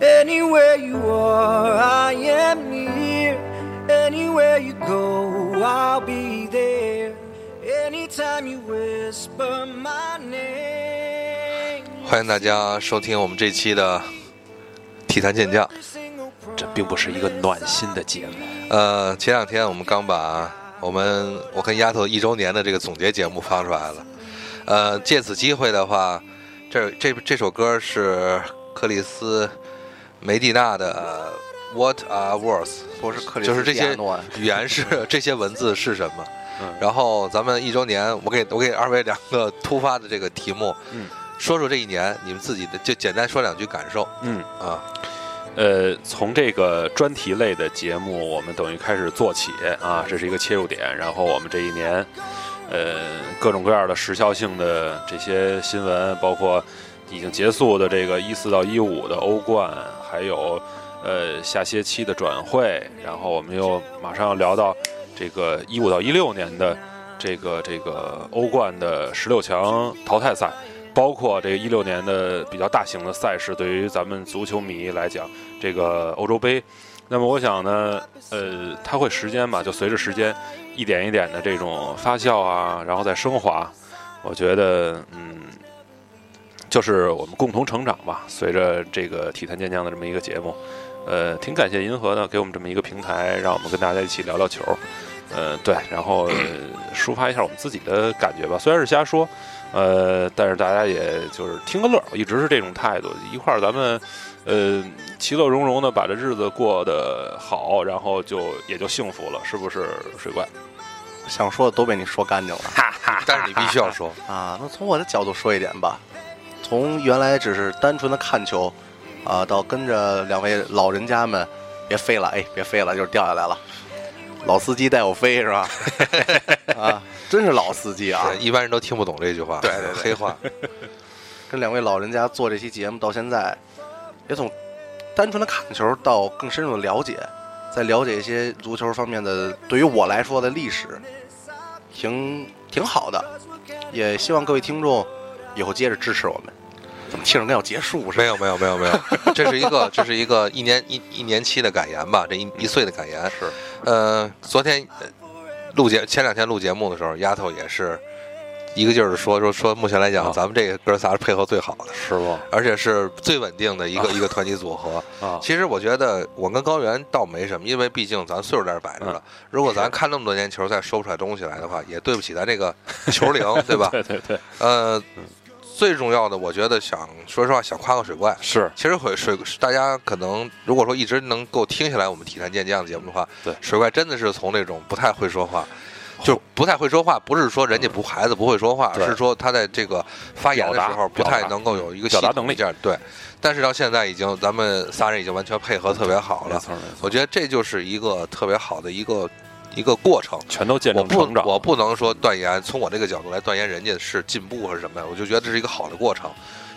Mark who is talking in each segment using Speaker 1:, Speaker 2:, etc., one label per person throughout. Speaker 1: Anywhere you are, I am near. Anywhere you go, I'll be there. Anytime you whisper my name,
Speaker 2: 欢迎大家收听我们这期的体坛健将。
Speaker 1: every single
Speaker 3: 这并不是一个暖心的节目。
Speaker 2: 呃，前两天我们刚把我们我跟丫头一周年的这个总结节目放出来了。呃，借此机会的话，这这这首歌是克里斯梅蒂娜的《What Are Words》，
Speaker 3: 不是克里斯
Speaker 2: 就是这
Speaker 3: 蒂
Speaker 2: 些
Speaker 3: 亚诺啊
Speaker 2: 语言是这些文字是什么
Speaker 3: 嗯。
Speaker 2: 然后咱们一周年，我给我给二位两个突发的这个题目，
Speaker 3: 嗯
Speaker 2: 说说这一年你们自己的，就简单说两句感受
Speaker 3: 嗯，
Speaker 2: 啊。
Speaker 3: 呃，从这个专题类的节目，我们等于开始做起啊，这是一个切入点。然后我们这一年，呃，各种各样的时效性的这些新闻，包括已经结束的这个一四到一五的欧冠，还有呃下些期的转会，然后我们又马上要聊到这个一五到一六年的这个这个欧冠的十六强淘汰赛。包括这个一六年的比较大型的赛事，对于咱们足球迷来讲，这个欧洲杯。那么我想呢，呃，它会时间吧，就随着时间一点一点的这种发酵啊，然后再升华。我觉得，嗯，就是我们共同成长吧。随着这个体坛健将的这么一个节目，呃，挺感谢银河呢给我们这么一个平台，让我们跟大家一起聊聊球。呃，对，然后、呃抒发一下我们自己的感觉吧。虽然是瞎说，呃，但是大家也就是听个乐儿，我一直是这种态度。一块儿咱们，呃，其乐融融的把这日子过得好，然后就也就幸福了，是不是？水怪，
Speaker 4: 想说的都被你说干净了
Speaker 3: 啊
Speaker 2: 但是你必须要说，
Speaker 4: 啊！那从我的角度说一点吧，从原来只是单纯的看球，啊，到跟着两位老人家们，别飞了，哎，别飞了，就是掉下来了。老司机带我飞是吧？ 啊，真是老司机啊！
Speaker 2: 是一般人都听不懂这句话，对对黑话。
Speaker 4: 跟两位老人家做这期节目到现在，也从单纯的看球到更深入的了解，在了解一些足球方面的，对于我来说的历史，挺挺好的。也希望各位听众以后接着支持我们。怎么听着跟要结束似
Speaker 2: 没
Speaker 4: 的？
Speaker 2: 有没有没有没有，这是一个这是一个一年一一年期的感言吧，这一一岁的感言
Speaker 3: 是。
Speaker 2: 呃，昨天呃录节前两天录节目的时候，丫头也是一个劲儿的说说说，目前来讲，
Speaker 3: 啊
Speaker 2: 咱们这个哥仨是配合最好的，
Speaker 3: 师傅
Speaker 2: 而且是最稳定的一个
Speaker 3: 啊
Speaker 2: 一个团体组合。
Speaker 3: 啊，
Speaker 2: 其实我觉得我跟高原倒没什么，因为毕竟咱岁数在这摆着了。
Speaker 3: 嗯
Speaker 2: 如果咱看那么多年球再说不出来东西来的话，也对不起咱这 个球龄，对吧？
Speaker 3: 对对对，
Speaker 2: 呃，最重要的，我觉得想说实话，想夸个水怪。
Speaker 3: 是
Speaker 2: 其实水水，大家可能如果说一直能够听下来我们体坛健将节目的话，
Speaker 3: 对哦
Speaker 2: 水怪真的是从那种不太会说话，就不太会说话，不是说人家不孩子不会说话，
Speaker 3: 对
Speaker 2: 是说他在这个发言的时候不
Speaker 3: 表达
Speaker 2: 太能够有一个
Speaker 3: 表达
Speaker 2: 系统
Speaker 3: 能力
Speaker 2: 这样对，但是到现在已经咱们仨人已经完全配合特别好
Speaker 3: 没
Speaker 2: 了，
Speaker 3: 错没错，
Speaker 2: 我觉得这就是一个特别好的一个一个过程。
Speaker 3: 全都见
Speaker 2: 我
Speaker 3: 证
Speaker 2: 不
Speaker 3: 成长，
Speaker 2: 我不能说断言，从我这个角度来断言人家是进步还是什么呀，我就觉得这是一个好的过程。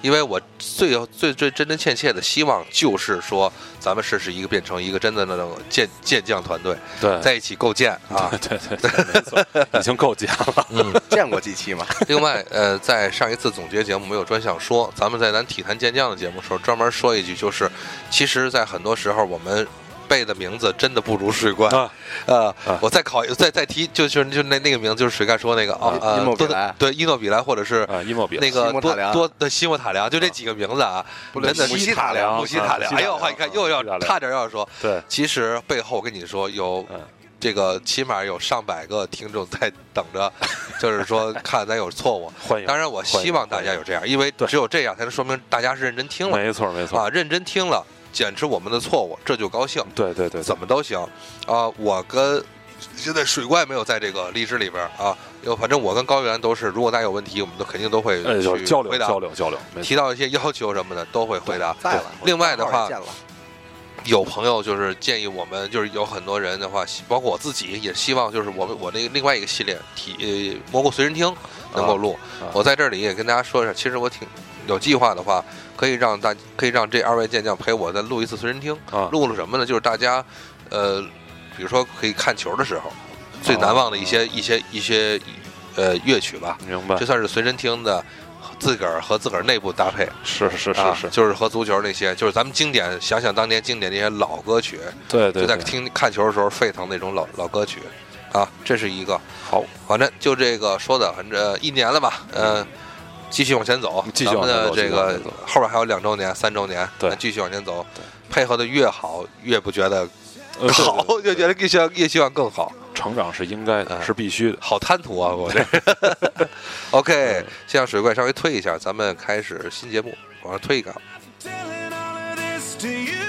Speaker 2: 因为我最最最真真切切的希望就是说，咱们试试一个变成一个真的那种健健将团队，
Speaker 3: 对
Speaker 2: 在一起构建啊。
Speaker 3: 对对对，没错，已经够讲 了，
Speaker 4: 见过几期嘛？
Speaker 2: 另外，呃，在上一次总结节目没有专项说，咱们在咱体坛健将的节目时候专门说一句，就是其实，在很多时候我们背的名字真的不如水怪。
Speaker 3: 啊
Speaker 2: 呃
Speaker 3: 啊，
Speaker 2: 我再考再再提，就就就那那个名字，就是水盖说那个啊
Speaker 4: 伊，
Speaker 2: 呃
Speaker 4: 伊莫比
Speaker 2: 多
Speaker 4: 莱
Speaker 2: 对伊诺比莱，或者是
Speaker 3: 啊，伊莫比
Speaker 2: 那个
Speaker 4: 西莫
Speaker 2: 多
Speaker 4: 塔良
Speaker 2: 多的西莫塔良，就这几个名字啊，
Speaker 4: 不
Speaker 2: 真
Speaker 4: 对
Speaker 2: 的
Speaker 4: 穆西
Speaker 2: 塔
Speaker 4: 塔
Speaker 3: 良
Speaker 2: 穆西
Speaker 3: 啊
Speaker 2: 塔良，
Speaker 3: 西
Speaker 2: 哎
Speaker 3: 塔
Speaker 2: 呦，
Speaker 3: 良
Speaker 2: 我一看又要
Speaker 3: 穆西塔良
Speaker 2: 差点要说，
Speaker 3: 对
Speaker 2: 其实背后我跟你说有
Speaker 3: 嗯。
Speaker 2: 这个起码有上百个听众在等 着，就是说看咱有错误。
Speaker 3: 哎欢迎，
Speaker 2: 当然，我希望大家有这样，因为
Speaker 3: 对
Speaker 2: 只有这样才能说明大家是认真听了
Speaker 3: 没错没错，
Speaker 2: 啊，认真听了，检知我们的错误，这就高兴。
Speaker 3: 对对对，对
Speaker 2: 怎么都行啊。我跟现在水怪没有在这个荔枝里边啊，有反正我跟高原都是，如果大家有问题，我们都肯定都会
Speaker 3: 呃，就是
Speaker 2: 去
Speaker 3: 交流
Speaker 2: 回答
Speaker 3: 交流交流，没错
Speaker 2: 提到一些要求什么的都会回答。
Speaker 4: 在了。
Speaker 2: 另外的
Speaker 4: 我
Speaker 2: 话
Speaker 4: 也见，了
Speaker 2: 有朋友就是建议我们，就是有很多人的话，希包括我自己也希望，就是我们我那另外一个系列体呃蘑菇随身听能够录。
Speaker 3: 啊
Speaker 2: 我在这里也跟大家说一下，其实我挺有计划的话，可以让大可以让这二位健将陪我再录一次随身听。
Speaker 3: 啊，
Speaker 2: 录了什么呢？就是大家，呃，比如说可以看球的时候，
Speaker 3: 啊
Speaker 2: 最难忘的一些、一些一些呃乐曲吧，
Speaker 3: 明白
Speaker 2: 这，算是随身听的自个儿和自个儿内部搭配，
Speaker 3: 是是是
Speaker 2: 啊
Speaker 3: 是，
Speaker 2: 就是和足球那些，就是咱们经典，想想当年经典那些老歌曲，
Speaker 3: 对对
Speaker 2: 就在
Speaker 3: 对
Speaker 2: 听看球的时候沸腾那种老老歌曲，啊，这是一个。
Speaker 3: 好，
Speaker 2: 反正就这个说的，反正呃一年了吧，嗯、继续往前走，
Speaker 3: 继续往前
Speaker 2: 咱们的
Speaker 3: 走
Speaker 2: 这
Speaker 3: 继续往前
Speaker 2: 个
Speaker 3: 走
Speaker 2: 后边还有两周年、三周年，
Speaker 3: 对
Speaker 2: 咱继续往前走
Speaker 3: 对，
Speaker 2: 配合的越好，越不觉得
Speaker 3: 呃
Speaker 2: 好，
Speaker 3: 对对
Speaker 2: 就觉得越希望越希望更好，
Speaker 3: 成长是应该的，
Speaker 2: 嗯
Speaker 3: 是必须的。
Speaker 2: 好贪图啊，我 这。OK，先让
Speaker 3: 嗯
Speaker 2: 水怪稍微推一下，咱们开始新节目，往上推一个。
Speaker 1: telling all of this to you.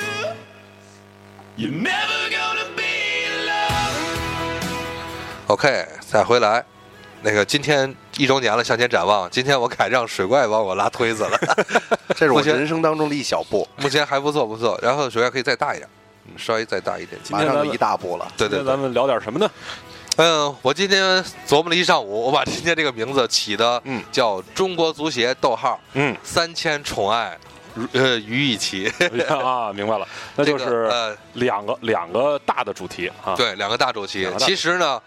Speaker 1: You're never gonna be alone.
Speaker 2: OK，再回来。那个今天一周年了，向前展望。今天我改让水怪帮我拉推子了，
Speaker 4: 这是
Speaker 2: 我
Speaker 4: 我
Speaker 2: 觉得
Speaker 4: 人生当中的一小步，
Speaker 2: 目前还不错不错。然后水怪可以再大一点，稍微再大一点。
Speaker 4: 马
Speaker 3: 天咱们
Speaker 4: 上就一大步了。
Speaker 2: 对对
Speaker 3: 今
Speaker 2: 对
Speaker 3: 天咱，们聊点什么呢？
Speaker 2: 嗯，我今天琢磨了一上午，我把今天这个名字起的，
Speaker 3: 嗯
Speaker 2: 叫中国足协逗号
Speaker 3: 嗯，
Speaker 2: 三千宠爱，呃，于一奇，
Speaker 3: 啊，明白了， 那就
Speaker 2: 这个
Speaker 3: 是
Speaker 2: 呃，
Speaker 3: 两个两个大的主题啊。
Speaker 2: 对，两个大主题
Speaker 3: 两。个大主题
Speaker 2: 其实呢，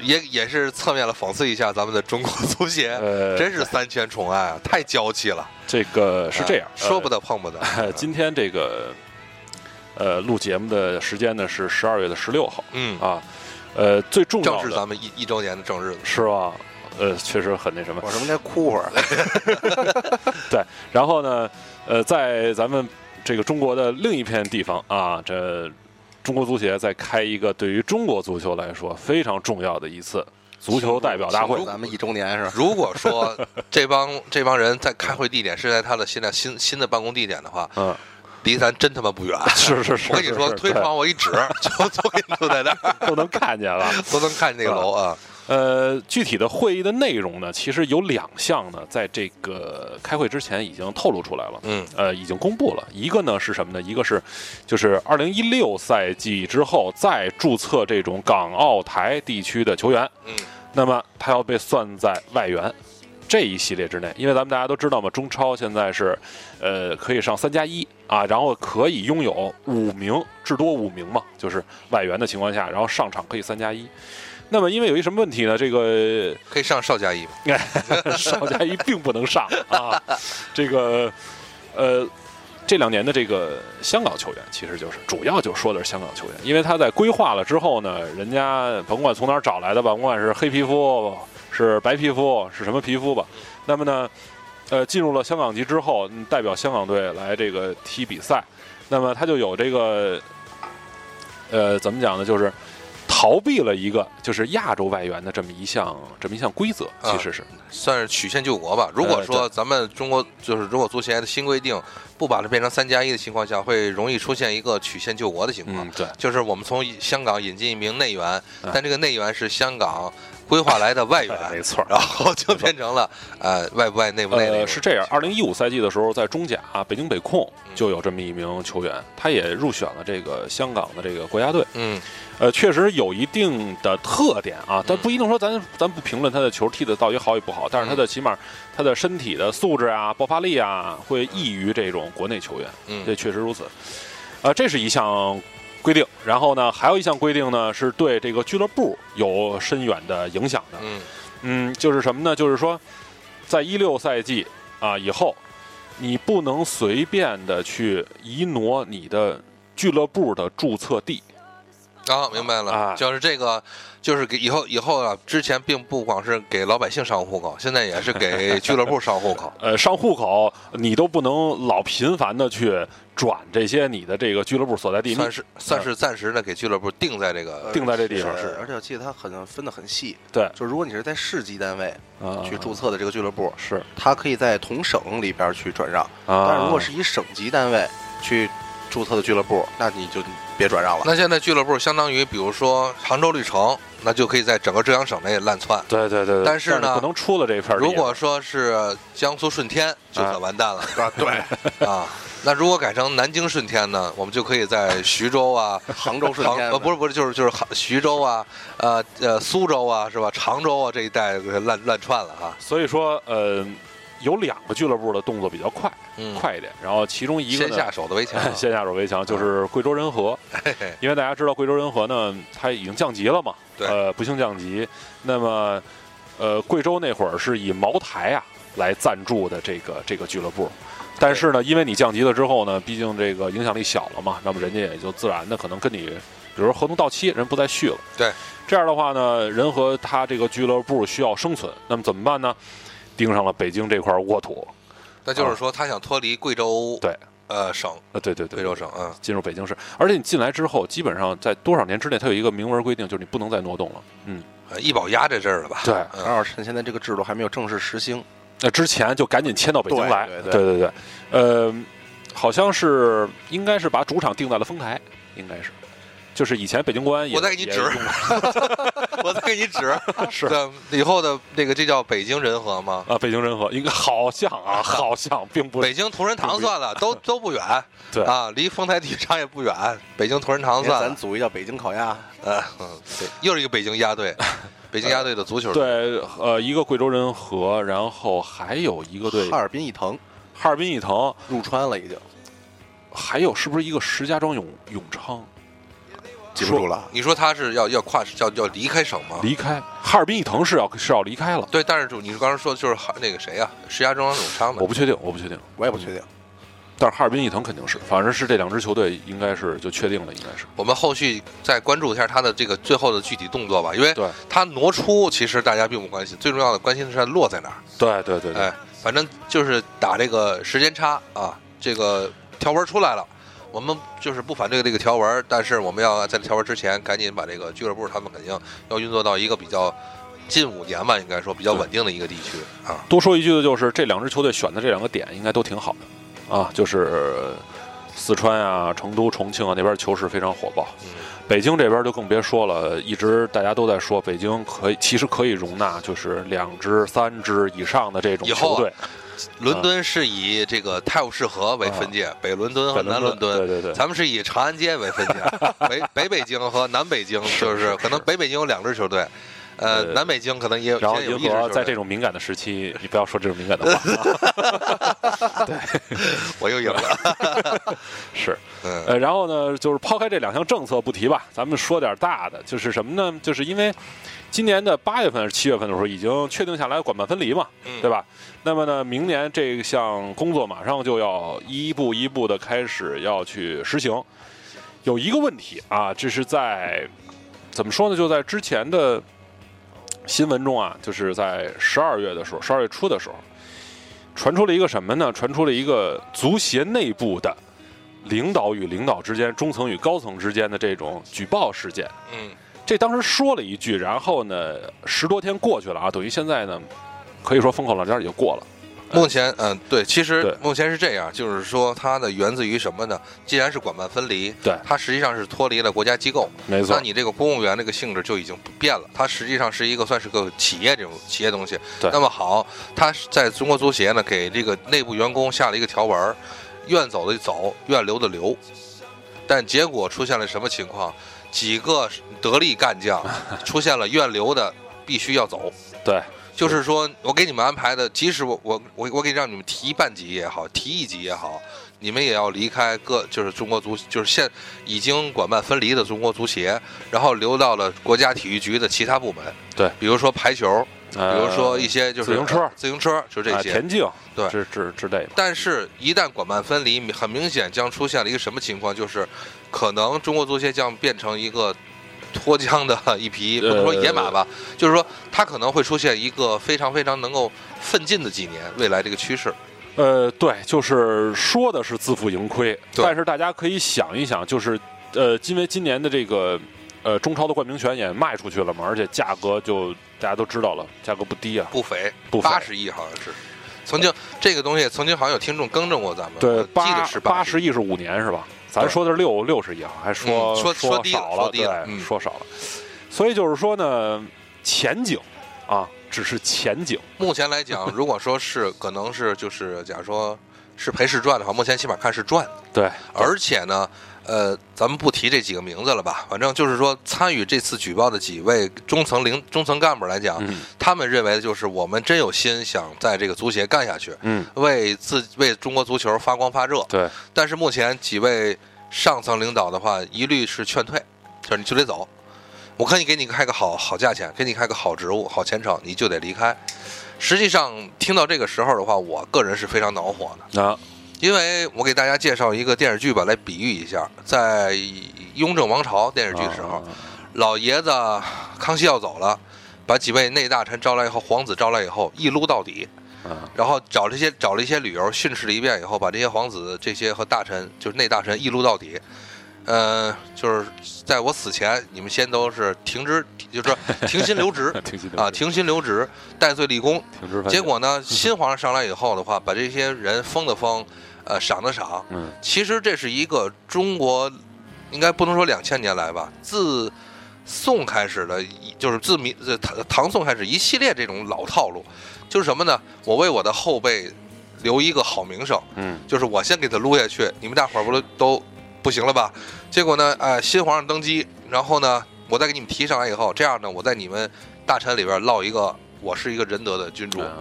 Speaker 2: 也也是侧面了讽刺一下咱们的中国足协，
Speaker 3: 呃
Speaker 2: 真是三千宠爱，啊，太娇气了。
Speaker 3: 这个是这样，
Speaker 2: 呃说不
Speaker 3: 得。
Speaker 2: 得碰不得。
Speaker 3: 今天这个呃录节目的时间呢是十二月的十六号
Speaker 2: 嗯，
Speaker 3: 啊，呃，最重要
Speaker 2: 正
Speaker 3: 的
Speaker 2: 是咱们一一周年的正日子。
Speaker 3: 是吧？呃，确实很那什么
Speaker 4: 我。什么该哭 会儿？
Speaker 3: 对，然后呢，呃，在咱们这个中国的另一片地方啊，这中国足协在开一个对于中国足球来说非常重要的一次足球代表大会
Speaker 2: 庆祝。
Speaker 4: 咱们一周年是吧？
Speaker 2: 如果说这帮这帮人在开会地点是在他的现在新新的办公地点的话，
Speaker 3: 嗯，
Speaker 2: 离咱真他妈不远。
Speaker 3: 是嗯是是，
Speaker 2: 我跟你说，
Speaker 3: 是是
Speaker 2: 推
Speaker 3: 对
Speaker 2: 窗我一指， 就就给你就在那 儿，
Speaker 3: 都能看见啊了。
Speaker 2: 都能看见那个
Speaker 3: 嗯
Speaker 2: 楼啊。
Speaker 3: 呃，具体的会议的内容呢，其实有两项呢，在这个开会之前已经透露出来了。
Speaker 2: 嗯，
Speaker 3: 呃，已经公布了。一个呢是什么呢？一个是，就是二零一六赛季之后再注册这种港澳台地区的球员，
Speaker 2: 嗯，
Speaker 3: 那么他要被算在外援这一系列之内，因为咱们大家都知道嘛，中超现在是，呃，可以上三加一啊，然后可以拥有五名，至多五名嘛，就是外援的情况下，然后上场可以三加一。那么，因为有一什么问题呢？这个
Speaker 2: 可以上邵佳一吗？
Speaker 3: 邵佳一并不能上啊。这个，呃，这两年的这个香港球员，其实就是主要就说的是香港球员，因为他在规划了之后呢，人家甭管从哪儿找来的吧，甭管是黑皮肤、是白皮肤、是什么皮肤吧，那么呢，呃，进入了香港籍之后，嗯代表香港队来这个踢比赛，那么他就有这个，呃，怎么讲呢？就是逃避了一个就是亚洲外援的这么一项这么一项规则，
Speaker 2: 啊
Speaker 3: 其实是、
Speaker 2: 算是曲线救国吧。如果说
Speaker 3: 呃
Speaker 2: 咱们中国就是如果足协的新规定不把它变成三加一的情况下，会容易出现一个曲线救国的情况。
Speaker 3: 嗯对。
Speaker 2: 就是我们从香港引进一名内援
Speaker 3: 嗯，
Speaker 2: 但这个内援是香港规划来的外援，
Speaker 3: 哎没错
Speaker 2: 然后就变成了呃外不外内不内那
Speaker 3: 呃，
Speaker 2: 个
Speaker 3: 是这样，二零一五赛季的时候，在中甲、啊北京北控
Speaker 2: 嗯
Speaker 3: 就有这么一名球员，他也入选了这个香港的这个国家队。
Speaker 2: 嗯
Speaker 3: 呃，确实有一定的特点啊，但不一定说咱咱不评论他的球踢的到底好与不好，但是
Speaker 2: 嗯
Speaker 3: 他的起码他的身体的素质啊、爆发力啊，会异于这种国内球员。这
Speaker 2: 嗯
Speaker 3: 确实如此。呃，这是一项规定，然后呢，还有一项规定呢，是对这个俱乐部有深远的影响的。
Speaker 2: 嗯
Speaker 3: 嗯，就是什么呢？就是说，在一六赛季啊以后，你不能随便的去移挪你的俱乐部的注册地。
Speaker 2: 啊，明白了
Speaker 3: 啊，
Speaker 2: 就是这个，就是给以后以后啊，之前并不光是给老百姓上户口，现在也是给俱乐部上户口。
Speaker 3: 呃，上户口你都不能老频繁的去转这些你的这个俱乐部所在地，
Speaker 2: 算是算是暂时的给俱乐部定在这
Speaker 4: 呃
Speaker 2: 个，
Speaker 3: 定在这地方
Speaker 4: 是
Speaker 3: 是，
Speaker 4: 而且我记得它好像分得很细，
Speaker 3: 对
Speaker 4: 就如果你是在市级单位
Speaker 3: 啊
Speaker 4: 去注册的这个俱乐部，
Speaker 3: 是
Speaker 4: 它可以在同省里边去转让，
Speaker 3: 啊，
Speaker 4: 但是如果是以省级单位去注册的俱乐部，那你就别转让了。
Speaker 2: 那现在俱乐部相当于，比如说杭州绿城，那就可以在整个浙江省内乱窜。
Speaker 3: 对对对对，
Speaker 2: 但是呢
Speaker 3: 不能出了这片儿地。
Speaker 2: 如果说是江苏顺天，就
Speaker 3: 啊
Speaker 2: 算完蛋了。啊，对 啊。那如果改成南京顺天呢？我们就可以在徐州 啊、
Speaker 4: 杭州顺
Speaker 2: 杭
Speaker 4: 天
Speaker 2: 呃不是不是就是就是杭徐州啊、呃呃苏州啊是吧？常州啊这一带给乱乱串了啊。
Speaker 3: 所以说呃，有两个俱乐部的动作比较快，
Speaker 2: 嗯，
Speaker 3: 快一点，然后其中一个
Speaker 2: 先
Speaker 3: 呢
Speaker 2: 下手的为强啊。
Speaker 3: 先下手为强，就是贵州仁和。
Speaker 2: 嘿嘿
Speaker 3: 因为大家知道贵州仁和呢，它已经降级了嘛，
Speaker 2: 对
Speaker 3: 呃，不幸降级。那么，呃，贵州那会儿是以茅台啊来赞助的这个这个俱乐部。但是呢，因为你降级了之后呢，毕竟这个影响力小了嘛，那么人家也就自然的可能跟你，比如说合同到期，人不再续了。
Speaker 2: 对，
Speaker 3: 这样的话呢，人和他这个俱乐部需要生存，那么怎么办呢？盯上了北京这块沃土，
Speaker 2: 那就是说他想脱离贵州
Speaker 3: 对，
Speaker 2: 呃省，
Speaker 3: 呃，对对对，
Speaker 2: 贵州省啊，
Speaker 3: 进入北京市，而且你进来之后，基本上在多少年之内，它有一个明文规定，就是你不能再挪动了。嗯，
Speaker 2: 呃医保压在这儿了吧？
Speaker 3: 对
Speaker 2: 嗯
Speaker 4: 正好趁现在这个制度还没有正式实行，
Speaker 3: 那之前就赶紧迁到北京来。
Speaker 4: 对对
Speaker 3: 对
Speaker 4: 对
Speaker 3: 对呃，好像是应该是把主场定在了丰台，应该是，就是以前北京国安也
Speaker 2: 我再给你
Speaker 3: 也
Speaker 2: 指
Speaker 3: 用过
Speaker 2: 我再给你指，
Speaker 3: 是
Speaker 2: 对以后的那个这叫北京人和吗？
Speaker 3: 啊，北京人和应该好像 啊，好像并不
Speaker 2: 北京同仁堂算了， 都都不远，
Speaker 3: 对
Speaker 2: 啊，离丰台体育场也不远，北京同仁堂
Speaker 4: 因为
Speaker 2: 算
Speaker 4: 咱
Speaker 2: 了，
Speaker 4: 组一叫北京烤鸭，
Speaker 2: 呃，嗯对，又是一个北京鸭 队，北京鸭队的足球队，
Speaker 3: 对，呃，一个贵州人和，然后还有一个队
Speaker 4: 哈尔滨一腾
Speaker 3: 哈尔滨一腾，
Speaker 4: 入川了已经，
Speaker 3: 还有是不是一个石家庄永永昌
Speaker 4: 啊记不住了。
Speaker 2: 你说他是要要跨要要离开省吗？
Speaker 3: 离开哈尔滨一腾是要是要离开了。
Speaker 2: 对，但是就你刚才说的就是哈那个谁呀，石家庄永昌吧
Speaker 3: 我？不确定，我不确定，
Speaker 4: 嗯我也不确定，
Speaker 3: 但是哈尔滨一腾肯定是，反正是这两支球队应该是就确定了，应该是
Speaker 4: 哎
Speaker 2: 我们后续再关注一下他的这个最后的具体动作吧，因为
Speaker 3: 对
Speaker 2: 他挪出其实大家并不关心，最重要的关心的是他落在哪儿。
Speaker 3: 对对对对，
Speaker 2: 哎，反正就是打这个时间差啊，这个条文出来了，我们就是不反对这个条文，但是我们要在条文之前赶紧把这个俱乐部他们肯定要运作到一个比较近五年吧，应该说比较稳定的一个地区啊。
Speaker 3: 多说一句的就是这两支球队选的这两个点应该都挺好的啊，就是四川啊、成都、重庆啊那边球市非常火爆，
Speaker 2: 嗯，
Speaker 3: 北京这边就更别说了，一直大家都在说北京可以其实可以容纳就是两支、三支以上的这种
Speaker 2: 以后
Speaker 3: 球
Speaker 2: 啊
Speaker 3: 队，
Speaker 2: 伦敦是以这个泰晤士河为分界，北伦敦和
Speaker 3: 北
Speaker 2: 南
Speaker 3: 嗯伦
Speaker 2: 伦敦。
Speaker 3: 对对 对，
Speaker 2: 咱们是以长安街为 分界，北北北京和南北京
Speaker 3: 是
Speaker 2: 就是可能
Speaker 3: 是
Speaker 2: 北北京有两支球队，呃，
Speaker 3: 呃
Speaker 2: 南北京可能也有，
Speaker 3: 然后
Speaker 2: 现在有
Speaker 3: 银
Speaker 2: 一支球
Speaker 3: 河在这
Speaker 2: 队，
Speaker 3: 种敏感的时期，你不要说这种敏感 的话，
Speaker 2: 我又赢 了，
Speaker 3: 是。
Speaker 2: 嗯，
Speaker 3: 呃，然后呢，就是抛开这两项政策不提吧，咱们说点大的，就是什么呢？就是因为今年的八月份、七月份的时候已经确定下来管办分离嘛，
Speaker 2: 嗯
Speaker 3: 对吧？那么呢，明年这项工作马上就要一步一步的开始要去实行。有一个问题啊，这是在怎么说呢？就在之前的新闻中啊，就是在十二月的时候，十二月初的时候，传出了一个什么呢？传出了一个足协内部的领导与领导之间、中层与高层之间的这种举报事件。
Speaker 2: 嗯，
Speaker 3: 这当时说了一句，然后呢，十多天过去了啊，等于现在呢，可以说风口浪尖儿也就过了。
Speaker 2: 目前，嗯，对，其实
Speaker 3: 对
Speaker 2: 目前是这样，就是说它的源自于什么呢？既然是管办分离，
Speaker 3: 对
Speaker 2: 它实际上是脱离了国家机构，
Speaker 3: 没
Speaker 2: 那你这个公务员这个性质就已经不变了，它实际上是一个算是个企业这种企业东西。
Speaker 3: 对
Speaker 2: 那么好，它在中国足协呢给这个内部员工下了一个条文儿，愿走的走，愿留的留。但结果出现了什么情况？几个得力干 将出现了愿留的必须要走，
Speaker 3: 对，
Speaker 2: 就是说我给你们安排的，即使我我我我给让你们提半级也好，提一级也好，你们也要离开各就是中国足就是现已经管办分离的中国足协，然后流到了国家体育局的其他部门。
Speaker 3: 对，
Speaker 2: 比如说排球，
Speaker 3: 比
Speaker 2: 比如说一些就是呃
Speaker 3: 自行车
Speaker 2: 自行车就这
Speaker 3: 啊
Speaker 2: 些。
Speaker 3: 田径，
Speaker 2: 对
Speaker 3: 之之之类的。
Speaker 2: 但是，一旦管办分离，很明显将出现了一个什么情况？就是可能中国足协将变成一个脱缰的一匹，不能说野马吧，就是说它可能会出现一个非常非常能够奋进的几年未来这个趋势。
Speaker 3: 呃，对，就是说的是自负盈亏，
Speaker 2: 对
Speaker 3: 但是大家可以想一想，就是呃，因为今年的这个呃中超的冠名权也卖出去了嘛，而且价格就大家都知道了，价格不低啊，
Speaker 2: 不菲，
Speaker 3: 不菲
Speaker 2: 八十亿好像是。曾经这个东西曾经好像有听众更正过咱们，
Speaker 3: 对
Speaker 2: 我，记
Speaker 3: 八
Speaker 2: 得是
Speaker 3: 八
Speaker 2: 十亿。
Speaker 3: 十亿是五年是吧？咱
Speaker 2: 对
Speaker 3: 说的是六六十亿啊，还说、
Speaker 2: 嗯说说
Speaker 3: 说
Speaker 2: 低了
Speaker 3: 少
Speaker 2: 说低了
Speaker 3: 对，
Speaker 2: 嗯
Speaker 3: 说少了。所以就是说呢，前景啊，只是前景，
Speaker 2: 目前来讲，如果说是可能是就是假如说是赔是赚的话，目前起码看是赚的。
Speaker 3: 对，
Speaker 2: 而且呢，呃，咱们不提这几个名字了吧，反正就是说，参与这次举报的几位中层领中层干部来讲，
Speaker 3: 嗯
Speaker 2: 他们认为的就是我们真有心想在这个足协干下去，
Speaker 3: 嗯，
Speaker 2: 为自为中国足球发光发热。
Speaker 3: 对，
Speaker 2: 但是目前几位上层领导的话，一律是劝退，就是你就得走。我可以给你开个好好价钱，给你开个好职务、好前程，你就得离开。实际上听到这个时候的话，我个人是非常恼火的，
Speaker 3: 啊，
Speaker 2: 因为我给大家介绍一个电视剧吧，来比喻一下，在雍正王朝电视剧的时
Speaker 3: 啊
Speaker 2: 候，老爷子康熙要走了，把几位内大臣招来以后，皇子招来以后，一撸到底，
Speaker 3: 啊，
Speaker 2: 然后找这些找了一些理由训斥了一遍以后，把这些皇子这些和大臣，就是内大臣一撸到底。呃，就是在我死前，你们先都是停职，就是说停薪留职
Speaker 3: 停薪留职
Speaker 2: 啊，停薪留职，戴罪立功。
Speaker 3: 停止反
Speaker 2: 结果 呢，新皇上上来以后的话，把这些人封的封，呃，赏的赏。
Speaker 3: 嗯
Speaker 2: 其实这是一个中国，应该不能说两千年来吧，自宋开始的一，就是自明呃唐唐宋开始一系列这种老套路，就是什么呢？我为我的后辈留一个好名声，
Speaker 3: 嗯
Speaker 2: 就是我先给他撸下去，你们大伙儿不都都不行了吧？结果呢，哎、新皇上登基，然后呢，我再给你们提上来以后，这样呢，我在你们大臣里边落一个，我是一个仁德的君主，
Speaker 3: 啊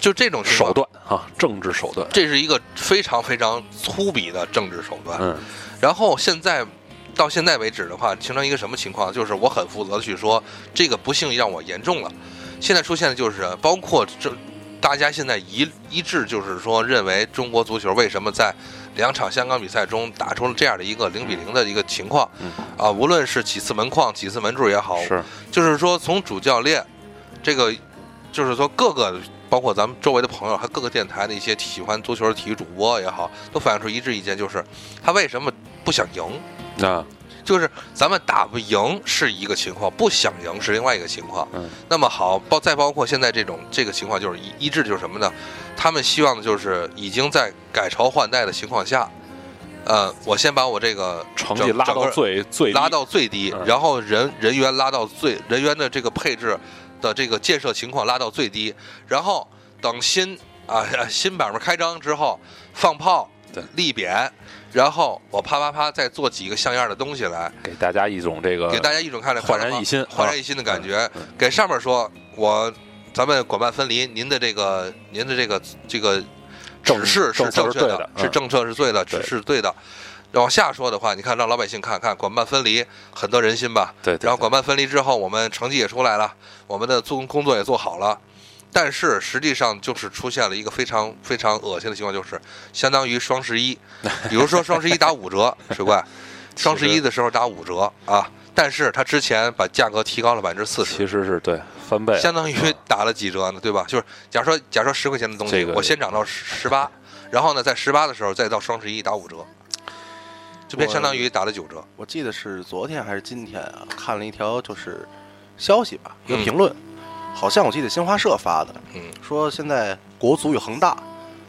Speaker 2: 就这种情况
Speaker 3: 手，段啊，政治手段，
Speaker 2: 这是一个非常非常粗鄙的政治手段。
Speaker 3: 嗯
Speaker 2: 然后现在到现在为止的话，形成一个什么情况？就是我很负责的去说，这个不幸让我严重了。现在出现的就是，包括这大家现在一一致就是说，认为中国足球为什么在两场香港比赛中打出了这样的一个零比零的一个情况
Speaker 3: 嗯
Speaker 2: 啊？无论是几次门框、几次门柱也好，
Speaker 3: 是
Speaker 2: 就是说从主教练这个，就是说各个包括咱们周围的朋友，还有各个电台的一些喜欢足球的体育主播也好，都反映出一致意见，就是他为什么不想赢？
Speaker 3: 啊
Speaker 2: 就是咱们打不赢是一个情况，不想赢是另外一个情况。
Speaker 3: 嗯
Speaker 2: 那么好，包再包括现在这种这个情况，就是一一致就是什么呢？他们希望的就是已经在改朝换代的情况下，呃，我先把我这个
Speaker 3: 成
Speaker 2: 整
Speaker 3: 绩拉
Speaker 2: 整个
Speaker 3: 到最最低
Speaker 2: 拉到最低
Speaker 3: 嗯，
Speaker 2: 然后人人员拉到最人员的这个配置的这个建设情况拉到最低，然后等新啊新版本开张之后放炮
Speaker 3: 对
Speaker 2: 立扁，然后我啪啪啪再做几个像样的东西来，
Speaker 3: 给大家一种这个
Speaker 2: 给大家一种看来
Speaker 3: 焕然一新啊
Speaker 2: 焕然一新的感觉
Speaker 3: 嗯嗯。
Speaker 2: 给上面说我咱们管办分离，您的这个您的这个这个
Speaker 3: 政
Speaker 2: 指示是
Speaker 3: 政策
Speaker 2: 正
Speaker 3: 是
Speaker 2: 确
Speaker 3: 对的嗯
Speaker 2: 是政策是对的，指
Speaker 3: 对
Speaker 2: 示是对的。往下说的话，你看让老百姓看看管办分离很得人心吧。
Speaker 3: 对对
Speaker 2: 然后管办分离之后，我们成绩也出来了，我们的做工作也做好了，但是实际上就是出现了一个非常非常恶心的情况，就是相当于双十一， 比如说双十一打五折，水怪，双十一的时候打五折啊，但是他之前把价格提高了百分之四
Speaker 3: 其
Speaker 2: 十。
Speaker 3: 实是对翻倍了，嗯
Speaker 2: 相当于打了几折呢，对吧？就是假如说，假如说十块钱的东西，
Speaker 3: 这个
Speaker 2: 我先涨到十 八，然后呢，在十八的时候再到双十一打五折，这边相当于打了九折。
Speaker 4: 我记得是昨天还是今天啊，看了一条就是消息吧，一个
Speaker 2: 嗯
Speaker 4: 评论，好像我记得新华社发的，
Speaker 2: 嗯，
Speaker 4: 说现在国足与恒大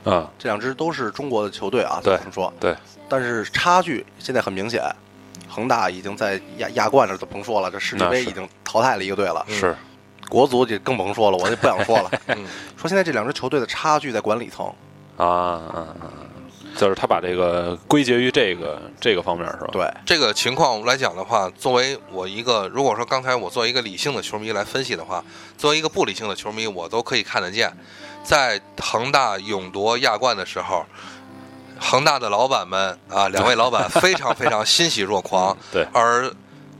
Speaker 3: 啊
Speaker 4: 这两支都是中国的球队啊，
Speaker 3: 对
Speaker 4: 这么说，
Speaker 3: 对，
Speaker 4: 但是差距现在很明显，恒大已经在亚亚冠这都甭说了，这世界
Speaker 3: 那
Speaker 4: 杯
Speaker 3: 是嗯
Speaker 4: 已经淘汰了一个队了，
Speaker 3: 是
Speaker 4: 国足就更甭说了，我就不想说了。
Speaker 2: 嗯
Speaker 4: 说现在这两支球队的差距在管理层，
Speaker 3: 啊啊啊，就是他把这个归结于这个这个方面是吧？
Speaker 4: 对，
Speaker 2: 这个情况来讲的话，作为我一个，如果说刚才我作为一个理性的球迷来分析的话，作为一个不理性的球迷，我都可以看得见，在恒大勇夺亚冠的时候，恒大的老板们啊，两位老板非常非常欣喜若狂，
Speaker 3: 对
Speaker 2: 而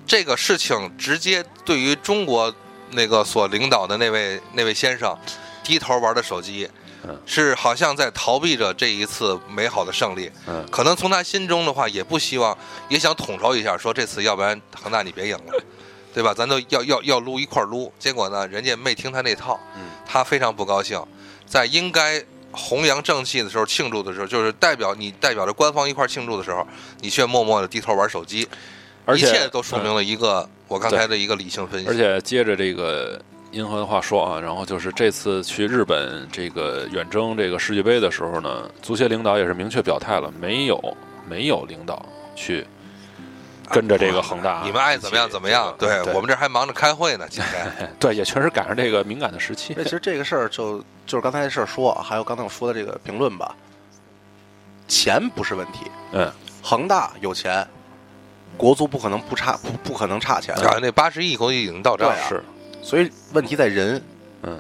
Speaker 2: 这个事情直接对于中国那个所领导的那位那位先生，低头玩的手机
Speaker 3: 嗯。
Speaker 2: 是好像在逃避着这一次美好的胜利，
Speaker 3: 嗯
Speaker 2: 可能从他心中的话，也不希望，也想统筹一下，说这次要不然恒大你别赢
Speaker 3: 嗯
Speaker 2: 了，对吧？咱都要要要撸一块儿撸。结果呢，人家没听他那套，
Speaker 3: 嗯
Speaker 2: 他非常不高兴，在应该弘扬正气的时候庆祝的时候，就是代表你代表着官方一块儿庆祝的时候，你却默默的低头玩手机，
Speaker 3: 而且
Speaker 2: 一切都说明
Speaker 3: 嗯
Speaker 2: 了一个、我刚才的一个理性分析。
Speaker 3: 而且接着这个银河的话说啊，然后就是这次去日本这个远征这个世界杯的时候呢，足协领导也是明确表态了，没有没有领导去跟着这个恒大，
Speaker 2: 啊你们爱怎么样怎么样，
Speaker 3: 这
Speaker 2: 对
Speaker 3: 个
Speaker 2: 我们这儿还忙着开会呢， 今天
Speaker 3: 对也确实赶上这个敏感的时期
Speaker 4: 那，其实这个事儿就就是刚才的事儿说，啊还有刚才我说的这个评论吧，钱不是问题，
Speaker 3: 嗯，
Speaker 4: 恒大有钱，国足不可能不差不不可能差钱，
Speaker 2: 啊，那八十亿估计已经到账
Speaker 4: 对啊
Speaker 2: 了，
Speaker 3: 是，
Speaker 4: 所以问题在人。
Speaker 3: 嗯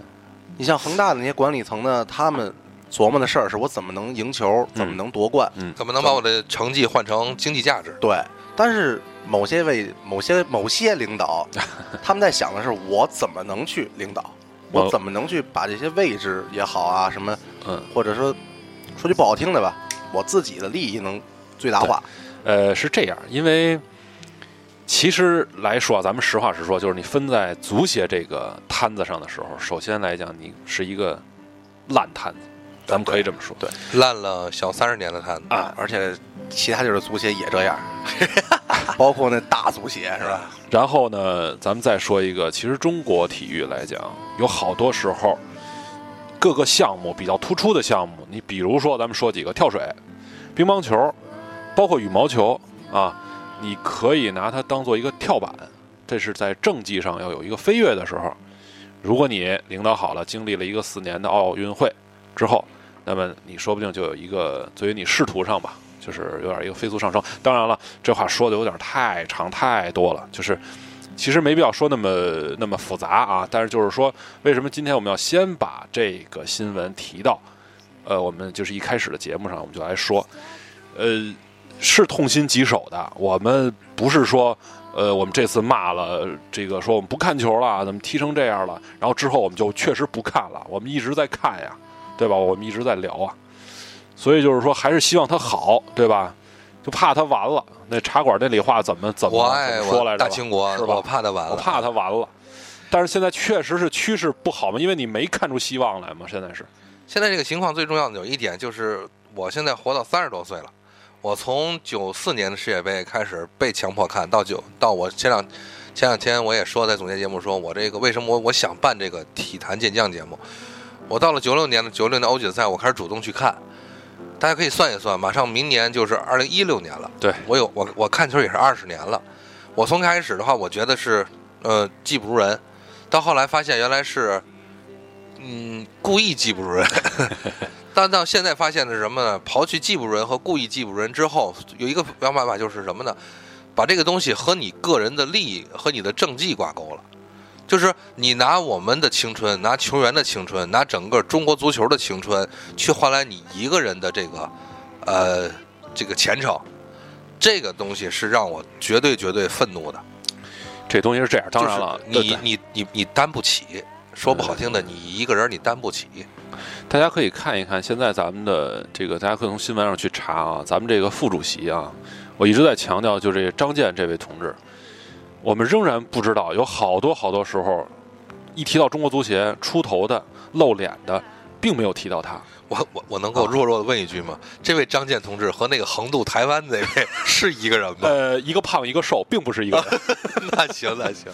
Speaker 4: 你像恒大的那些管理层呢，他们琢磨的事儿是我怎么能赢球，怎么能夺冠，
Speaker 3: 嗯
Speaker 2: 怎么能把我的成绩换成经济价值？
Speaker 4: 对。但是某些位某些某些领导，他们在想的是我怎么能去领导，我
Speaker 3: 嗯
Speaker 4: 怎么能去把这些位置也好啊，什么，
Speaker 3: 嗯，
Speaker 4: 或者说说句不好听的吧，我自己的利益能最大化，
Speaker 3: 呃，是这样，因为其实来说啊，咱们实话实说，就是你分在足协这个摊子上的时候，首先来讲，你是一个烂摊子，咱们可以这么说。对
Speaker 2: 烂了小三十年的摊子。
Speaker 3: 啊，
Speaker 4: 而且其他就是足协也这样， 包括那大足协是吧？
Speaker 3: 然后呢，咱们再说一个，其实中国体育来讲，有好多时候各个项目比较突出的项目，你比如说咱们说几个跳水、乒乓球，包括羽毛球啊，你可以拿它当做一个跳板，这是在政绩上要有一个飞跃的时候。如果你领导好了，经历了一个四年的奥运会之后，那么你说不定就有一个，对于你仕途上吧，就是有点一个飞速上升。当然了，这话说的有点太长太多了，就是其实没必要说那么那么复杂啊。但是就是说，为什么今天我们要先把这个新闻提到？呃，我们就是一开始的节目上，我们就来说，呃，是痛心疾首的。我们不是说，呃，我们这次骂了这个，说我们不看球了，怎么踢成这样了？然后之后我们就确实不看了，我们一直在看呀，对吧？我们一直在聊啊，所以就是说，还是希望它好，对吧？就怕它完了。那茶馆那里话怎么怎
Speaker 2: 我
Speaker 3: 么
Speaker 2: 爱
Speaker 3: 怎么说来
Speaker 2: 我
Speaker 3: 着吧？
Speaker 2: 大清国，
Speaker 3: 是吧？
Speaker 2: 我怕它完了。
Speaker 3: 我怕它完了。但是现在确实是趋势不好嘛，因为你没看出希望来嘛，现在是
Speaker 2: 现在这个情况最重要的有一点就是，我现在活到三十多岁了，我从九四年的世界杯开始被强迫看到九到我前两前两天我也说在总结节目说，我这个为什么我我想办这个体坛健将节目，我到了九六年的九六年的欧锦赛，我开始主动去看。大家可以算一算，马上明年就是二零一六年了。
Speaker 3: 对
Speaker 2: 我有我我看球也是二十年了。我从开始的话，我觉得是呃技不如人，到后来发现原来是嗯故意技不如人， 但到现在发现的是什么呢？刨去技不如人和故意技不如人之后，有一个表办法就是什么呢？把这个东西和你个人的利益和你的政绩挂钩了。就是你拿我们的青春，拿球员的青春，拿整个中国足球的青春，去换来你一个人的这个，呃，这个前程，这个东西是让我绝对绝对愤怒的。
Speaker 3: 这东西是这样。当然了，
Speaker 2: 就是
Speaker 3: 对
Speaker 2: 你
Speaker 3: 对
Speaker 2: 你你你担不起，说不好听的，你一个人你担不起。
Speaker 3: 大家可以看一看，现在咱们的这个，大家可以从新闻上去查啊，咱们这个副主席啊，我一直在强调，就这张健这位同志，我们仍然不知道，有好多好多时候，一提到中国足协出头的、露脸的，并没有提到他。
Speaker 2: 我我我能够
Speaker 3: 啊
Speaker 2: 弱弱的问一句吗？这位张健同志和那个横渡台湾那位是一个人吗？
Speaker 3: 呃，一个胖一个瘦，并不是一个人。哎
Speaker 2: 那行那行，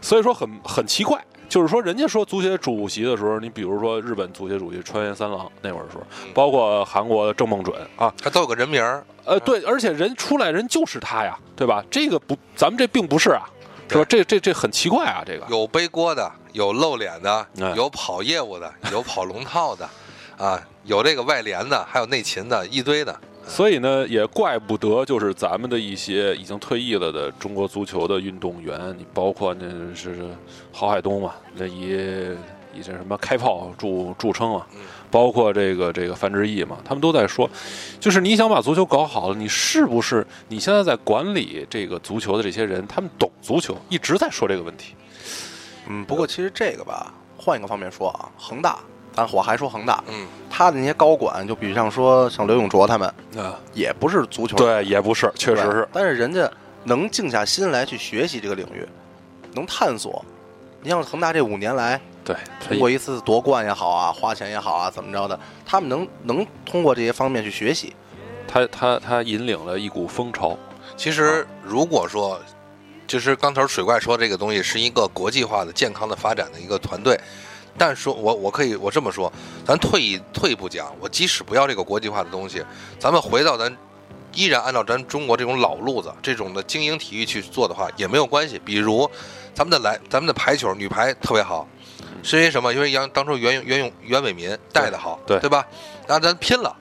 Speaker 3: 所以说很很奇怪，就是说人家说足协主席的时候，你比如说日本足协主席川原三郎那会儿的时候，包括韩国的郑梦准啊，
Speaker 2: 他都有个人名儿，
Speaker 3: 呃，对，而且人出来人就是他呀，对吧？这个不，咱们这并不是啊，是吧？这这这很奇怪啊，这个
Speaker 2: 有背锅的，有露脸的
Speaker 3: 哎，
Speaker 2: 有跑业务的，有跑龙套的，啊，有这个外联的，还有内勤的，一堆的。
Speaker 3: 所以呢，也怪不得就是咱们的一些已经退役了的中国足球的运动员，你包括那是郝海东嘛，那以以这什么开炮著著称啊，包括这个这个范志毅嘛，他们都在说，就是你想把足球搞好了，你是不是你现在在管理这个足球的这些人，他们懂足球，一直在说这个问题。
Speaker 4: 嗯，不过其实这个吧，换一个方面说啊，恒大，但我还说恒大，
Speaker 2: 嗯，
Speaker 4: 他的那些高管，就比如像说像刘永灼他们，
Speaker 3: 啊，
Speaker 4: 也不是足球
Speaker 3: 对，也不是，确实
Speaker 4: 对
Speaker 3: 是，
Speaker 4: 但是人家能静下心来去学习这个领域，能探索。你像恒大这五年来，
Speaker 3: 对，他
Speaker 4: 通过一次夺冠也好啊，花钱也好啊，怎么着的，他们能能通过这些方面去学习。
Speaker 3: 他他他引领了一股风潮，
Speaker 2: 其实如果说，就是刚才水怪说这个东西是一个国际化的、健康的发展的一个团队，但说我我可以我这么说，咱退一退一步讲，我即使不要这个国际化的东西，咱们回到咱依然按照咱中国这种老路子、这种的精英体育去做的话，也没有关系。比如咱们的来咱们的排球女排特别好，是因为什么？因为杨当初袁袁咏袁伟民带的好，
Speaker 3: 对
Speaker 2: 对吧？然后咱拼了。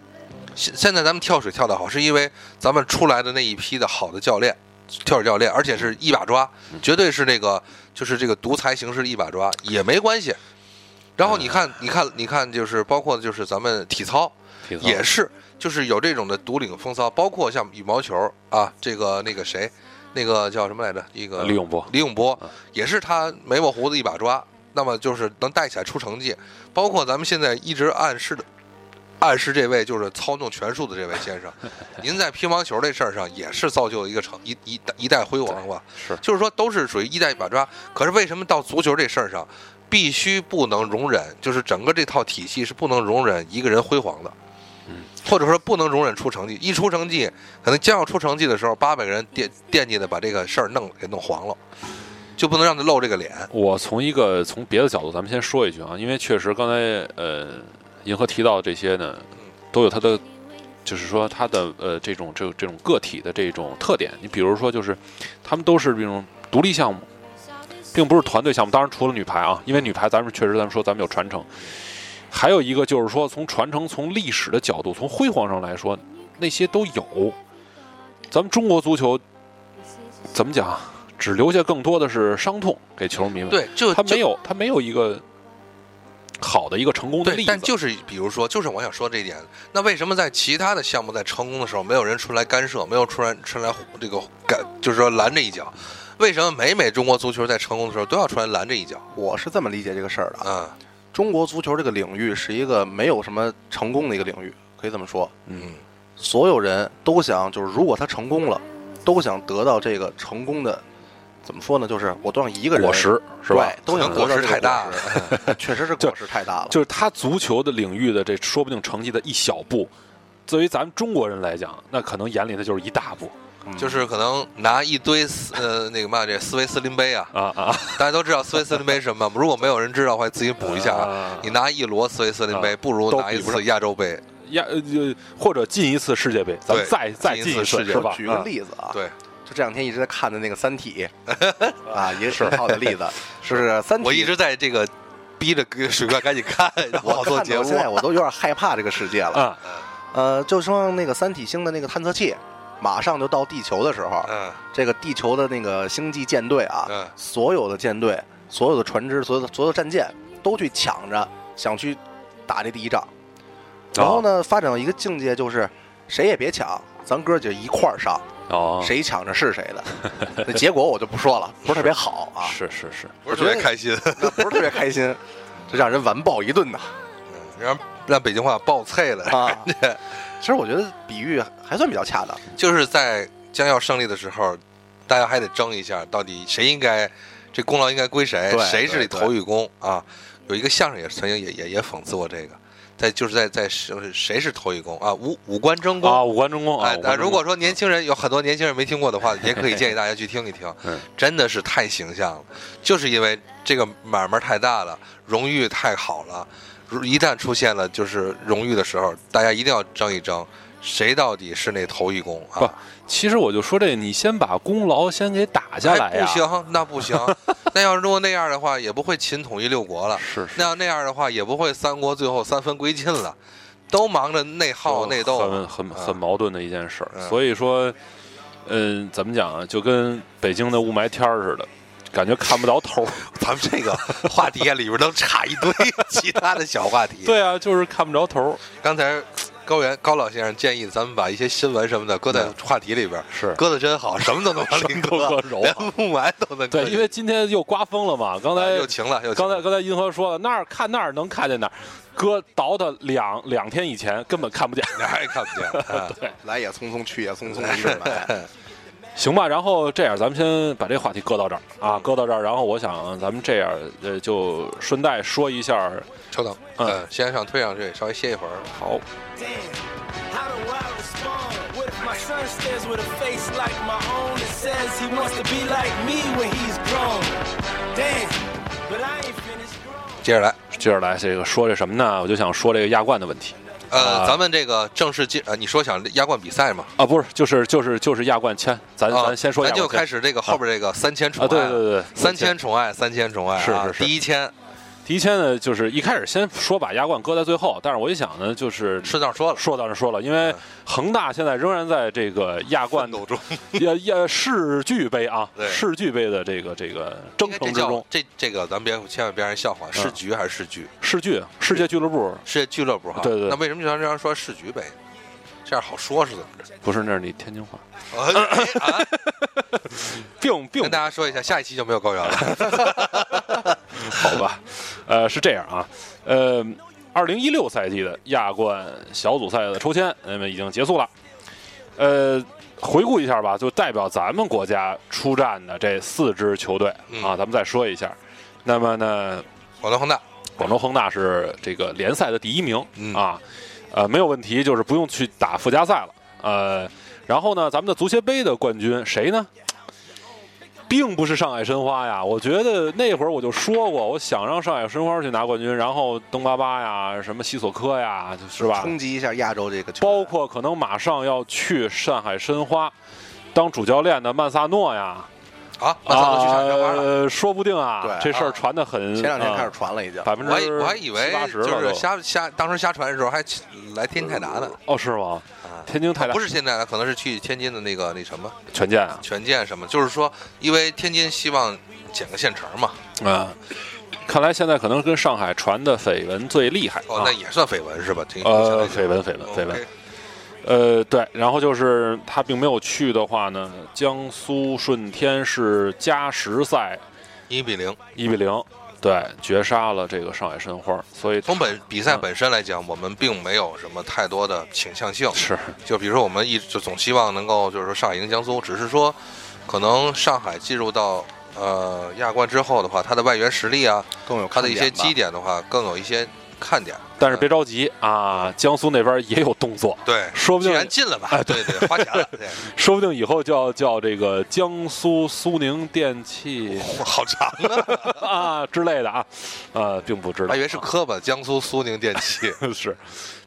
Speaker 2: 现现在咱们跳水跳得好，是因为咱们出来的那一批的好的教练，跳水教练，而且
Speaker 3: 嗯
Speaker 2: 是一把抓，绝对是那个就是这个独裁形式的一把抓，也没关系。然后你看，你看，你看，就是包括就是咱们体操
Speaker 3: 嗯体操
Speaker 2: 也是，就是有这种的独领风骚，包括像羽毛球啊，这个那个谁，那个叫什么来着？一个
Speaker 3: 啊李永波嗯
Speaker 2: 李永波也是他眉毛胡子一把抓，那么就是能带起来出成绩。包括咱们现在一直暗示的，暗示这位就是操纵权术的这位先 生，您在乒乓球这事儿上也是造就了一个成一一代一代辉煌吧？
Speaker 3: 是
Speaker 2: 就是说都是属于一代一把抓。可是为什么到足球这事儿上，必须不能容忍，就是整个这套体系是不能容忍一个人辉煌的，
Speaker 3: 嗯，
Speaker 2: 或者说不能容忍出成绩。一出成绩，可能将要出成绩的时候，八百个人惦惦记的把这个事儿弄给弄黄了，就不能让他露这个脸。
Speaker 3: 我从一个从别的角度，咱们先说一句啊，因为确实刚才呃，银河提到这些呢，都有它的，就是说它的呃这种这这种个体的这种特点。你比如说，就是他们都是这种独立项目，并不是团队项目。当然，除了女排啊，因为女排咱们确实咱们说咱们有传承，还有一个就是说从传承、从历史的角度、从辉煌上来说，那些都有。咱们中国足球怎么讲？啊只留下更多的是伤痛给球迷们。
Speaker 2: 对，就
Speaker 3: 他
Speaker 2: 就
Speaker 3: 没有他没有一个好的一个成功的
Speaker 2: 对，
Speaker 3: 例子。
Speaker 2: 但就是比如说，就是我想说这一点，那为什么在其他的项目在成功的时候，没有人出来干涉，没有出来出来这个干，就是说拦这一脚？为什么每每中国足球在成功的时候都要出来拦这一脚？
Speaker 4: 我是这么理解这个事儿的啊。
Speaker 2: 啊，
Speaker 4: 中国足球这个领域是一个没有什么成功的一个领域，可以这么说，
Speaker 2: 嗯，
Speaker 4: 所有人都想就是如果他成功了，都想得到这个成功的，怎么说呢？就是我都想一个人
Speaker 3: 果实是吧
Speaker 4: 对？都想
Speaker 2: 可能果
Speaker 4: 得到
Speaker 2: 实
Speaker 4: 这个
Speaker 2: 太大
Speaker 4: 果实， 确实是果实太大了。
Speaker 3: 就是他足球的领域的这说不定成绩的一小步，作为咱们中国人来讲，那可能眼里它就是一大步
Speaker 2: 就是可能拿一堆斯呃那个嘛这斯维斯林杯啊，
Speaker 3: 啊啊！
Speaker 2: 大家都知道斯维斯林杯是什么 吗？如果没有人知道的话，自己补一下。
Speaker 3: 啊
Speaker 2: 你拿一摞斯维斯林杯，
Speaker 3: 啊
Speaker 2: 不如
Speaker 3: 都
Speaker 2: 拿一
Speaker 3: 比不
Speaker 2: 次
Speaker 3: 上
Speaker 2: 亚洲杯。
Speaker 3: 呀呃呃或者进一次世界杯，咱们
Speaker 2: 对
Speaker 3: 再再
Speaker 2: 进一
Speaker 3: 进
Speaker 2: 次
Speaker 3: 一
Speaker 2: 世
Speaker 3: 次
Speaker 2: 界
Speaker 3: 是吧？
Speaker 4: 举个
Speaker 3: 啊，
Speaker 4: 例子啊，
Speaker 2: 对，
Speaker 4: 就这两天一直在看的那个《三体》啊，也是好的例子，就是《三体》。
Speaker 2: 我一直在这个逼着水怪赶紧 看， 然后
Speaker 4: 我
Speaker 2: 好做
Speaker 4: 看
Speaker 2: 节
Speaker 4: 到
Speaker 2: 目。
Speaker 4: 现在我都有点害怕这个世界了。
Speaker 3: 啊，
Speaker 4: 呃，就说那个三体星的那个探测器，马上就到地球的时候，
Speaker 2: 嗯
Speaker 4: 这个地球的那个星际舰队啊，
Speaker 2: 嗯
Speaker 4: 所有的舰队、所有的船只、所有的所有的战舰都去抢着想去打这第一仗。然后呢，发展到一个境界，就是谁也别抢，咱哥就一块儿上，
Speaker 3: 哦，
Speaker 4: 谁抢着是谁的。那结果我就不说了，不是特别 好
Speaker 3: 哦
Speaker 4: 啊，
Speaker 3: 是是是，
Speaker 2: 不是特别开 心，
Speaker 4: 那不是特别开心，这让人完爆一顿呐
Speaker 2: 让让北京话爆脆了。
Speaker 4: 啊。其实我觉得比喻还算比较恰当。
Speaker 2: 就是在将要胜利的时候，大家还得争一下，到底谁应该这功劳应该归谁，
Speaker 4: 对
Speaker 2: 谁是
Speaker 4: 对
Speaker 2: 头与工啊？有一个相声也曾经也也也讽刺过这个，在就是在在谁谁是头与工啊？五五官争功
Speaker 3: 啊，。五官中共啊
Speaker 2: 哎，，
Speaker 3: 五官
Speaker 2: 但
Speaker 3: 争
Speaker 2: 如果
Speaker 3: 功
Speaker 2: 说年轻人有很多年轻人没听过的 话，也可以建议大家去听一听
Speaker 3: 嗯，
Speaker 2: 真的是太形象了。就是因为这个买卖太大了，荣誉太好了，如一旦出现了就是荣誉的时候，大家一定要争一争，谁到底是那头一功啊
Speaker 3: 不？其实我就说这，你先把功劳先给打下来啊
Speaker 2: 哎
Speaker 3: 呀，
Speaker 2: 不 行，那不行。那要是如果那样的话，也不会秦统一六国了；
Speaker 3: 是是
Speaker 2: 那要那样的话，也不会三国最后三分归晋了。都忙着内耗内斗，啊
Speaker 3: 很很很矛盾的一件事儿。
Speaker 2: 嗯
Speaker 3: 所以说，嗯，怎么讲啊？就跟北京的雾霾天儿似的，感觉看不着头儿。
Speaker 2: 咱们这个话题啊，里边能插一堆 其他的小话题。，
Speaker 3: 对啊，就是看不着头儿。
Speaker 2: 刚才高原高老先生建议咱们把一些新闻什么的搁在话题里边，
Speaker 3: 是
Speaker 2: 搁的真好，什么都能往里
Speaker 3: 什么都
Speaker 2: 搁
Speaker 3: 搁，揉啊
Speaker 2: 连雾霾都能搁
Speaker 3: 对，
Speaker 2: 进去。
Speaker 3: 因为今天又刮风了嘛。刚才
Speaker 2: 啊又晴了，又晴
Speaker 3: 刚
Speaker 2: 了
Speaker 3: 才刚才银河说了，那儿看那儿能看见哪儿，哥倒腾两两天以前根本看不见。
Speaker 2: 哪儿也看不 见。啊
Speaker 4: 来也匆匆，去也匆匆，一阵来。
Speaker 3: 行吧，然后这样，咱们先把这话题搁到这儿啊，搁到这儿。然后我想，咱们这样，呃，就顺带说一下儿，
Speaker 2: 稍等，
Speaker 3: 嗯
Speaker 2: 嗯，先上推上去，稍微歇一会儿。
Speaker 3: 好，
Speaker 5: Damn, how do I respond? What if my son stares with a face like my own and says he wants to be like me when he's grown? Damn, but I ain't finished grown.
Speaker 2: 接着来。
Speaker 3: 接着来这个说这什么呢？我就想说这个亚冠的问题
Speaker 2: 呃，
Speaker 3: 啊
Speaker 2: 咱们这个正式进呃，你说想亚冠比赛嘛？
Speaker 3: 啊，不是，就是就是就是亚冠签，咱、
Speaker 2: 啊，
Speaker 3: 咱先说亚
Speaker 2: 咱
Speaker 3: 冠
Speaker 2: 就
Speaker 3: 签，
Speaker 2: 开始这个后边这个三千宠爱
Speaker 3: 啊，对对对，
Speaker 2: 三千宠爱，三千宠爱啊，
Speaker 3: 是是是
Speaker 2: 第一千
Speaker 3: 第一签呢，就是一开始先说把亚冠搁在最后，但是我一想呢，就是
Speaker 2: 顺道说了，
Speaker 3: 说到这说了，因为恒大现在仍然在这个亚冠
Speaker 2: 嗯奋斗中，
Speaker 3: 亚亚世俱杯啊
Speaker 2: 对，
Speaker 3: 世俱杯的这个这个
Speaker 2: 应
Speaker 3: 征
Speaker 2: 该
Speaker 3: 程
Speaker 2: 这
Speaker 3: 之嗯
Speaker 2: 叫
Speaker 3: 中，
Speaker 2: 这这个咱别千万别让人笑话，市局还是市局？
Speaker 3: 世俱世界俱乐部
Speaker 2: 是俱乐部哈？
Speaker 3: 对对对
Speaker 2: 那为什么就让这样说市局呗？这样好说是怎么 着？
Speaker 3: 不是那是你天津话，
Speaker 2: 啊哎啊
Speaker 3: 并并
Speaker 2: 跟大家说一下，下一期就没有高原了。
Speaker 3: 好吧，呃，是这样啊，呃，二零一六赛季的亚冠小组赛的抽签，那么已经结束了。呃，回顾一下吧，就代表咱们国家出战的这四支球队
Speaker 2: 嗯
Speaker 3: 啊，咱们再说一下。那么呢，
Speaker 2: 广东恒大，
Speaker 3: 广州恒大是这个联赛的第一名、
Speaker 2: 嗯
Speaker 3: 啊，呃，没有问题，就是不用去打附加赛了。呃，然后呢，咱们的足协杯的冠军谁呢？并不是上海申花呀，我觉得那会儿我就说过，我想让上海申花去拿冠军，然后东巴巴呀，什么西索科呀，是吧？
Speaker 4: 冲击一下亚洲这个球
Speaker 3: 包
Speaker 4: 员，
Speaker 3: 括可能马上要去上海申花当主教练的曼萨诺呀，
Speaker 2: 好，马萨诺去上山花了。
Speaker 3: 呃，说不定啊，
Speaker 4: 对
Speaker 3: 这事儿
Speaker 2: 啊
Speaker 3: 传的很，
Speaker 4: 前两天开始
Speaker 3: 啊
Speaker 4: 传了已经。
Speaker 3: 百分
Speaker 2: 我还
Speaker 3: 之
Speaker 2: 我还以为
Speaker 3: 呃七八十
Speaker 2: 就
Speaker 3: 了
Speaker 2: 是
Speaker 3: 都
Speaker 2: 瞎瞎，当时瞎传的时候还起来天津泰达呢，
Speaker 3: 哦，是吗？
Speaker 2: 啊
Speaker 3: 天津泰达
Speaker 2: 不是天津泰达，可能是去天津的那个那什么
Speaker 3: 权健啊，
Speaker 2: 权健什么，就是说，因为天津希望捡个现成嘛，
Speaker 3: 啊，看来现在可能跟上海传的绯闻最厉害
Speaker 2: 哦，
Speaker 3: 啊
Speaker 2: 那。也算绯闻是吧？这
Speaker 3: 呃，绯闻，绯闻，绯闻。呃，对，然后就是他并没有去的话呢，江苏舜天是加时赛
Speaker 2: 一比零。
Speaker 3: 一比零，对，绝杀了这个上海申花，所以
Speaker 2: 从本比赛本身来讲，我们并没有什么太多的倾向性，
Speaker 3: 是
Speaker 2: 就比如说我们一直就总希望能够就是说上海赢江苏，只是说可能上海进入到呃亚冠之后的话，它的外援实力啊，
Speaker 4: 更有
Speaker 2: 它的一些
Speaker 4: 看点吧
Speaker 2: 基点的话，更有一些看点。
Speaker 3: 但是别着急啊，江苏那边也有动作，
Speaker 2: 对，
Speaker 3: 说不定
Speaker 2: 既然进了吧，哎对对，花钱 了，对，
Speaker 3: 说不定以后叫叫这个江苏苏宁电器
Speaker 2: 好长啊，
Speaker 3: 啊之类的啊，呃，并不知道，
Speaker 2: 还以为是科吧，江苏苏宁电 器，
Speaker 3: 是，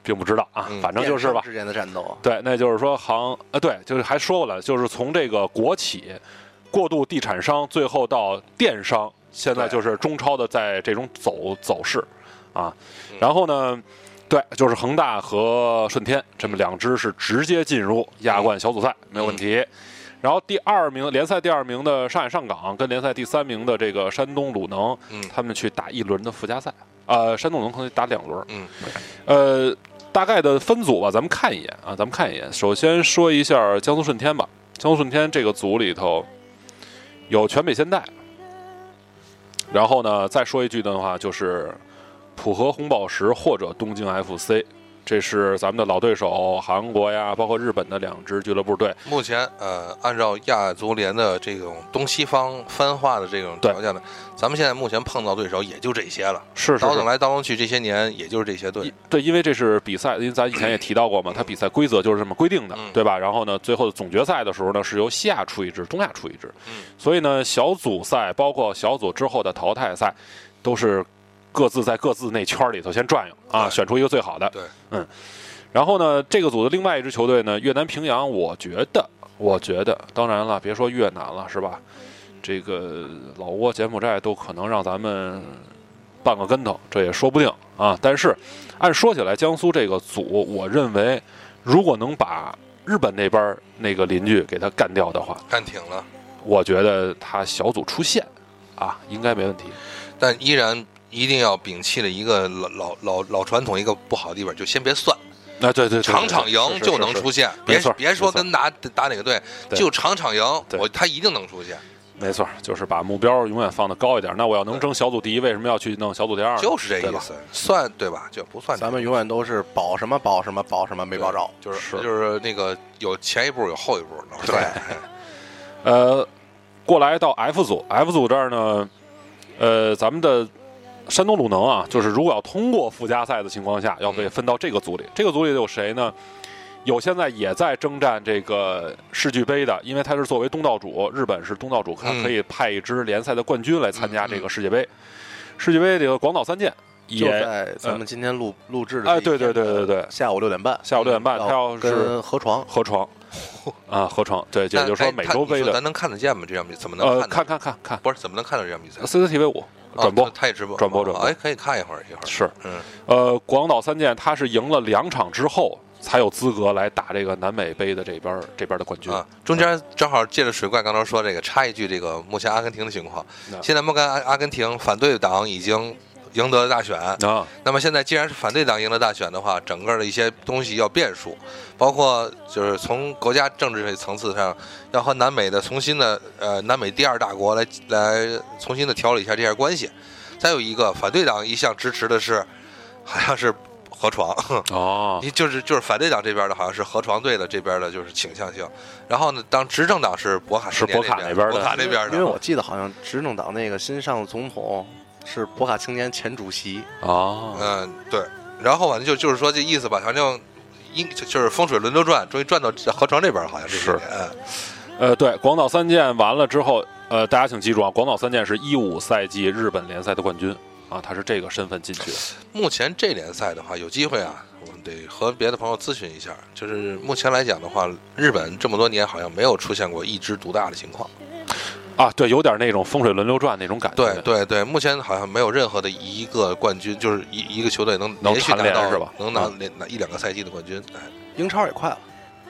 Speaker 3: 并不知道啊，
Speaker 2: 嗯
Speaker 3: 反正就是吧
Speaker 4: 电商，之间的战斗，
Speaker 3: 对，那就是说行啊，对，就是还说过了，就是从这个国企过渡地产商，最后到电商，现在
Speaker 4: 对
Speaker 3: 就是中超的在这种走走势啊。
Speaker 4: 嗯
Speaker 3: 然后呢，对，就是恒大和顺天这
Speaker 4: 嗯
Speaker 3: 么两支是直接进入亚冠小组赛，没有问题。然后第二名联赛第二名的上海上港跟联赛第三名的这个山东鲁能，
Speaker 2: 嗯
Speaker 3: 他们去打一轮的附加赛，呃，山东鲁能可能打两轮，
Speaker 2: 嗯，
Speaker 3: 呃，大概的分组吧，咱们看一眼啊，咱们看一眼。首先说一下江苏舜天吧，江苏舜天这个组里头有全北现代，然后呢，再说一句的话就是浦和红宝石或者东京 FC。这是咱们的老对手，韩国呀，包括日本的两支俱乐部队。
Speaker 2: 目前呃，按照亚足联的这种东西方分化的这种条件呢，咱们现在目前碰到对手也就这些了。
Speaker 3: 是是
Speaker 2: 倒腾
Speaker 3: 是，
Speaker 2: 来倒腾去，这些年也就是这些队
Speaker 3: 一。对，因为这是比赛，因为咱以前也提到过嘛，它比赛规则就是这么规定的，
Speaker 2: 嗯
Speaker 3: 对吧？然后呢，最后总决赛的时候呢，是由西亚出一支，东亚出一支。
Speaker 2: 嗯，
Speaker 3: 所以呢，小组赛包括小组之后的淘汰赛，都是各自在各自那圈儿里头先转悠啊，
Speaker 2: 对
Speaker 3: 选出一个最好的。
Speaker 2: 对，
Speaker 3: 嗯。然后呢，这个组的另外一支球队呢，越南平阳，我觉得，我觉得，当然了，别说越南了，是吧？这个老挝、柬埔寨都可能让咱们绊个跟头，这也说不定啊。但是按说起来，江苏这个组，我认为如果能把日本那边儿那个邻居给他干掉的话，
Speaker 2: 干挺了，
Speaker 3: 我觉得他小组出线啊，应该没问题。
Speaker 2: 但依然一定要摒弃了一个老老老老传统一个不好的地方，就先别算，
Speaker 3: 那啊对对，对
Speaker 2: 场场
Speaker 3: 是
Speaker 2: 赢
Speaker 3: 是
Speaker 2: 就是能
Speaker 3: 是
Speaker 2: 出现。
Speaker 3: 没
Speaker 2: 别
Speaker 3: 错
Speaker 2: 别说
Speaker 3: 没错
Speaker 2: 跟打打哪个队，
Speaker 3: 对
Speaker 2: 就场场赢，
Speaker 3: 对
Speaker 2: 我他一定能出现。
Speaker 3: 没错，就是把目标永远放得高一点。那我要能争小组第一，为什么要去弄小组第二呢？
Speaker 2: 就是这
Speaker 3: 对
Speaker 2: 意
Speaker 3: 吧。
Speaker 2: 思，算对吧？就不算
Speaker 4: 咱们永远都是保什么保什么保什么没保着，
Speaker 2: 嗯就是
Speaker 3: 是
Speaker 2: 就是那个有前一步有后一步，老师
Speaker 4: 对
Speaker 3: 呃，过来到 F 组，F 组这儿呢，呃，咱们的山东鲁能啊，就是如果要通过附加赛的情况下，要
Speaker 2: 嗯
Speaker 3: 被分到这个组里。这个组里有谁呢？有现在也在征战这个世俱杯的，因为他是作为东道主，日本是东道主，他
Speaker 2: 嗯
Speaker 3: 可以派一支联赛的冠军来参加这个世界杯。世界杯里的广岛三剑
Speaker 4: 就
Speaker 3: 也
Speaker 4: 在咱们今天录录制的
Speaker 3: 哎
Speaker 4: 这一
Speaker 3: 对对
Speaker 4: 天
Speaker 3: 对对对
Speaker 4: 下午六点半，
Speaker 3: 下午六点半，他要是
Speaker 4: 跟河床
Speaker 3: 河 床啊河床，对，也
Speaker 2: 但
Speaker 3: 就是说
Speaker 2: 哎
Speaker 3: 美
Speaker 2: 他
Speaker 3: 洲
Speaker 2: 你
Speaker 3: 杯
Speaker 2: 说
Speaker 3: 的
Speaker 2: 咱能看得见吗？这场比赛怎么能
Speaker 3: 呃
Speaker 2: 看得
Speaker 3: 看看看看
Speaker 2: 不是怎么能看到这场比赛？
Speaker 3: CCTV 五转播
Speaker 2: 哦他他也直播
Speaker 3: 转播转播
Speaker 2: 哎，可以看一会儿一会儿。
Speaker 3: 是
Speaker 2: 嗯，
Speaker 3: 呃，广岛三剑他是赢了两场之后才有资格来打这个南美杯的这边儿这边的冠军
Speaker 2: 啊，中间正好借着水怪刚才说这个，插一句，这个目前阿根廷的情况
Speaker 3: 嗯，
Speaker 2: 现在目前阿阿根廷反对党已经赢得了大选，
Speaker 3: 啊，
Speaker 2: 那么现在既然是反对党赢得大选的话，整个的一些东西要变数，包括就是从国家政治层次上，要和南美的重新的呃南美第二大国来来重新的调理一下这些关系。再有一个，反对党一向支持的是，好像是河床，
Speaker 3: 哦，
Speaker 2: 你就是就是反对党这边的，好像是河床队的这边的，就是倾向性。然后呢，当执政党是博卡
Speaker 3: 是
Speaker 2: 青年
Speaker 3: 博卡
Speaker 2: 那
Speaker 3: 那边的
Speaker 2: 博卡那边
Speaker 4: 因为
Speaker 2: 的。
Speaker 4: 我记得好像执政党那个新上的总统是博卡青年前主席，
Speaker 3: 哦，
Speaker 2: 嗯，对。然后反正就就是说这意思吧，反正应就是风水轮流转，终于转到河床这边了，好像这
Speaker 3: 是
Speaker 2: 几年嗯
Speaker 3: 呃，对，广岛三剑完了之后，呃，大家请记住啊，广岛三剑是一五赛季日本联赛的冠军啊，他是这个身份进去的。
Speaker 2: 目前这联赛的话，有机会啊，我们得和别的朋友咨询一下。就是目前来讲的话，日本这么多年好像没有出现过一枝独大的情况。
Speaker 3: 啊，对，有点那种风水轮流转那种感觉。
Speaker 2: 对对对，目前好像没有任何的一个冠军，就是一一个球队能
Speaker 3: 能
Speaker 2: 连续
Speaker 3: 蝉
Speaker 2: 拿
Speaker 3: 联
Speaker 2: 到
Speaker 3: 是吧
Speaker 2: 能拿
Speaker 3: 嗯
Speaker 2: 连拿一两个赛季的冠军。哎，
Speaker 4: 英超也快了，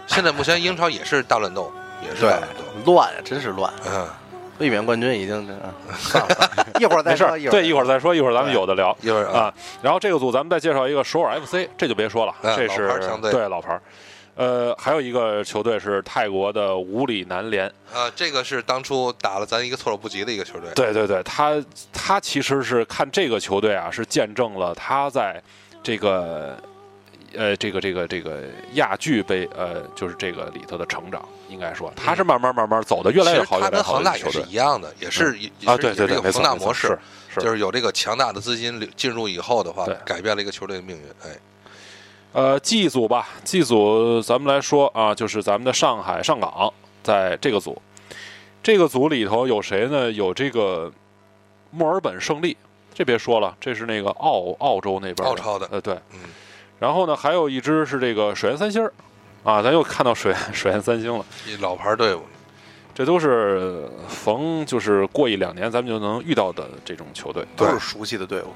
Speaker 2: 现在目前英超也是大乱斗，也是大乱斗。
Speaker 4: 乱呀，真是乱，
Speaker 2: 嗯，
Speaker 4: 卫冕冠军已经这， 啊算了算了一会儿再
Speaker 3: 没事
Speaker 4: 说，
Speaker 3: 儿，对，一会儿再说，一会儿咱们有的聊。
Speaker 2: 一会儿啊，
Speaker 3: 啊，然后这个组咱们再介绍一个首尔 FC，这就别说了，
Speaker 2: 嗯
Speaker 3: 这
Speaker 2: 老牌
Speaker 3: 是
Speaker 2: 儿相对
Speaker 3: 对老牌儿。呃，还有一个球队是泰国的五里南联，
Speaker 2: 呃，这个是当初打了咱一个措手不及的一个球队。
Speaker 3: 对对对，他他其实是看这个球队啊，是见证了他在这个呃这个这个这个亚俱杯呃就是这个里头的成长，应该说他是慢慢慢慢走的
Speaker 2: 嗯
Speaker 3: 越
Speaker 2: 其
Speaker 3: 来越
Speaker 2: 实
Speaker 3: 好，越
Speaker 2: 它
Speaker 3: 来越
Speaker 2: 跟
Speaker 3: 好
Speaker 2: 恒
Speaker 3: 的
Speaker 2: 大
Speaker 3: 一个
Speaker 2: 也
Speaker 3: 球
Speaker 2: 是
Speaker 3: 队
Speaker 2: 一样的，也是也
Speaker 3: 啊，对对
Speaker 2: 也是
Speaker 3: 对，
Speaker 2: 一
Speaker 3: 没
Speaker 2: 个恒
Speaker 3: 错
Speaker 2: 大
Speaker 3: 没错
Speaker 2: 模式。
Speaker 3: 是
Speaker 2: 就是有这个强大的资金流进入以后的话
Speaker 3: 对，
Speaker 2: 改变了一个球队的命运。哎，
Speaker 3: 呃，G 组吧，G 组咱们来说啊，就是咱们的上海上港在这个组，这个组里头有谁呢？有这个墨尔本胜利，这别说了，这是那个澳澳洲那边
Speaker 2: 澳超的
Speaker 3: 呃对，
Speaker 2: 嗯，
Speaker 3: 然后呢还有一支是这个水原三星儿，啊，咱又看到 水原水原三星了，
Speaker 2: 一老牌队伍，
Speaker 3: 这都是逢就是过一两年咱们就能遇到的这种球队，
Speaker 4: 都是熟悉的队伍。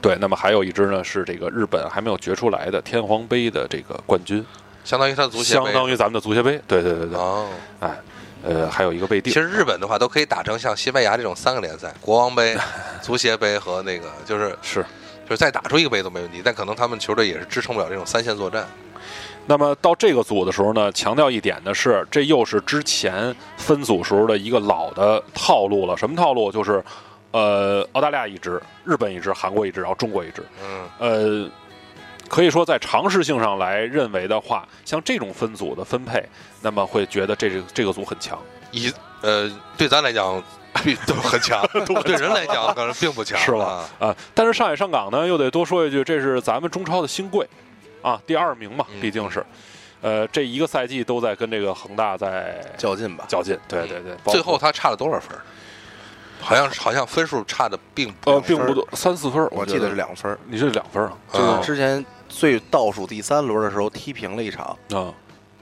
Speaker 3: 对，那么还有一支呢是这个日本还没有决出来的天皇杯的这个冠军，
Speaker 2: 相当于他的足协
Speaker 3: 相
Speaker 2: 杯。
Speaker 3: 当于咱们的足协杯，对对对对，
Speaker 2: 哦，
Speaker 3: 哎，呃，还有一个未
Speaker 2: 其
Speaker 3: 定。
Speaker 2: 实日本的话都可以打成像西班牙这种三个联赛：国王 杯、足协杯和那个就是
Speaker 3: 是，
Speaker 2: 就是再打出一个杯都没问题。但可能他们球队也是支撑不了这种三线作战。
Speaker 3: 那么到这个组的时候呢，强调一点的是，这又是之前分组时候的一个老的套路了。什么套路？就是，呃，澳大利亚一支，日本一支，韩国一支，然后中国一支。
Speaker 2: 嗯，
Speaker 3: 呃，可以说在常识性上来认为的话，像这种分组的分配，那么会觉得这个这个组很强，
Speaker 2: 一呃，对咱来 讲必都很强， 对人来讲可能并不强，
Speaker 3: 是吧？
Speaker 2: 啊
Speaker 3: 啊、但是上海上港呢，又得多说一句，这是咱们中超的新贵，啊，第二名嘛，
Speaker 2: 嗯
Speaker 3: 毕竟是，呃，这一个赛季都在跟这个恒大在
Speaker 4: 较劲吧，
Speaker 3: 较劲，对对对，包括
Speaker 2: 最后他差了多少分儿？好像好像分数差的并不
Speaker 3: 呃并不多，三四分儿，
Speaker 4: 我
Speaker 3: 我
Speaker 4: 记
Speaker 3: 觉
Speaker 4: 得是，两分儿，
Speaker 3: 你是两分儿啊，
Speaker 2: 嗯
Speaker 4: 就是
Speaker 3: 啊
Speaker 4: 之前最倒数第三轮的时候踢平了一场，
Speaker 3: 啊，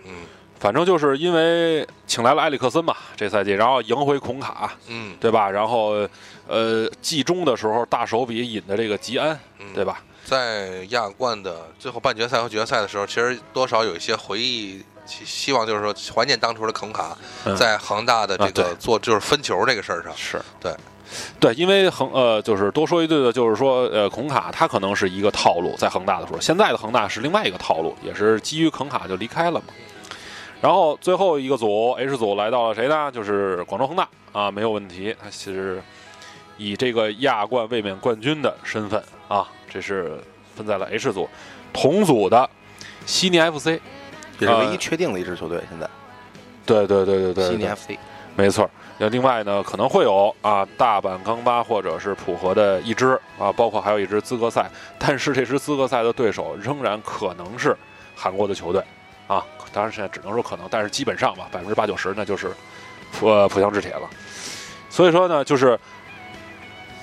Speaker 2: 嗯
Speaker 3: 反正就是因为请来了埃里克森嘛，这赛季，然后赢回孔卡，
Speaker 2: 嗯
Speaker 3: 对吧？然后呃，季中的时候大手笔引的这个吉安，
Speaker 2: 嗯，
Speaker 3: 对吧？
Speaker 2: 在亚冠的最后半决赛和决赛的时候，其实多少有一些回忆，希希望就是说怀念当初的肯卡
Speaker 3: 嗯
Speaker 2: 在恒大的这
Speaker 3: 啊
Speaker 2: 个
Speaker 3: 对
Speaker 2: 做就是分球这个事儿上，
Speaker 3: 是
Speaker 2: 对，
Speaker 3: 对，因为恒呃，就是多说一句的，就是说呃，孔卡他可能是一个套路，在恒大的时候，现在的恒大是另外一个套路，也是基于肯卡就离开了嘛。然后最后一个组 H 组来到了谁呢？就是广州恒大啊，没有问题，他其实以这个亚冠卫冕冠军的身份啊，这是分在了 H 组，同组的悉尼 FC，
Speaker 4: 也是唯
Speaker 3: 呃
Speaker 4: 一确定的一支球队。现在
Speaker 3: 对对对对对，
Speaker 4: 悉尼
Speaker 3: 对
Speaker 4: FC
Speaker 3: 没错儿。那另外呢，可能会有啊，大阪钢巴或者是浦和的一支啊，包括还有一支资格赛，但是这支资格赛的对手仍然可能是韩国的球队啊。当然现在只能说可能，但是基本上吧，百分之八九十那就是浦呃浦项制铁了。所以说呢，就是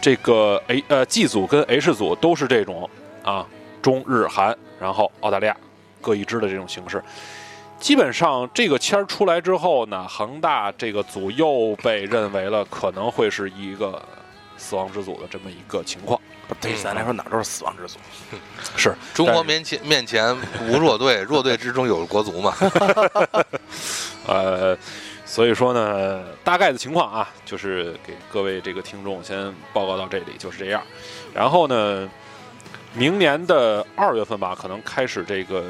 Speaker 3: 这个 A 呃 G 组跟 H 组都是这种啊，中日韩，然后澳大利亚各一支的这种形式。基本上这个签儿出来之后呢，恒大这个组又被认为了可能会是一个死亡之组的这么一个情况。
Speaker 4: 不是对于咱来说哪都是死亡之组，
Speaker 3: 是
Speaker 2: 中国
Speaker 3: 但是
Speaker 2: 面前面前无弱队，弱队之中有国足 嘛，
Speaker 3: 呃，所以说呢，大概的情况啊，就是给各位这个听众先报告到这里，就是这样。然后呢，明年的二月份吧，可能开始这个，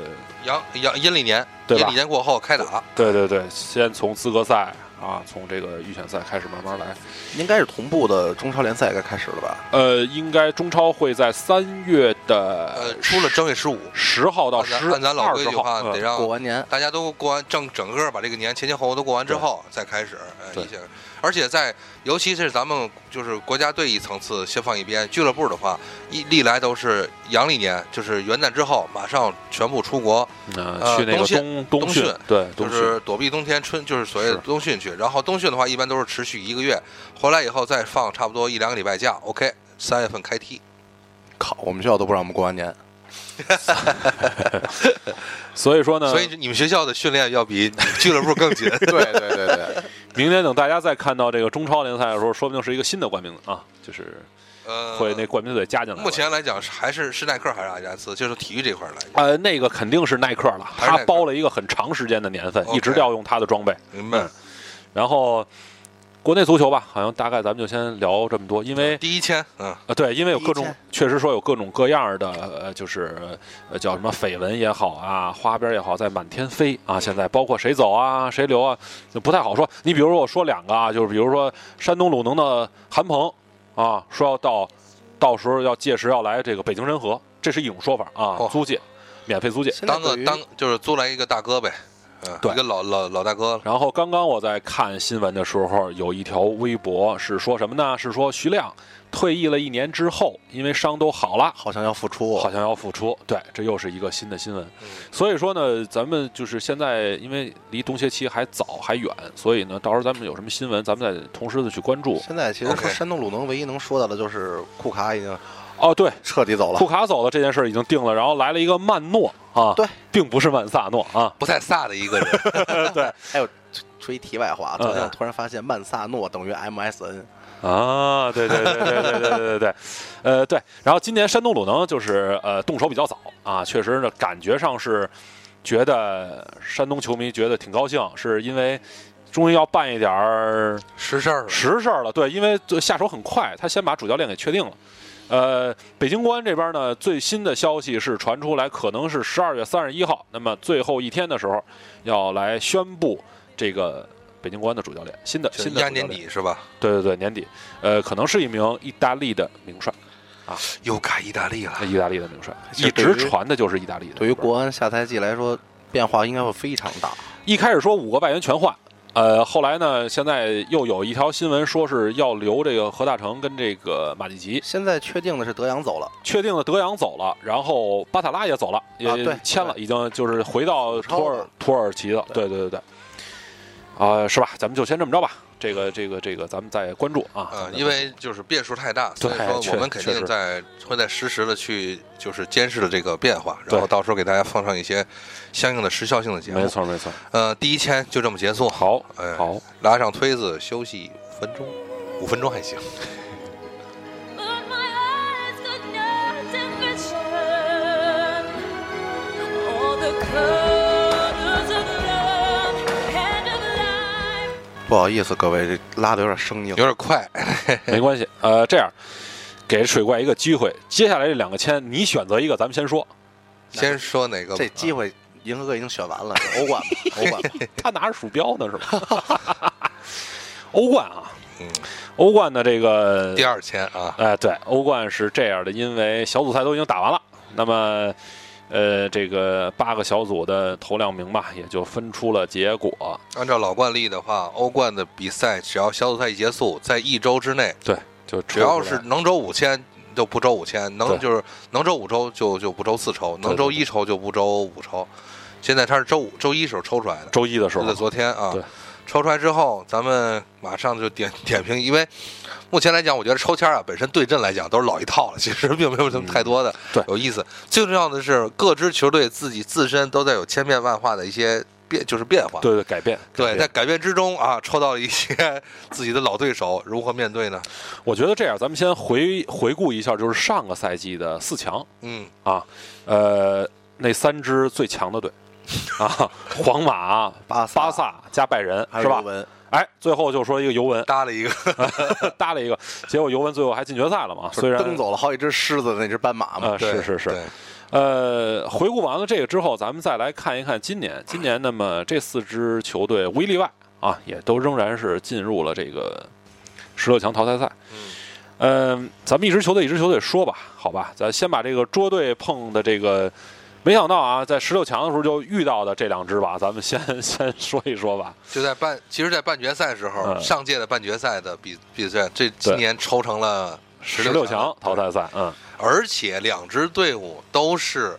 Speaker 2: 阳阳阴历年，
Speaker 3: 对吧
Speaker 2: 阴历年过后开打，
Speaker 3: 对对对，先从资格赛啊，从这个预选赛开始慢慢来。
Speaker 4: 应该是同步的中超联赛也该开始了吧？
Speaker 3: 呃，应该中超会在三月
Speaker 2: 呃
Speaker 3: 的，
Speaker 2: 出了正月十五，
Speaker 3: 十号到
Speaker 2: 按
Speaker 3: 十
Speaker 2: 咱按咱老
Speaker 3: 二
Speaker 2: 规
Speaker 3: 十
Speaker 2: 矩
Speaker 3: 号
Speaker 2: 话，
Speaker 3: 嗯
Speaker 2: 得让
Speaker 4: 过完年
Speaker 2: 大家都过完正整个把这个年前前后后都过完之后再开始，呃，
Speaker 3: 对
Speaker 2: 一些，而且在尤其是咱们就是国家队一层次先放一边，俱乐部的话，一历来都是阳历年，就是元旦之后马上全部出国，
Speaker 3: 嗯，
Speaker 2: 呃
Speaker 3: 去那个
Speaker 2: 冬训
Speaker 3: 冬冬
Speaker 2: 冬
Speaker 3: 训
Speaker 2: 训，
Speaker 3: 对，
Speaker 2: 就
Speaker 3: 冬训
Speaker 2: 是躲避冬天春，就是所谓的
Speaker 3: 是
Speaker 2: 冬训去。然后冬训的话，一般都是持续一个月，回来以后再放差不多一两个礼拜假，OK，三月份开踢。
Speaker 4: 靠，我们学校都不让我们过完年，
Speaker 3: 所以说呢，
Speaker 2: 所以你们学校的训练要比俱乐部 更紧。
Speaker 4: 对对对对，
Speaker 3: 明年等大家再看到这个中超联赛的时候，说不定是一个新的冠名啊，就是
Speaker 2: 呃，
Speaker 3: 会那冠名队加进来了。
Speaker 2: 目前来讲是还是是耐克还是阿迪达斯，就是体育这块儿来讲，
Speaker 3: 呃，那个肯定是耐克了，
Speaker 2: 还是耐
Speaker 3: 他
Speaker 2: 克
Speaker 3: 包了一个很长时间的年份，
Speaker 2: OK
Speaker 3: 一直调用他的装备。
Speaker 2: 明白？
Speaker 3: 然后国内足球吧，好像大概咱们就先聊这么多，因为
Speaker 2: 第一签，嗯，
Speaker 3: 呃，对，因为有各
Speaker 4: 第一
Speaker 3: 种
Speaker 4: 件，
Speaker 3: 确实说有各种各样的，呃，就是呃叫什么绯闻也好啊，花边也好，在满天飞啊。现在包括谁走啊，谁留啊，就不太好说。你比如说，我说两个啊，就是比如说山东鲁能的韩鹏啊，说要到到时候要届时要来这个北京人和，这是一种说法啊，
Speaker 2: 哦
Speaker 3: 租借，免费租借。
Speaker 4: 现在
Speaker 2: 当个
Speaker 4: 对于
Speaker 2: 当就是租来一个大哥呗，嗯，
Speaker 3: 对
Speaker 2: 一个老老老大哥了。
Speaker 3: 然后刚刚我在看新闻的时候，有一条微博是说什么呢？是说徐亮退役了一年之后，因为伤都好了，
Speaker 4: 好像要复出，
Speaker 3: 好像要复出。对，这又是一个新的新闻。所以说呢，咱们就是现在，因为离冬歇期还早还远，所以呢，到时候咱们有什么新闻，咱们再同时的去关注。
Speaker 4: 现在其实说
Speaker 2: OK
Speaker 4: 山东鲁能唯一能说到的就是库卡已经
Speaker 3: 哦，对，
Speaker 4: 彻底走了
Speaker 3: 库，卡走了这件事儿已经定了，然后来了一个曼诺啊，
Speaker 4: 对，
Speaker 3: 并不是曼萨诺啊，
Speaker 2: 不太飒的一个人，
Speaker 4: 还有说一题外话，
Speaker 3: 嗯
Speaker 4: 昨天我突然发现曼萨诺等于 MSN，
Speaker 3: 啊，对对对对对对对对对，呃对，然后今年山东鲁能就是呃动手比较早啊，确实呢感觉上是觉得山东球迷觉得挺高兴，是因为终于要办一点儿
Speaker 2: 实事儿了。
Speaker 3: 实事儿了，对，因为这下手很快，他先把主教练给确定了。呃，北京国安这边呢，最新的消息是传出来，可能是十二月三十一号，那么最后一天的时候要来宣布这个北京国安的主教练，新的
Speaker 2: 就是
Speaker 3: 新的
Speaker 2: 压
Speaker 3: 主教
Speaker 2: 年
Speaker 3: 练，
Speaker 2: 底是吧？
Speaker 3: 对对对，年底，呃，可能是一名意大利的名帅，
Speaker 2: 又改意大利了，
Speaker 3: 意大利的名帅，
Speaker 4: 其
Speaker 3: 一
Speaker 4: 实对于
Speaker 3: 直传的就是意大利的。
Speaker 4: 对于国安下赛季来说变化应该会非常大，
Speaker 3: 一开始说五个外援全换，呃，后来呢，现在又有一条新闻说是要留这个何大成跟这个马蒂奇，
Speaker 4: 现在确定的是德扬走了，
Speaker 3: 确定了德扬走了，然后巴塔拉也走了，也
Speaker 4: 啊对
Speaker 3: 签了，
Speaker 4: 对
Speaker 3: 已经就是回到
Speaker 4: 超
Speaker 3: 土耳
Speaker 4: 了
Speaker 3: 土耳其了。对对对对，啊、是吧？咱们就先这么着吧。这个这个这个，咱们再关注啊。咱
Speaker 2: 呃，
Speaker 3: 们
Speaker 2: 因为就是变数太大，所以
Speaker 3: 对
Speaker 2: 说
Speaker 3: 确
Speaker 2: 我们肯
Speaker 3: 确实
Speaker 2: 定在会在实时的去就是监视的这个变化，然后
Speaker 3: 对
Speaker 2: 到时候给大家放上一些相应的时效性的节目。
Speaker 3: 没，错没错。
Speaker 2: 呃，第一签就这么结束。
Speaker 3: 好，
Speaker 2: 哎
Speaker 3: 好，
Speaker 2: 拉上推子休息五分钟，五分钟还行。
Speaker 6: But my eyes could not envision all the colors of love and of life.
Speaker 4: 不好意思各位，这拉的有点生硬
Speaker 2: 有，点快，
Speaker 3: 没关系。呃，这样给水怪一个机会，接下来这两个签你选择一个，咱们先说。
Speaker 2: 先说哪个吧？
Speaker 4: 这机
Speaker 2: 会
Speaker 4: 会银河哥已经选完了，欧冠吧， 欧冠吧，
Speaker 3: 他拿着鼠标呢是吧？ 欧冠啊，
Speaker 2: 嗯
Speaker 3: 欧冠的这个
Speaker 2: 第二签啊，
Speaker 3: 哎，对，欧冠是这样的，因为小组赛都已经打完了，那么。呃，这个八个小组的头两名吧，也就分出了结果。
Speaker 2: 按照老惯例的话，欧冠的比赛只要小组赛一结束，在一周之内，
Speaker 3: 对，就
Speaker 2: 只
Speaker 3: 只
Speaker 2: 要是能周五签就不周五签，
Speaker 3: 对
Speaker 2: 能就是能周五周就就不周四抽，能周一抽就不周五抽。现在他是周五周一时候抽出来的，
Speaker 3: 周一的时
Speaker 2: 就
Speaker 3: 候
Speaker 2: 在，昨天啊
Speaker 3: 对，
Speaker 2: 抽出来之后，咱们马上就点点评，因为目前来讲，我觉得抽签啊本身对阵来讲都是老一套了， 其实并没有什么太多的、
Speaker 3: 嗯对
Speaker 2: 有意思。最重要的是，各支球队自己自身都在有千变万化的一些变，就是变化。
Speaker 3: 对对，改变。
Speaker 2: 对，
Speaker 3: 改变
Speaker 2: 在改变之中啊，抽到了一些自己的老对手， 如何面对呢？
Speaker 3: 我觉得这样，咱们先回回顾一下，就是上个赛季的四强
Speaker 2: 嗯，
Speaker 3: 啊，呃，那三支最强的队啊，皇马、
Speaker 4: 巴萨
Speaker 3: 巴萨加拜仁
Speaker 4: 还
Speaker 3: 是
Speaker 4: 有尤
Speaker 3: 吧？
Speaker 4: 文，
Speaker 3: 哎，最后就说一个尤文
Speaker 2: 搭了一个，
Speaker 3: 搭了一个，结果尤文最后还进决赛了嘛？虽然
Speaker 4: 蹬走了好几只狮子的那只斑马嘛
Speaker 3: 呃，是
Speaker 2: 对
Speaker 3: 是是，
Speaker 2: 对
Speaker 3: 呃，回顾完了这个之后，咱们再来看一看今年。今年那么这四支球队无一例外啊，也都仍然是进入了这个十六强淘汰赛。
Speaker 2: 嗯
Speaker 3: 嗯，咱们一支球队一支球队说吧，好吧，咱先把这个捉对碰的这个，没想到啊，在十六强的时候就遇到的这两支吧，咱们先 先说一说吧。
Speaker 2: 就在半，其实，在半决赛时候，
Speaker 3: 嗯
Speaker 2: 上届的半决赛的比比赛，这今年抽成了
Speaker 3: 十
Speaker 2: 六
Speaker 3: 六强淘汰赛，嗯，
Speaker 2: 而且两支队伍都是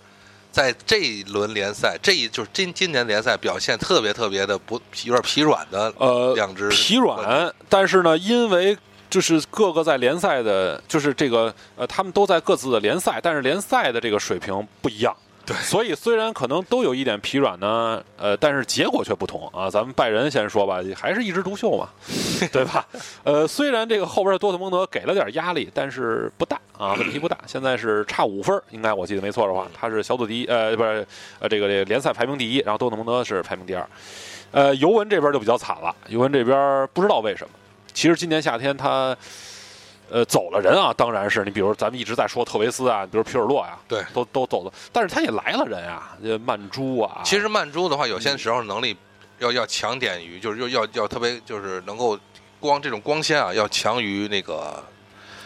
Speaker 2: 在这一轮联赛，这一就是今今年联赛表现特别特别的不有点疲软的
Speaker 3: 呃，
Speaker 2: 两支
Speaker 3: 疲软，但是呢，因为就是各个在联赛的，就是这个呃，他们都在各自的联赛，但是联赛的这个水平不一样。对，所以虽然可能都有一点疲软呢，呃，但是结果却不同啊。咱们拜仁先说吧，还是一枝独秀嘛，对吧？呃，虽然这个后边的多特蒙德给了点压力，但是不大啊，问题不大。现在是差五分儿，应该我记得没错的话，他是小组第一，呃，不是呃，这个这个联赛排名第一，然后多特蒙德是排名第二。呃，尤文这边就比较惨了，尤文这边不知道为什么，其实今年夏天他。呃，走了人啊，当然是你，比如咱们一直在说特维斯啊，比如皮尔洛呀、
Speaker 2: 对
Speaker 3: 都都走了，但是他也来了人啊，呃曼朱啊，
Speaker 2: 其实曼珠的话，有些时候能力要要强点于，就是又要要特别就是能够光这种光鲜啊，要强于那个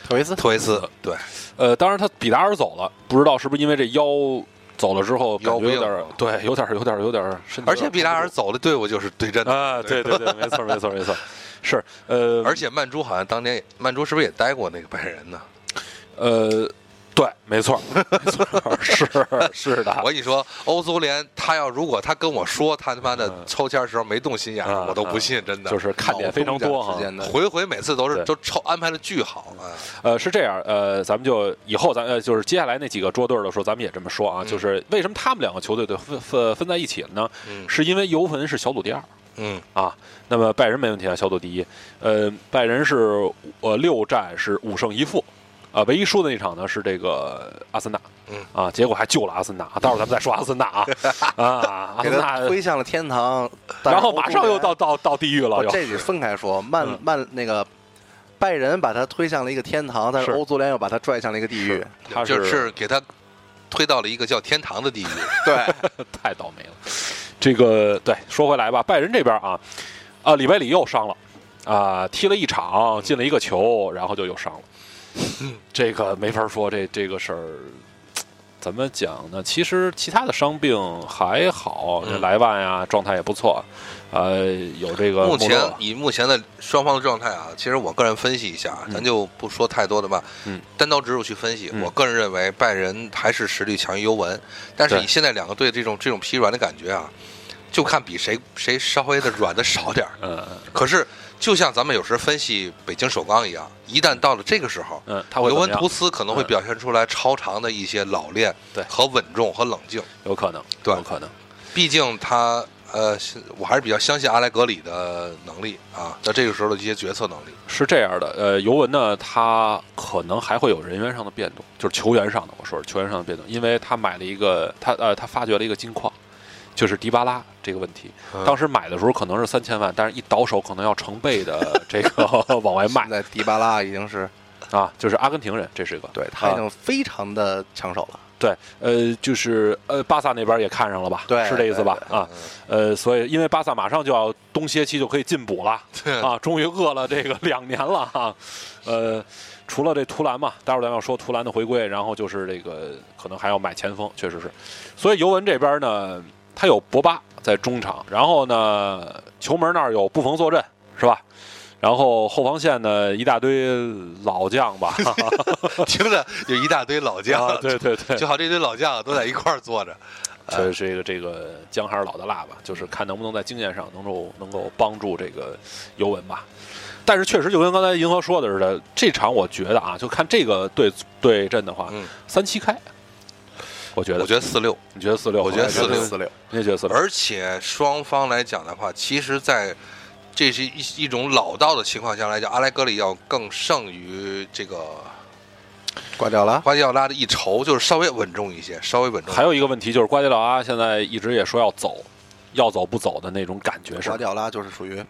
Speaker 4: 特维斯
Speaker 2: 特维斯，对，
Speaker 3: 呃，当然他比达尔走了，不知道是不是因为这腰走了之后，感
Speaker 2: 腰
Speaker 3: 觉有
Speaker 2: 病
Speaker 3: 点儿对，有点儿有点儿有点儿身体有点儿扛不住，
Speaker 2: 而且比达尔走的队伍就是对阵的，
Speaker 3: 啊，对对对，没错没错没错，是呃，
Speaker 2: 而且曼珠好像当年也曼珠是不是也待过那个拜仁呢？
Speaker 3: 呃，对，没错没错，是是的，
Speaker 2: 我跟你说，欧足联他要如果他跟我说他他妈的
Speaker 3: 嗯
Speaker 2: 抽签儿时候没动心眼儿，
Speaker 3: 啊
Speaker 2: 我都不信，真的。嗯
Speaker 3: 就是看点非常多哈
Speaker 4: 之。间的
Speaker 2: 回回每次都是
Speaker 3: 对
Speaker 2: 都抽安排的巨好啊，
Speaker 3: 呃，是这样，呃，咱们就以后咱呃就是接下来那几个捉对儿的时候，咱们也这么说啊，
Speaker 2: 嗯
Speaker 3: 就是为什么他们两个球队对分分分在一起了呢？
Speaker 2: 嗯
Speaker 3: 是因为尤文是小组第二。
Speaker 2: 嗯
Speaker 3: 啊，那么拜仁没问题啊，小组第一。呃，拜仁是呃六战是五胜一负，啊、唯一输的那场呢是这个阿森纳，
Speaker 2: 嗯
Speaker 3: 啊，结果还救了阿森纳。到时候咱们再说阿森纳 啊啊，阿
Speaker 4: 给
Speaker 3: 森
Speaker 4: 他
Speaker 3: 纳，
Speaker 4: 推向了天堂，但
Speaker 3: 然
Speaker 4: 是
Speaker 3: 后
Speaker 4: 欧足
Speaker 3: 马上又
Speaker 4: 联
Speaker 3: 到到到地狱了
Speaker 2: 哦
Speaker 4: 不，
Speaker 3: 又
Speaker 4: 这得分开说，曼
Speaker 3: 嗯
Speaker 4: 曼那个拜仁把他推向了一个天堂，但是
Speaker 3: 是
Speaker 4: 欧足联又把他拽向了一个地狱。
Speaker 3: 他
Speaker 2: 就是是给他推到了一个叫天堂的地狱。
Speaker 4: 对，
Speaker 3: 太倒霉了。这个对，说回来吧，拜仁这边啊，啊，里贝里又伤了，啊，踢了一场，进了一个球，然后就又伤了。这个没法说，这这个事儿怎么讲呢？其实其他的伤病还好，这
Speaker 2: 嗯
Speaker 3: 莱万呀、状态也不错，呃，有这个
Speaker 2: 目
Speaker 3: 穆
Speaker 2: 前
Speaker 3: 勒
Speaker 2: 以目前的双方的状态啊，其实我个人分析一下，啊咱就不说太多的吧，
Speaker 3: 嗯，
Speaker 2: 单刀直入去分析，
Speaker 3: 嗯
Speaker 2: 我个人认为拜仁还是实力强于尤文，但是
Speaker 3: 对
Speaker 2: 以现在两个队这种这种疲软的感觉啊，就看比谁谁稍微的软的少点儿。
Speaker 3: 嗯
Speaker 2: 可是就像咱们有时分析北京首钢一样，一旦到了这个时候，
Speaker 3: 嗯，他会
Speaker 2: 尤
Speaker 3: 怎么
Speaker 2: 文
Speaker 3: 样
Speaker 2: 图斯可能会
Speaker 3: 嗯
Speaker 2: 表现出来超常的一些老练，
Speaker 3: 对
Speaker 2: 和稳重和冷静。
Speaker 3: 有可能，
Speaker 2: 对
Speaker 3: 有可能。
Speaker 2: 毕竟他呃，是我还是比较相信阿莱格里的能力啊，在这个时候的一些决策能 力。
Speaker 3: 是这样的，呃，尤文呢，他可能还会有人员上的变动，就是球员上的，我说是球员上的变动，因为他买了一个，他呃，他发掘了一个金矿，就是迪巴拉这个问题。
Speaker 2: 嗯
Speaker 3: 当时买的时候可能是三千万，但是一倒手可能要成倍 的这个往外卖
Speaker 4: 现在迪巴拉已经是
Speaker 3: 啊，就是阿根廷人，这是一个
Speaker 4: 对他已
Speaker 3: 啊
Speaker 4: 经非常的抢手了。
Speaker 3: 对，呃，就是呃，巴萨那边也看上了吧，
Speaker 4: 对
Speaker 3: 是这意思吧？
Speaker 4: 对嗯
Speaker 3: 啊，呃，所以因为巴萨马上就要冬歇期就可以进补了， 啊，终于饿了这个两年了哈、呃，除了这图兰嘛，待会儿咱们要说图兰的回归，然后就是这个可能还要买前锋，确实是。所以尤文这边呢，他有博巴在中场，然后呢，球门那儿有布冯坐镇，是吧？然后后防线呢一大堆老将吧，
Speaker 2: 听着有一大堆老将，
Speaker 3: 啊，对对对，
Speaker 2: 就好这堆老将都在一块儿坐着。
Speaker 3: 所以这个这个姜还是老的辣吧，就是看能不能在经验上能够能够帮助这个尤文吧。但是确实就跟刚才银河说的似的，这场我觉得啊，就看这个对对阵的话，
Speaker 2: 嗯，
Speaker 3: 三七开，我觉得，
Speaker 2: 我觉得四六，
Speaker 3: 你觉得四六？
Speaker 2: 我觉得
Speaker 3: 好像
Speaker 2: 四六
Speaker 4: 四六，
Speaker 3: 你也觉得四六？
Speaker 2: 而且双方来讲的话，其实，在这是一一种老道的情况下来讲，阿莱格里要更胜于这个
Speaker 4: 挂掉了。
Speaker 2: 瓜迪奥拉的一筹，就是稍微稳重一些，稍微稳重一些。
Speaker 3: 还有一个问题就是瓜迪奥拉现在一直也说要走，要走不走的那种感觉是
Speaker 4: 瓜
Speaker 3: 吧，
Speaker 4: 迪奥拉就是属于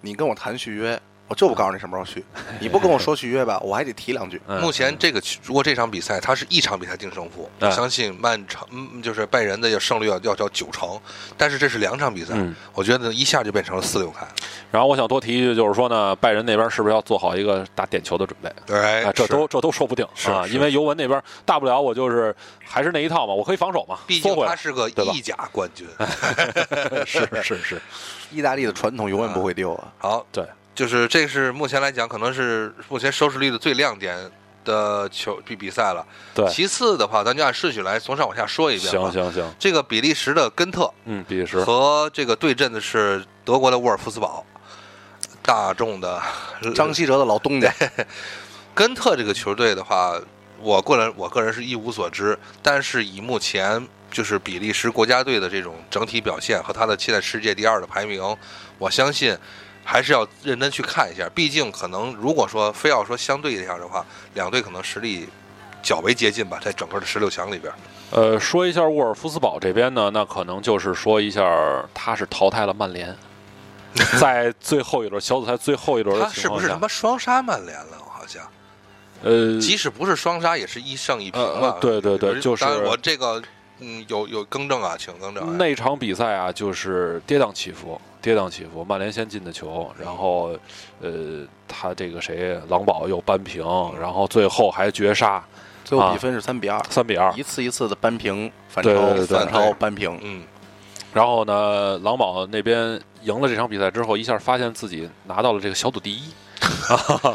Speaker 4: 你跟我谈续约，我我就不告诉你什么时候去，你不跟我说续约吧， 我还得提两句。
Speaker 3: 嗯
Speaker 2: 目前这个区如果这场比赛它是一场比赛定胜负，
Speaker 3: 嗯
Speaker 2: 我相信曼城嗯就是拜仁的要胜率要要到九成，但是这是两场比赛，
Speaker 3: 嗯
Speaker 2: 我觉得一下就变成了四六开。
Speaker 3: 然后我想多提一句，就是说呢，拜仁那边是不是要做好一个打点球的准备？
Speaker 2: 对
Speaker 3: 啊，这
Speaker 2: 哎是
Speaker 3: 都这都说不定
Speaker 2: 是
Speaker 3: 啊，
Speaker 2: 是
Speaker 3: 因为尤文那边大不了我就是还是那一套嘛，我可以防守嘛，
Speaker 2: 毕
Speaker 3: 缩
Speaker 2: 竟
Speaker 3: 回
Speaker 2: 他
Speaker 3: 来。
Speaker 2: 是个
Speaker 3: 对吧哎
Speaker 2: 意甲冠军。
Speaker 3: 是是是，
Speaker 4: 意大利的传统永远不会丢啊，
Speaker 2: 好，
Speaker 3: 对，
Speaker 2: 就是这是目前来讲，可能是目前收视率的最亮点的球比比赛了。
Speaker 3: 对
Speaker 2: 其次的话，咱就按顺序来，从上往下说一遍吧。
Speaker 3: 行行行，
Speaker 2: 这个比利时的根特
Speaker 3: 嗯，比利时，
Speaker 2: 和这个对阵的是德国的沃尔夫斯堡，大众的
Speaker 4: 张稀哲的老东家，
Speaker 2: 根特这个球队的话，我个人我个人是一无所知，但是以目前就是比利时国家队的这种整体表现和他的现在世界第二的排名，我相信还是要认真去看一下。毕竟可能如果说非要说相对一下的话，两队可能实力较为接近吧，在整个的十六强里边。
Speaker 3: 呃，说一下沃尔夫斯堡这边呢，那可能就是说一下，他是淘汰了曼 联，在最后一轮小组赛最后一轮的
Speaker 2: 他是
Speaker 3: 情
Speaker 2: 不
Speaker 3: 况
Speaker 2: 是
Speaker 3: 下，
Speaker 2: 他妈双杀曼联了？好像，
Speaker 3: 呃，
Speaker 2: 即使不是双杀，也是一胜一平
Speaker 3: 呃
Speaker 2: 吧
Speaker 3: 呃？对对对就是
Speaker 2: 当然我这个嗯有有更正啊，请更正啊。
Speaker 3: 那场比赛啊，就是跌宕起伏，跌宕起伏。曼联先进的球，
Speaker 2: 嗯
Speaker 3: 然后，呃，他这个谁，狼堡又扳平，
Speaker 2: 嗯
Speaker 3: 然后最后还绝杀，
Speaker 4: 最后比分是三比二，
Speaker 3: 三比二。
Speaker 4: 一次一次的扳平、反
Speaker 3: 对对
Speaker 4: 超、
Speaker 3: 对对
Speaker 4: 反超、扳平。
Speaker 2: 嗯，
Speaker 3: 然后呢，狼堡那边赢了这场比赛之后，一下发现自己拿到了这个小组第一。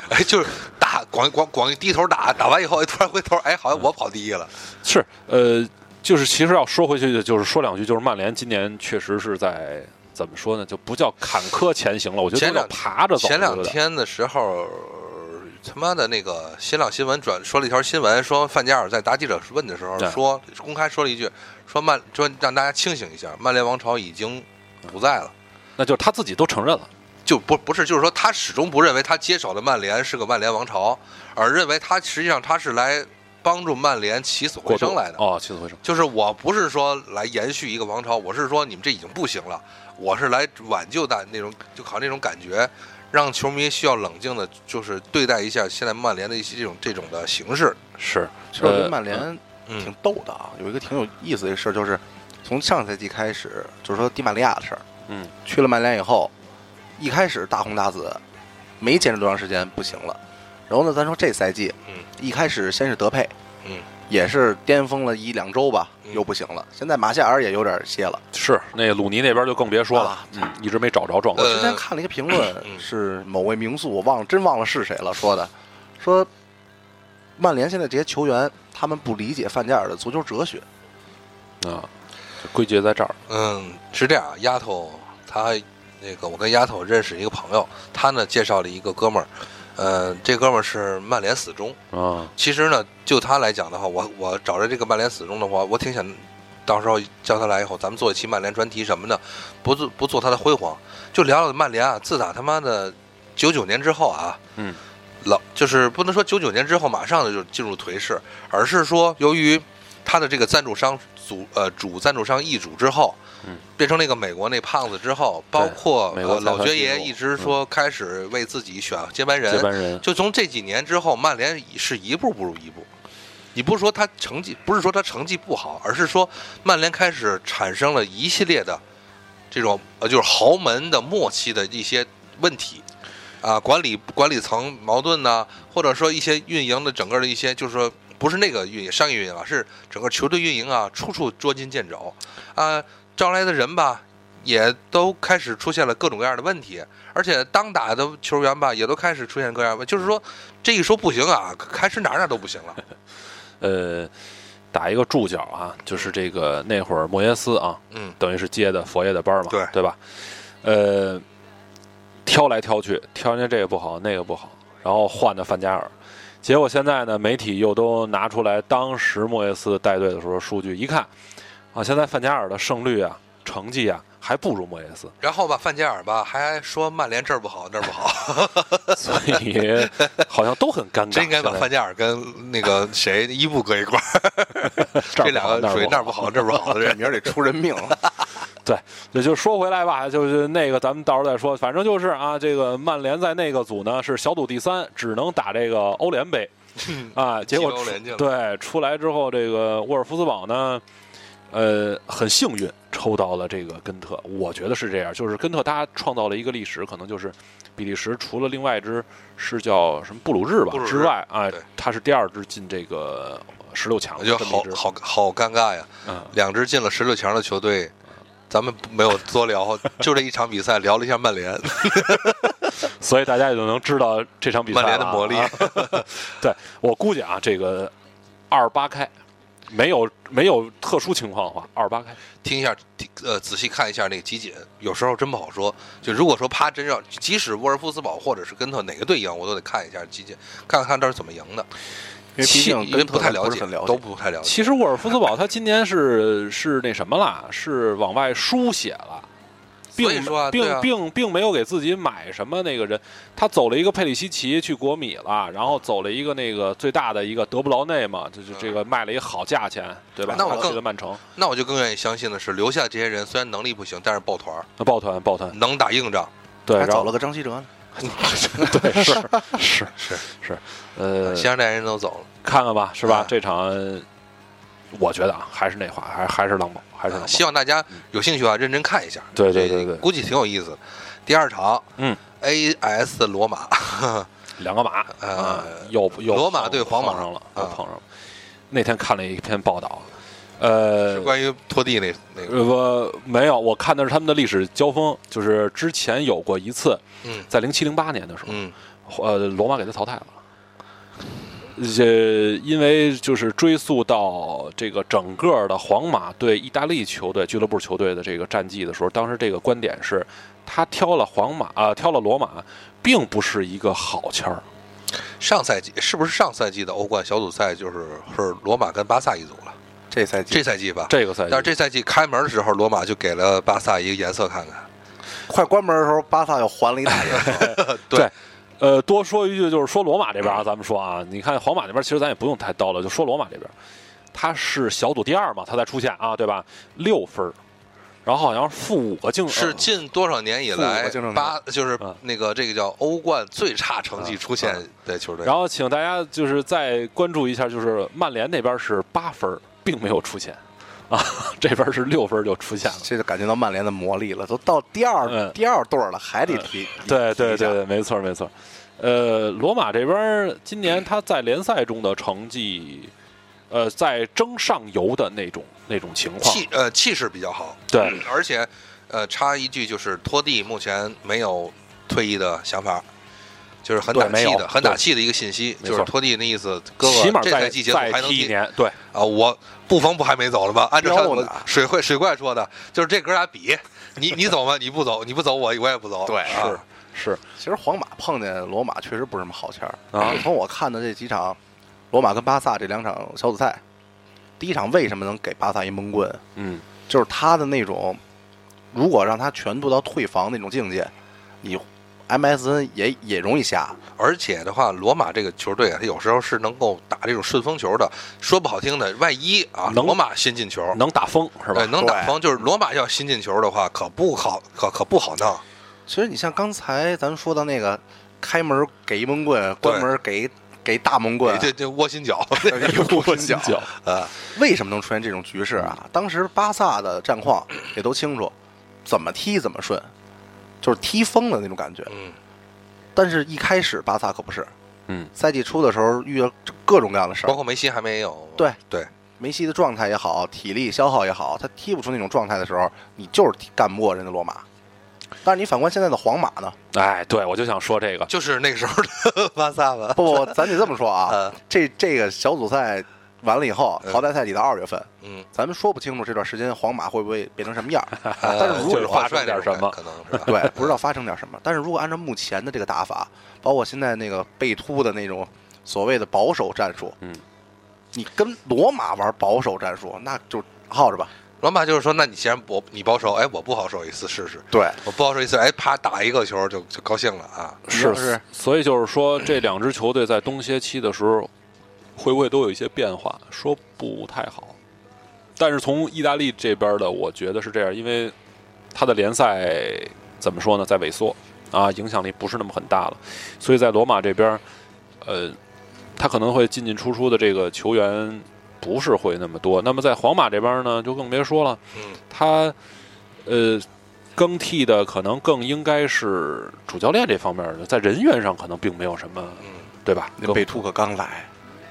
Speaker 2: 哎，就是打广广广低头打，打完以后，哎，突然回头，哎，好
Speaker 3: 嗯
Speaker 2: 像我跑第一了。
Speaker 3: 是，呃，就是其实要说回去，就是说两句，就是曼联今年确实是在怎么说呢，就不叫坎坷前行了，我觉得
Speaker 2: 前
Speaker 3: 都叫
Speaker 2: 两
Speaker 3: 爬着走。
Speaker 2: 前
Speaker 3: 我
Speaker 2: 两
Speaker 3: 觉得
Speaker 2: 天的时候，他妈的那个新浪新闻转说了一条新闻，说范加尔在答记者问的时候
Speaker 3: 对
Speaker 2: 说，公开说了一句，说曼说让大家清醒一下，曼联王朝已经不在了。
Speaker 3: 那就是他自己都承认了。
Speaker 2: 就不不是，就是说他始终不认为他接手的曼联是个曼联王朝，而认为他实际上他是来帮助曼联起死回
Speaker 3: 过渡
Speaker 2: 生来的。
Speaker 3: 哦，起死回生。
Speaker 2: 就是我不是说来延续一个王朝，我是说你们这已经不行了，我是来挽救大那种就好像那种感觉，让球迷需要冷静的，就是对待一下现在曼联的一些这种这种的形式。
Speaker 3: 是，
Speaker 4: 其实我觉得
Speaker 3: 呃
Speaker 4: 曼联
Speaker 2: 嗯
Speaker 4: 挺逗的啊，有一个挺有意思的事儿，就是从上赛季开始，就是说迪玛利亚的事儿，
Speaker 3: 嗯，
Speaker 4: 去了曼联以后，一开始大红大紫，没坚持多长时间不行了。然后呢，咱说这赛季，
Speaker 2: 嗯，
Speaker 4: 一开始先是德佩，
Speaker 2: 嗯，
Speaker 4: 也是巅峰了一两周吧，
Speaker 2: 嗯
Speaker 4: 又不行了。现在马夏尔也有点歇了。
Speaker 3: 是那鲁尼那边就更别说了，
Speaker 4: 啊
Speaker 3: 嗯，一直没找着状态。
Speaker 2: 呃
Speaker 4: 之前看了一个评论，
Speaker 2: 嗯
Speaker 4: 是某位名宿，我忘了，真忘了是谁了，说的，说曼联现在这些球员，他们不理解范加尔的足球哲学。
Speaker 3: 啊，就归结在这儿。
Speaker 2: 嗯，是这样，丫头她那个我跟丫头认识一个朋友，她呢介绍了一个哥们儿，呃，这哥们儿是曼联死忠，
Speaker 3: 啊，
Speaker 2: 其实呢，就他来讲的话，我我找着这个曼联死忠的话，我挺想到时候叫他来以后，咱们做一期曼联专题什么的，不做不做他的辉煌，就聊聊曼联啊。自打他妈的九九年之后啊，
Speaker 3: 嗯，
Speaker 2: 老就是不能说九九年之后马上就进入颓势，而是说由于他的这个赞助商组呃主赞助商易主之后。
Speaker 3: 嗯
Speaker 2: 变成那个美国那胖子之后，包括
Speaker 3: 美国
Speaker 2: 呃
Speaker 3: 财
Speaker 2: 老
Speaker 3: 团
Speaker 2: 爵
Speaker 3: 进
Speaker 2: 爷
Speaker 3: 入嗯
Speaker 2: 一直说开始为自己选接班人，
Speaker 3: 接班人
Speaker 2: 就从这几年之后，曼联是一步不如一步。你不是说他成绩，不是说他成绩不好，而是说曼联开始产生了一系列的这种呃，就是豪门的末期的一些问题啊，管理管理层矛盾呐、或者说一些运营的整个的一些，就是说不是那个运营商业运营啊，是整个球队运营啊，处处捉襟见肘啊，招来的人吧，也都开始出现了各种各样的问题，而且当打的球员吧，也都开始出现各样问，就是说这一说不行啊，开始哪儿哪儿都不 行了。
Speaker 3: 呃，打一个注脚啊，就是这个那会儿莫耶斯啊，
Speaker 2: 嗯
Speaker 3: 等于是接的佛爷的班儿嘛，
Speaker 2: 对
Speaker 3: 对吧？呃，挑来挑去，挑人家这个不好，那个不好，然后换的范加尔。结果现在呢，媒体又都拿出来当时莫耶斯带队的时候数据，一看啊，现在范加尔的胜率啊、成绩啊，还不如莫耶斯。
Speaker 2: 然后吧，范加尔吧还说曼联这儿不好那儿不好，
Speaker 3: 所以好像都很尴 尬。
Speaker 2: 真应该把
Speaker 3: 现在
Speaker 2: 范加尔跟那个谁伊布搁一块儿， 这
Speaker 3: 这儿
Speaker 2: 两
Speaker 3: 不好
Speaker 2: 个属于
Speaker 3: 那
Speaker 2: 那
Speaker 3: 儿
Speaker 2: 儿
Speaker 3: 不
Speaker 2: 不
Speaker 3: 好
Speaker 2: 好那儿不好的人。
Speaker 4: 明儿得出人命了。
Speaker 3: 对，就说回来吧，就是那个咱们到时候再说，反正就是啊，这个曼联在那个组呢是小组第三，只能打这个欧联 杯啊，结果
Speaker 2: 踢欧联
Speaker 3: 出
Speaker 2: 去了
Speaker 3: 对出来之后，这个沃尔夫斯堡呢，呃，很幸运抽到了这个根特，我觉得是这样，就是根特他创造了一个历史，可能就是比利时除了另外一支是叫什么布鲁日吧
Speaker 2: 布鲁日
Speaker 3: 之外啊
Speaker 2: 对，
Speaker 3: 他是第二支进这个十六强
Speaker 2: 我
Speaker 3: 的
Speaker 2: 觉
Speaker 3: 这
Speaker 2: 得
Speaker 3: 么
Speaker 2: 好
Speaker 3: 一支，
Speaker 2: 好好尴尬呀！
Speaker 3: 嗯，
Speaker 2: 两支进了十六强的球队，咱们没有多聊，就这一场比赛聊了一下曼联，
Speaker 3: 所以大家也就能知道这 场比赛
Speaker 2: 曼
Speaker 3: 了
Speaker 2: 联的
Speaker 3: 啊
Speaker 2: 魔力。
Speaker 3: 对我估计啊，这个二十八开，没有没有特殊情况的话，二十八开
Speaker 2: 听一下，听呃，仔细看一下那个集锦，有时候真不好说。就如果说啪真让，即使沃尔夫斯堡或者是根特哪个队赢，我都得看一下集锦，看看到底怎么赢的。
Speaker 4: 因为毕
Speaker 2: 其
Speaker 4: 竟
Speaker 2: 因为
Speaker 4: 跟
Speaker 2: 不
Speaker 4: 特
Speaker 2: 太
Speaker 4: 兰
Speaker 2: 了
Speaker 4: 不是
Speaker 2: 解，
Speaker 4: 很了解
Speaker 2: 都不太了解。
Speaker 3: 其实沃尔夫斯堡他今年是是那什么啦，是往外输血了。并
Speaker 2: 所以说啊对
Speaker 3: 并
Speaker 2: 啊
Speaker 3: 并并没有给自己买什么那个人，他走了一个佩里西奇去国米了，然后走了一个那个最大的一个德布劳内嘛，就是这个卖了一个好价钱，对
Speaker 2: 嗯
Speaker 3: 吧？
Speaker 2: 那我
Speaker 3: 他去
Speaker 2: 更
Speaker 3: 了曼城，
Speaker 2: 那我就更愿意相信的是，留下这些人虽然能力不行，但是抱团儿
Speaker 3: 那抱团抱团，
Speaker 2: 能打硬仗。
Speaker 3: 对，
Speaker 4: 还
Speaker 3: 然
Speaker 4: 找
Speaker 3: 后
Speaker 4: 了个张稀哲呢。
Speaker 3: 对是是是 是，呃，
Speaker 2: 先让这些人都走了，
Speaker 3: 看看吧，是吧？
Speaker 2: 啊
Speaker 3: 这场我觉得啊，还是那话，还还是狼堡，还是狼
Speaker 2: 啊
Speaker 3: 堡。
Speaker 2: 希望大家有兴趣啊，认真看一下。
Speaker 3: 对对
Speaker 2: 这
Speaker 3: 对对
Speaker 2: 估计挺有意思的。第二场，
Speaker 3: 嗯
Speaker 2: ，AS 罗马，
Speaker 3: 两个马，
Speaker 2: 呃
Speaker 3: 啊，又又
Speaker 2: 罗马
Speaker 3: 碰
Speaker 2: 对皇马
Speaker 3: 碰上了，
Speaker 2: 啊
Speaker 3: 又碰上了。那天看了一篇报道，呃
Speaker 2: 是，关于拖地那那个，
Speaker 3: 呃不没有，我看的是他们的历史交锋，就是之前有过一次，
Speaker 2: 嗯
Speaker 3: 在零七零八年的时候，
Speaker 2: 嗯，
Speaker 3: 呃，罗马给他淘汰了。这因为就是追溯到这个整个的皇马对意大利球队俱乐部球队的这个战绩的时候，当时这个观点是，他挑了皇马啊、挑了罗马，并不是一个好签儿。
Speaker 2: 上赛季是不是上赛季的欧冠小组赛就是是罗马跟巴萨一组了？
Speaker 4: 这赛季
Speaker 2: 这赛季吧，
Speaker 3: 这个赛季，
Speaker 2: 但是这赛季开门的时候，罗马就给了巴萨一个颜色看看。
Speaker 4: 快关门的时候，巴萨又还了一大眼。
Speaker 3: 对，呃，多说一句，就是说罗马这边啊，咱们说啊，你看皇马那边，其实咱也不用太叨了，就说罗马这边，他是小组第二嘛，他才出现啊，对吧？六分儿，然后好像负五个净呃
Speaker 2: 是近多少年以
Speaker 4: 负
Speaker 2: 来
Speaker 4: 我经常看
Speaker 2: 巴就是
Speaker 3: 啊
Speaker 2: 那个这个叫欧冠最差成绩出现
Speaker 3: 啊
Speaker 2: 的球队
Speaker 3: 然，后请大家就是再关注一下，就是曼联那边是八分儿，并没有出现啊， 这边是六分儿就出现了。
Speaker 4: 这就感觉到曼联的魔力了，都到第二、
Speaker 3: 嗯
Speaker 4: 第二对儿了，还得踢。
Speaker 3: 对
Speaker 4: 踢
Speaker 3: 对
Speaker 4: 一下
Speaker 3: 对，对，没错没错。呃，罗马这边儿今年他在联赛中的成绩，呃，在争上游的那种那种情况，
Speaker 2: 气呃气势比较好，嗯
Speaker 3: 对，
Speaker 2: 而且呃插一句就是托蒂目前没有退役的想法。就是很
Speaker 3: 对
Speaker 2: 打
Speaker 3: 没有
Speaker 2: 气的，很打
Speaker 3: 对
Speaker 2: 气的一个信息，
Speaker 3: 没
Speaker 2: 就
Speaker 3: 错
Speaker 2: 是托蒂那意思，哥
Speaker 3: 起
Speaker 2: 哥
Speaker 3: 码
Speaker 2: 这
Speaker 3: 再
Speaker 2: 赛季结束还
Speaker 3: 再
Speaker 2: 能
Speaker 3: 踢一
Speaker 2: 踢
Speaker 3: 年，对，
Speaker 2: 啊！我布冯不还没走了吗？按照
Speaker 4: 彪
Speaker 2: 上
Speaker 4: 子
Speaker 2: 我
Speaker 4: 呢
Speaker 2: 水会水怪说的，就是这哥俩比，你你走吗？你不走，你不走我我也不走。
Speaker 4: 对
Speaker 2: 啊
Speaker 4: 是
Speaker 3: 是
Speaker 4: 其实皇马碰见罗马确实不是什么好签儿
Speaker 3: 啊
Speaker 4: 从我看的这几场，罗马跟巴萨这两场小组赛，第一场为什么能给巴萨一闷棍？
Speaker 3: 嗯，
Speaker 4: 就是他的那种，如果让他全部到退防那种境界，你 MSN 也也容易下。
Speaker 2: 而且的话，罗马这个球队啊，他有时候是能够打这种顺风球的。说不好听的，万一啊，
Speaker 3: 能
Speaker 2: 罗马先进球，
Speaker 3: 能打风是吧
Speaker 2: 对，？能打
Speaker 4: 对
Speaker 2: 疯。就是罗马要先进球的话，可不好，可可不好弄。
Speaker 4: 其实你像刚才咱说的那个，开门给一闷棍，关门给给大闷棍，
Speaker 2: 这这窝心脚，
Speaker 4: 一 股心脚。
Speaker 3: 脚
Speaker 2: 呃，
Speaker 4: 为什么能出现这种局势啊？当时巴萨的战况也都清楚，怎么踢怎么顺，就是踢疯了那种感觉。
Speaker 2: 嗯，
Speaker 4: 但是一开始巴萨可不是，
Speaker 3: 嗯，
Speaker 4: 赛季初的时候遇到各种各样的事
Speaker 2: 包
Speaker 4: 儿，
Speaker 2: 括梅西还没有。
Speaker 4: 对
Speaker 2: 对，
Speaker 4: 梅西的状态也好，体力消耗也好，他踢不出那种状态的时候，你就是踢干不过人家罗马。但是你反观现在的皇马 呢？
Speaker 3: 哎，对，我就想说这个，
Speaker 2: 就是那个时候的巴萨吧。
Speaker 4: 不不，不咱得这么说啊
Speaker 2: 呃，
Speaker 4: 这这个小组赛完了以后，
Speaker 2: 嗯
Speaker 4: 淘汰赛里的二月份，
Speaker 2: 嗯，
Speaker 4: 咱们说不清楚这段时间皇马会不会变成什么样儿。
Speaker 2: 呃
Speaker 4: 但是
Speaker 2: 就
Speaker 4: 如果
Speaker 2: 是
Speaker 3: 发
Speaker 2: 换
Speaker 3: 生
Speaker 2: 帅
Speaker 3: 点
Speaker 2: 那种
Speaker 3: 什么
Speaker 2: 感觉可 能是吧？
Speaker 4: 对，不知道发生点什么。但是如果按照目前的这个打法，包括现在那个贝突的那种所谓的保守战术，
Speaker 3: 嗯，
Speaker 4: 你跟罗马玩保守战术，那就耗着吧。
Speaker 2: 罗马就是说，那你既然我你保守，哎，我不好守一次试试。
Speaker 4: 对，
Speaker 2: 我不好守一次，哎，啪打一个球就就高兴了啊！
Speaker 4: 要是
Speaker 3: 所以就是说，这两支球队在冬歇期的时候，会不会都有一些变化？说不太好。但是从意大利这边的，我觉得是这样，因为他的联赛怎么说呢，在萎缩啊，影响力不是那么很大了。所以在罗马这边儿，呃，他可能会进进出出的这个球员不是会那么多。那么在皇马这边呢，就更别说了，
Speaker 2: 嗯
Speaker 3: 他呃更替的可能更应该是主教练这方面的，在人员上可能并没有什么，对吧？
Speaker 4: 那
Speaker 3: 更
Speaker 4: 北兔可刚来，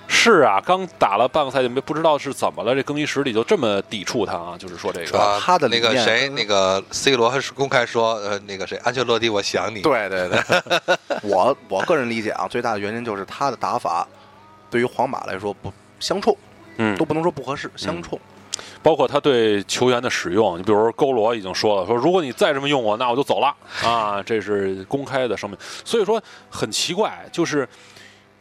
Speaker 3: 是啊，刚打了半个赛季，没不知道是怎么了，这更衣室里就这么抵触他啊，就是说这
Speaker 2: 是
Speaker 3: 个。
Speaker 2: 吧？
Speaker 4: 他的理
Speaker 2: 呃那
Speaker 4: 念
Speaker 2: 个谁，那个 C 罗还是公开说，呃，那个谁，安切洛蒂，我想你。
Speaker 4: 对对对， 我我个人理解啊，最大的原因就是他的打法对于皇马来说不相冲，
Speaker 3: 嗯
Speaker 4: 都，不能说不合适，相冲。
Speaker 3: 包括他对球员的使用，你比如说勾罗已经说了，说如果你再这么用我，那我就走了啊，这是公开的声明。所以说很奇怪，就是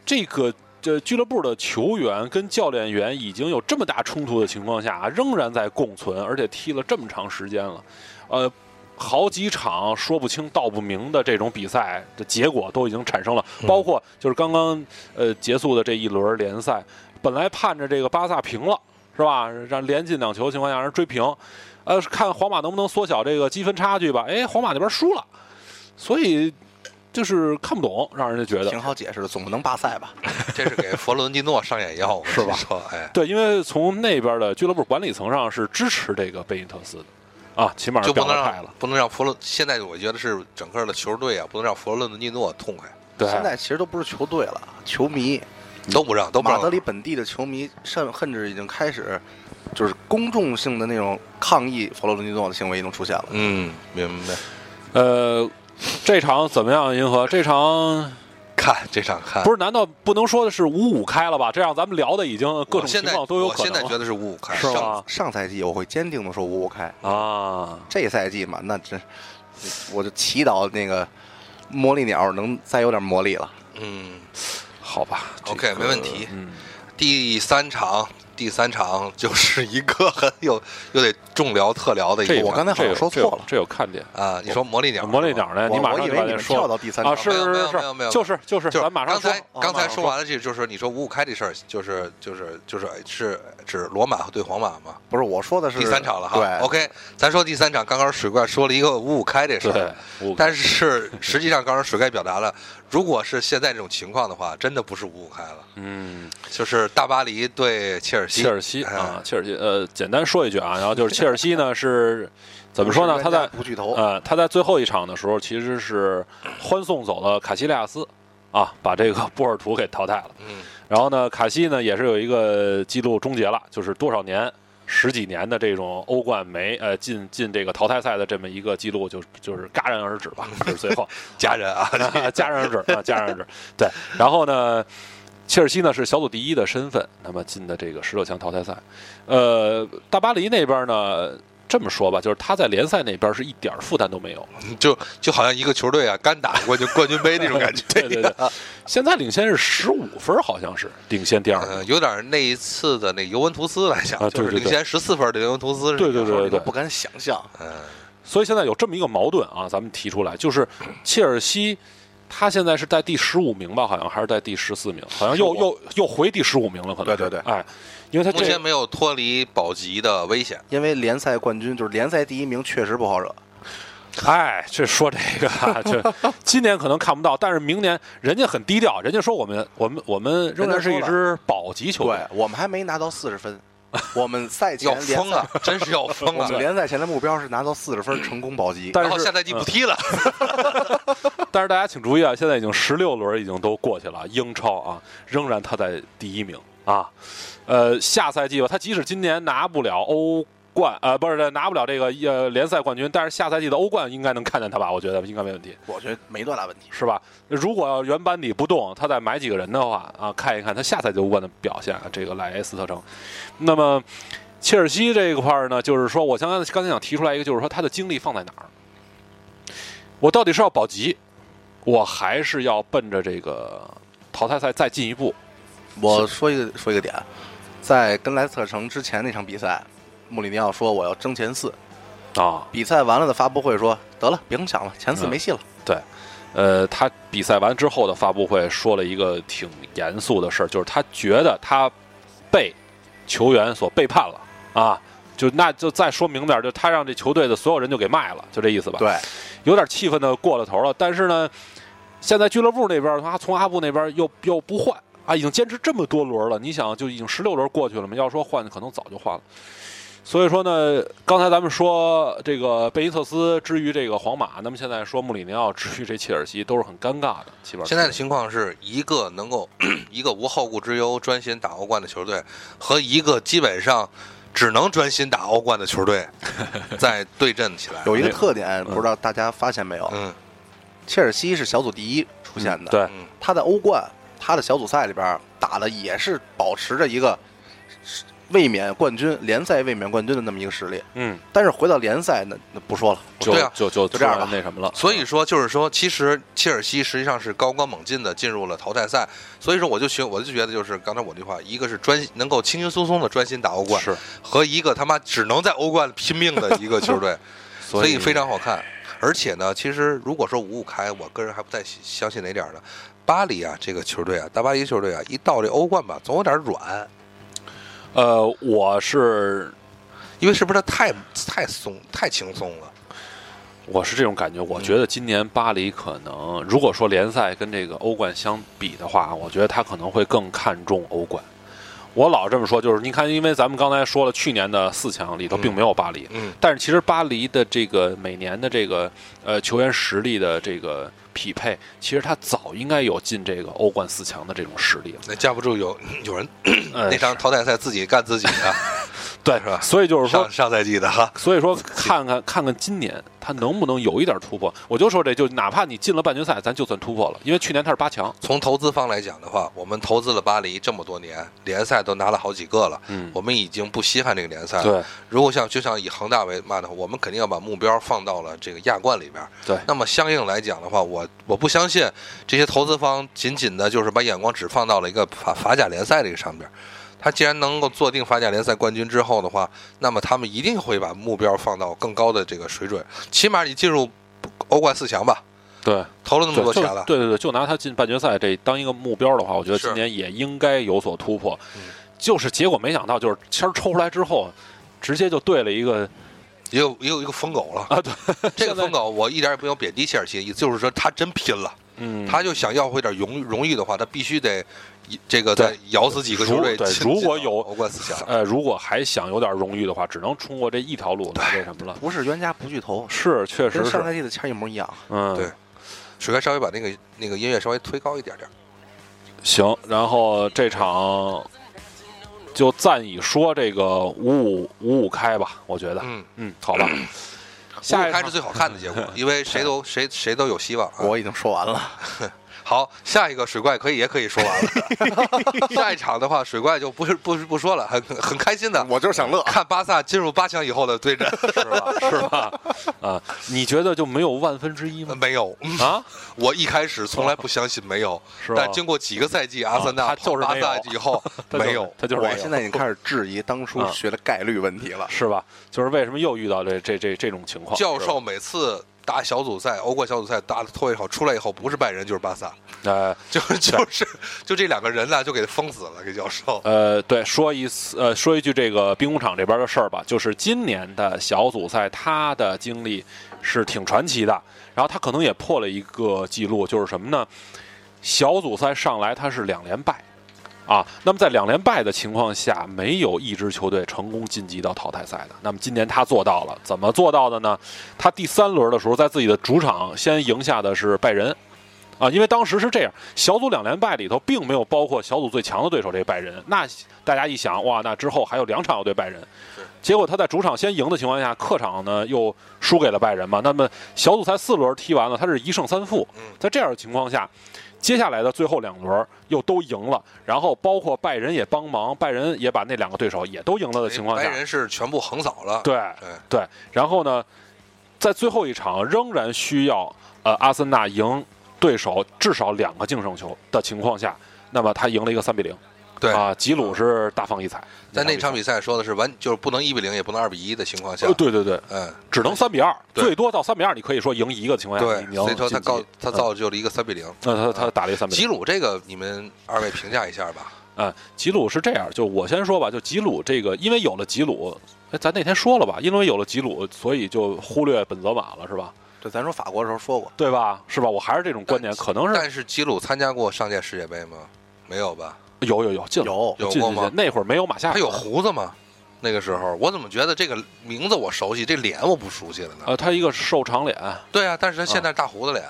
Speaker 3: 这个这俱乐部的球员跟教练员已经有这么大冲突的情况下，仍然在共存，而且踢了这么长时间了，呃。好几场说不清道不明的这种比赛的结果都已经产生了，包括就是刚刚呃结束的这一轮联赛，本来盼着这个巴萨平了，是吧？让连进两球的情况下让人追平，呃，看皇马能不能缩小这个积分差距吧。哎，皇马那边输了，所以就是看不懂，让人家觉得
Speaker 4: 挺好解释的，总不能罢赛吧？
Speaker 2: 这是给佛罗伦蒂诺上眼 药，是吧？说，哎，
Speaker 3: 对，因为从那边的俱乐部管理层上是支持这个贝因特斯的啊，起码是
Speaker 2: 就不
Speaker 3: 表
Speaker 2: 能
Speaker 3: 了态
Speaker 2: 让
Speaker 3: 了。
Speaker 2: 不能让佛罗，现在我觉得是整个的球队啊，不能让佛罗伦蒂诺痛快，
Speaker 3: 对，
Speaker 4: 现在其实都不是球队了，球迷，
Speaker 2: 都不让，都不
Speaker 4: 马
Speaker 2: 让
Speaker 4: 德里本地的球迷甚甚至已经开始就是公众性的那种抗议佛罗伦蒂诺的行为已经出现了。
Speaker 2: 嗯，明白。
Speaker 3: 呃，这场怎么样？银河这
Speaker 2: 啊
Speaker 3: 场
Speaker 2: 看这场看，
Speaker 3: 不
Speaker 2: 是
Speaker 3: 是？难道不能说的是五五开了吧？这样咱们聊的已经各种
Speaker 2: 现
Speaker 3: 情
Speaker 2: 在
Speaker 3: 况都有
Speaker 2: 我
Speaker 3: 可
Speaker 2: 现在
Speaker 3: 能
Speaker 2: 觉
Speaker 3: 了
Speaker 2: 得是五五开，
Speaker 3: 是
Speaker 2: 上
Speaker 3: 吧？
Speaker 4: 上赛季我会坚定的说五五开，
Speaker 3: 啊，
Speaker 4: 这赛季嘛，那真我就祈祷那个魔力鸟能再有点魔力了。
Speaker 2: 嗯
Speaker 3: 好吧这
Speaker 2: ，OK，
Speaker 3: 个
Speaker 2: 没问题。
Speaker 3: 嗯，
Speaker 2: 第三场，第三场就是一个很有又得重聊特聊的一
Speaker 3: 这
Speaker 2: 个
Speaker 3: 有
Speaker 4: 我刚才好像
Speaker 3: 这有
Speaker 4: 说
Speaker 3: 这有
Speaker 4: 错了
Speaker 3: 这有看点。
Speaker 2: 啊，你说魔力鸟，
Speaker 3: 魔力鸟呢？
Speaker 4: 我
Speaker 3: 你马
Speaker 4: 我
Speaker 3: 上
Speaker 4: 以
Speaker 3: 就
Speaker 4: 为
Speaker 3: 把
Speaker 4: 你
Speaker 3: 这
Speaker 4: 们
Speaker 3: 说
Speaker 4: 跳
Speaker 3: 了
Speaker 4: 到第三
Speaker 3: 啊，
Speaker 4: 场
Speaker 3: 是
Speaker 2: 没有
Speaker 3: 是
Speaker 2: 没有
Speaker 3: 是
Speaker 2: 没有没有
Speaker 3: 是，就是就是，
Speaker 2: 就是
Speaker 3: 咱马上
Speaker 2: 刚
Speaker 3: 说
Speaker 2: 才
Speaker 3: 啊
Speaker 2: 刚才
Speaker 3: 马上
Speaker 2: 说完了，这就是你说五五开这事儿，就是就是就是是指罗马对皇马吗？
Speaker 4: 不是我说的是
Speaker 2: 第三场了哈。
Speaker 4: 对
Speaker 2: OK，咱说第三场，刚刚水怪说了一个五五开这事
Speaker 3: 对
Speaker 2: 儿，，
Speaker 3: 五五
Speaker 2: 但是实际上刚刚水怪表达了，如果是现在这种情况的话，真的不是五五开了，
Speaker 3: 嗯，
Speaker 2: 就是大巴黎对切尔西，
Speaker 3: 切尔西
Speaker 2: 哎
Speaker 3: 啊，切尔西，呃，简单说一句啊，然后就是切尔西呢是怎么说呢？他在
Speaker 4: 不剧透
Speaker 3: 呃，他在最后一场的时候其实是欢送走了卡西利亚斯啊，把这个波尔图给淘汰了。
Speaker 2: 嗯，
Speaker 3: 然后呢，卡西呢也是有一个记录终结了，就是多少年。十几年的这种欧冠没呃进进这个淘汰赛的这么一个记录，就就是戛然而止吧，就是最后
Speaker 2: 家人啊，
Speaker 3: 啊， 加上指啊，加上指，对。然后呢，切尔西呢是小组第一的身份，那么进的这个十六强淘汰赛。呃，大巴黎那边呢，这么说吧，就是他在联赛那边是一点儿负担都没有。。
Speaker 2: 就就好像一个球队啊，干打冠军冠军杯那种感觉
Speaker 3: 对对对，现在领先是十五分儿，好像是领先第二名。
Speaker 4: 嗯
Speaker 2: 呃，有点那一次的那尤文图斯来讲，
Speaker 3: 啊对
Speaker 2: 就是
Speaker 3: 对
Speaker 2: 领
Speaker 3: 对
Speaker 2: 先十四分的尤文图斯是
Speaker 3: 对对对对
Speaker 4: 我
Speaker 3: 对
Speaker 4: 不，敢想象。
Speaker 3: 所以现在有这么一个矛盾啊，咱们提出来，就是切尔西，他现在是在第十五名吧，好像还是在第十四名，好像又又又回第十五名了，可能是
Speaker 4: 对对对
Speaker 3: 哎，因为他
Speaker 2: 目
Speaker 3: 这
Speaker 2: 前没有脱离保级的危险。
Speaker 4: 因为联赛冠军就是联赛第一名，确实不好惹。
Speaker 3: 哎，这说这个 啊，就今年可能看不到，但是明年人家很低调，人家说我们我们我们仍然是一
Speaker 4: 人家说
Speaker 3: 支保级球队
Speaker 4: 对。我们还没拿到四十分，我们赛前
Speaker 2: 要
Speaker 4: 联
Speaker 2: 疯
Speaker 4: 赛，
Speaker 2: 了，真是要疯啊
Speaker 4: 我们
Speaker 2: 了。
Speaker 4: 联赛前的目标是拿到四十分，成功保级。
Speaker 3: 但
Speaker 2: 然
Speaker 3: 是
Speaker 2: 后下赛季不踢了，
Speaker 3: 嗯但是大家请注意啊，现在已经十六轮已经都过去了，英超啊，仍然他在第一名啊。呃，下赛季吧，他即使今年拿不了欧冠，呃，不是拿不了这个呃联赛冠军，但是下赛季的欧冠应该能看见他吧？我觉得应该没问题，
Speaker 4: 我觉得没多大问题。
Speaker 3: 是吧？如果要原班底不动，他再买几个人的话啊，看一看他下赛季欧冠的表现啊，这个莱斯特城。那么切尔西这一块儿呢，就是说我刚才刚才想提出来一个，就是说他的精力放在哪儿？我到底是要保级，我还是要奔着这个淘汰赛再进一步？
Speaker 4: 我说一个说一个点，在跟莱斯特城之前那场比赛，穆里尼奥说我要争前四。
Speaker 3: 啊，
Speaker 4: 比赛完了的发布会说得了，别想了，前四
Speaker 3: 嗯
Speaker 4: 没戏了。
Speaker 3: 对，呃，他比赛完之后的发布会说了一个挺严肃的事儿，就是他觉得他被球员所背叛了啊，就那就再说明点儿，就他让这球队的所有人就给卖了，就这意思吧。，
Speaker 4: 对，
Speaker 3: 有点气愤的过了头了。但是呢，现在俱乐部那边儿他从阿布那边儿又又不换啊，已经坚持这么多轮了，你想就已经十六轮过去了嘛，要说换可能早就换了。所以说呢，刚才咱们说这个贝因特斯之于这个皇马，那么现在说穆里尼奥之于这切尔西，都是很尴尬的。基本上
Speaker 2: 现在的情况是一个能够 一个无后顾之忧专心打欧冠的球队，和一个基本上只能专心打欧冠的球 队在对阵起来。
Speaker 4: 有一个特点，不知道大家发现没有？
Speaker 2: 嗯，
Speaker 4: 切尔西是小组第一出现的，，
Speaker 3: 对，
Speaker 4: 他在欧冠他的小组赛里边打的也是保持着一个卫冕冠军、联赛卫冕冠军的那么一个实力，
Speaker 3: 嗯，
Speaker 4: 但是回到联赛那那不说了，
Speaker 3: 就
Speaker 2: 对啊
Speaker 3: 就就
Speaker 4: 哦就这样吧
Speaker 3: 突然那什么了。
Speaker 2: 所以说就是说，其实切尔西实际上是高光猛进的进入了淘汰赛。所以说，我就学我就觉得就是刚才我那句话，一个是专能够轻轻松松的专心打欧冠，
Speaker 3: 是，
Speaker 2: 和一个他妈只能在欧冠拼命的一个球队，所以非常好看。而且呢，其实如果说五五开，我个人还不太喜相信哪点儿呢？巴黎啊，这个球队啊，大巴黎球队啊，一到这欧冠吧，总有点软，
Speaker 3: 呃，我是
Speaker 2: 因为是不是他太太松太轻松了？
Speaker 3: 我是这种感觉，
Speaker 2: 嗯
Speaker 3: 我觉得今年巴黎可能，如果说联赛跟这个欧冠相比的话，我觉得他可能会更看重欧冠。我老这么说，就是你看，因为咱们刚才说了，去年的四强里头并没有巴黎，
Speaker 2: 嗯，
Speaker 3: 但是其实巴黎的这个每年的这个呃球员实力的这个匹配，其实他早应该有进这个欧冠四强的这种实力了。
Speaker 2: 那架不住有有人
Speaker 3: 嗯
Speaker 2: 那场淘汰赛自己干自己的，
Speaker 3: 对
Speaker 2: 是吧
Speaker 3: 所以就是说
Speaker 2: 上上赛季的哈，
Speaker 3: 所以说，看看看看今年他能不能有一点突破。我就说这就哪怕你进了半决赛，咱就算突破了，因为去年他是八强。
Speaker 2: 从投资方来讲的话，我们投资了巴黎这么多年，联赛都拿了好几个了，
Speaker 3: 嗯
Speaker 2: 我们已经不稀罕这个联赛了。，如果像就像以恒大为嘛的话，我们肯定要把目标放到了这个亚冠里边儿。
Speaker 3: 对
Speaker 2: 那么相应来讲的话，我我不相信这些投资方仅仅的就是把眼光只放到了一个法法甲联赛这个上边儿。他既然能够坐定法甲联赛冠军之后的话，那么他们一定会把目标放到更高的这个水准，起码你进入欧冠四强吧，
Speaker 3: 对，
Speaker 2: 投了那么多
Speaker 3: 就
Speaker 2: 钱了。
Speaker 3: 对对对，就拿他进半决赛这当一个目标的话，我觉得
Speaker 2: 是
Speaker 3: 今年也应该有所突破
Speaker 2: 嗯。
Speaker 3: 就是结果没想到，就是签儿抽出来之后，直接就对了一个
Speaker 2: 也有也有一个疯狗了啊！ 对，这个疯狗我一点也不用贬低切尔西，就是说他真拼了，
Speaker 3: 嗯，
Speaker 2: 他就想要回点荣荣誉的话，他必须得一这个再
Speaker 3: 对
Speaker 2: 咬死几个球队
Speaker 3: 如对
Speaker 2: 进。
Speaker 3: 如果
Speaker 2: 进到
Speaker 3: 有
Speaker 2: 欧冠四 强，
Speaker 3: 呃，如果还想有点荣誉的话，只能通过这一条路来这什么了。
Speaker 4: 不是冤家不聚头，
Speaker 3: 是，确实
Speaker 4: 跟上
Speaker 3: 是，
Speaker 4: 赛季的签儿一模一样。
Speaker 3: 嗯，
Speaker 2: 对水该稍微把那个那个音乐稍微推高一点点。
Speaker 3: 行，然后这场就暂以说这个五五五五开吧，我觉得，
Speaker 2: 嗯，
Speaker 3: 嗯，好吧。
Speaker 2: 五
Speaker 3: 下
Speaker 2: 五
Speaker 3: 一
Speaker 2: 开嗯是
Speaker 3: 场
Speaker 2: 最好看的结果，因为谁 都谁谁都有希望啊。
Speaker 4: 我已经说完了，
Speaker 2: 好，下一个水怪可以也可以说 完了。下一场的话，水怪就不是不是不说了，很很开心的。
Speaker 4: 我就是想乐
Speaker 2: 看巴萨进入八强以后的对阵， 是吧？
Speaker 3: 是吧？啊，你觉得就没有万分之一吗？
Speaker 2: 没有，
Speaker 3: 啊，
Speaker 2: 我一开始从来不相信没有，
Speaker 3: 是吧
Speaker 2: 但经过几个赛季阿森纳
Speaker 3: 啊他就是
Speaker 2: 跑
Speaker 3: 没
Speaker 2: 巴
Speaker 3: 有
Speaker 2: 萨以后
Speaker 3: 他就是
Speaker 2: 没有，
Speaker 3: 他就是哎没
Speaker 4: 我
Speaker 3: 有
Speaker 4: 现在已经开始质疑当初
Speaker 3: 啊
Speaker 4: 学的概率问题了。
Speaker 3: 是吧？就是为什么又遇到这这这这种情况？
Speaker 2: 教授
Speaker 3: 是
Speaker 2: 每次打小组赛、欧冠小组赛打的特别好，出来以后不是拜仁就是巴萨，
Speaker 3: 吧呃
Speaker 2: 就是就是就这两个人呢、就给封死了，给教授。
Speaker 3: 呃，对，说一次呃说一句这个兵工厂这边的事儿吧，就是今年的小组赛，他的经历是挺传奇的，然后他可能也破了一个记录，就是什么呢？小组赛上来他是两连败。啊，那么在两连败的情况下，没有一支球队成功晋级到淘汰赛的。那么今年他做到了，怎么做到的呢？他第三轮的时候，在自己的主场先赢下的是拜仁，啊，因为当时是这样，小组两连败里头并没有包括小组最强的对手这拜仁。那大家一想，哇，那之后还有两场要对拜仁，结果他在主场先赢的情况下，客场呢又输给了拜仁嘛。那么小组赛四轮踢完了，他是一胜三负
Speaker 2: 嗯，
Speaker 3: 在这样的情况下。接下来的最后两轮又都赢了，然后包括拜仁也帮忙，拜仁也把那两个对手也都赢了 的情况下，
Speaker 2: 拜仁是全部横扫了，
Speaker 3: 对
Speaker 2: 对
Speaker 3: 对，然后呢，在最后一场仍然需要呃阿森纳赢对手至少两个净胜球的情况下，那么他赢了一个三比零。
Speaker 2: 对
Speaker 3: 啊，吉鲁是大放异彩，
Speaker 2: 在那场
Speaker 3: 比
Speaker 2: 比赛说的是完，就是不能一比零，也不能二比一的情况下
Speaker 3: 赛，呃，对对对，
Speaker 2: 嗯，
Speaker 3: 只能三比二，
Speaker 2: 对
Speaker 3: 最多到三比二，你可以说赢一个情况下，
Speaker 2: 对
Speaker 3: 哎你，能
Speaker 2: 所以说他
Speaker 3: 晋级嗯
Speaker 2: 告他造就了一个三比零。
Speaker 3: 嗯，那他他打了一个三比
Speaker 2: 吉
Speaker 3: 零，
Speaker 2: 鲁这个，你们二位评价一下吧。
Speaker 3: 啊，吉鲁是这样，就我先说吧，就吉鲁这个，因为有了吉鲁，哎，咱那天说了吧，因为有了吉鲁，所以就忽略本泽马了，是吧？
Speaker 4: 对，咱说法国的时候说过，
Speaker 3: 对吧？是吧？我还是这种观点，可能是
Speaker 2: 但是吉鲁参加过上届世界杯吗？没有吧？
Speaker 3: 有有有进了
Speaker 4: 有
Speaker 2: 有
Speaker 3: 进
Speaker 2: 过
Speaker 3: 进
Speaker 2: 吗
Speaker 3: 进那会儿没有马夏尔，
Speaker 2: 他有胡子吗？那个时候我怎么觉得这个名字我熟悉，这脸我不熟悉了呢？
Speaker 3: 呃，他一个瘦长脸，
Speaker 2: 对啊，但是他现在大胡子脸，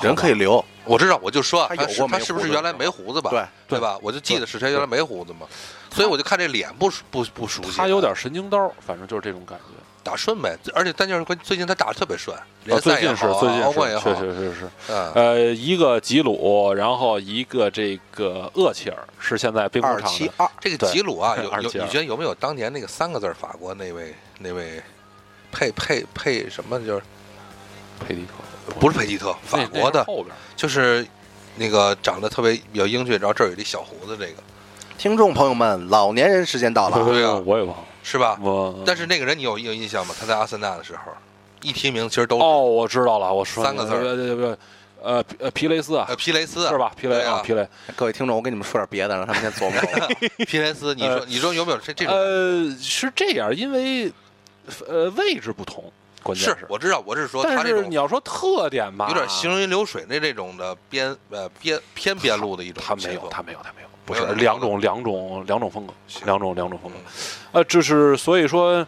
Speaker 4: 人可以留，
Speaker 2: 我知道，我就说啊
Speaker 4: 他有
Speaker 2: 他是
Speaker 4: 过
Speaker 2: 他
Speaker 4: 没
Speaker 2: 是不是
Speaker 4: 胡子
Speaker 2: 原来
Speaker 4: 的时候
Speaker 2: 没胡子吧？
Speaker 4: 对
Speaker 2: 对吧？我就记得是谁原来没胡子嘛，所以我就看这脸不熟不不熟悉了。啊
Speaker 3: 他有点神经刀，反正就是这种感觉。
Speaker 2: 打顺呗，而且但就是关最近他打的特别顺，
Speaker 3: 啊，
Speaker 2: 联
Speaker 3: 最
Speaker 2: 赛也
Speaker 3: 近是
Speaker 2: 好啊，
Speaker 3: 最近
Speaker 2: 欧冠也
Speaker 3: 是，
Speaker 2: 好
Speaker 3: 确，实是是。
Speaker 2: 嗯，
Speaker 3: 呃，一个吉鲁，然后一个这个厄齐尔是现在兵工
Speaker 4: 二
Speaker 3: 厂
Speaker 4: 七
Speaker 3: 的。
Speaker 4: 二
Speaker 2: 这个吉鲁啊，
Speaker 3: 对
Speaker 2: 有有你
Speaker 3: 22
Speaker 2: 觉得有没有当年那个三个字儿法国那位那位佩佩佩什么就是
Speaker 3: 佩蒂克，
Speaker 2: 不是佩吉特，
Speaker 3: 那
Speaker 2: 法国
Speaker 3: 那是
Speaker 2: 的，
Speaker 3: 后边儿
Speaker 2: 就是那个长得特别比较英俊，然后这儿有一小胡子，这个
Speaker 4: 听众朋友们，老年人时间 到了啊，
Speaker 2: 对啊
Speaker 3: 我也忘了，
Speaker 2: 是吧？
Speaker 3: 我
Speaker 2: 但是那个人你有有印象吗？他在阿森纳的时候，一提名其实都
Speaker 3: 哦，我知道了，我说
Speaker 2: 三个字儿
Speaker 3: 呃不不呃皮呃皮雷斯啊
Speaker 2: 呃，皮雷斯
Speaker 3: 是吧？皮雷
Speaker 2: 对
Speaker 3: 啊，
Speaker 2: 啊
Speaker 3: 皮雷。
Speaker 4: 各位听众，我给你们说点别的，让他们先琢磨琢磨。
Speaker 2: 皮雷斯，你说你说有没有这这种？
Speaker 3: 呃，是这样，因为呃位置不同，关键
Speaker 2: 是我知道，我是说他
Speaker 3: 但
Speaker 2: 这
Speaker 3: 是
Speaker 2: 种
Speaker 3: 你要说啊特点吧，
Speaker 2: 有点行云流水那这种的边呃边偏边路的一种
Speaker 3: 他没
Speaker 2: 节奏
Speaker 3: 有，他没有，他没有，不
Speaker 2: 没
Speaker 3: 是
Speaker 2: 有他没有
Speaker 3: 两种两种两种风格，两种两种风格
Speaker 2: 嗯，
Speaker 3: 呃，就是所以说，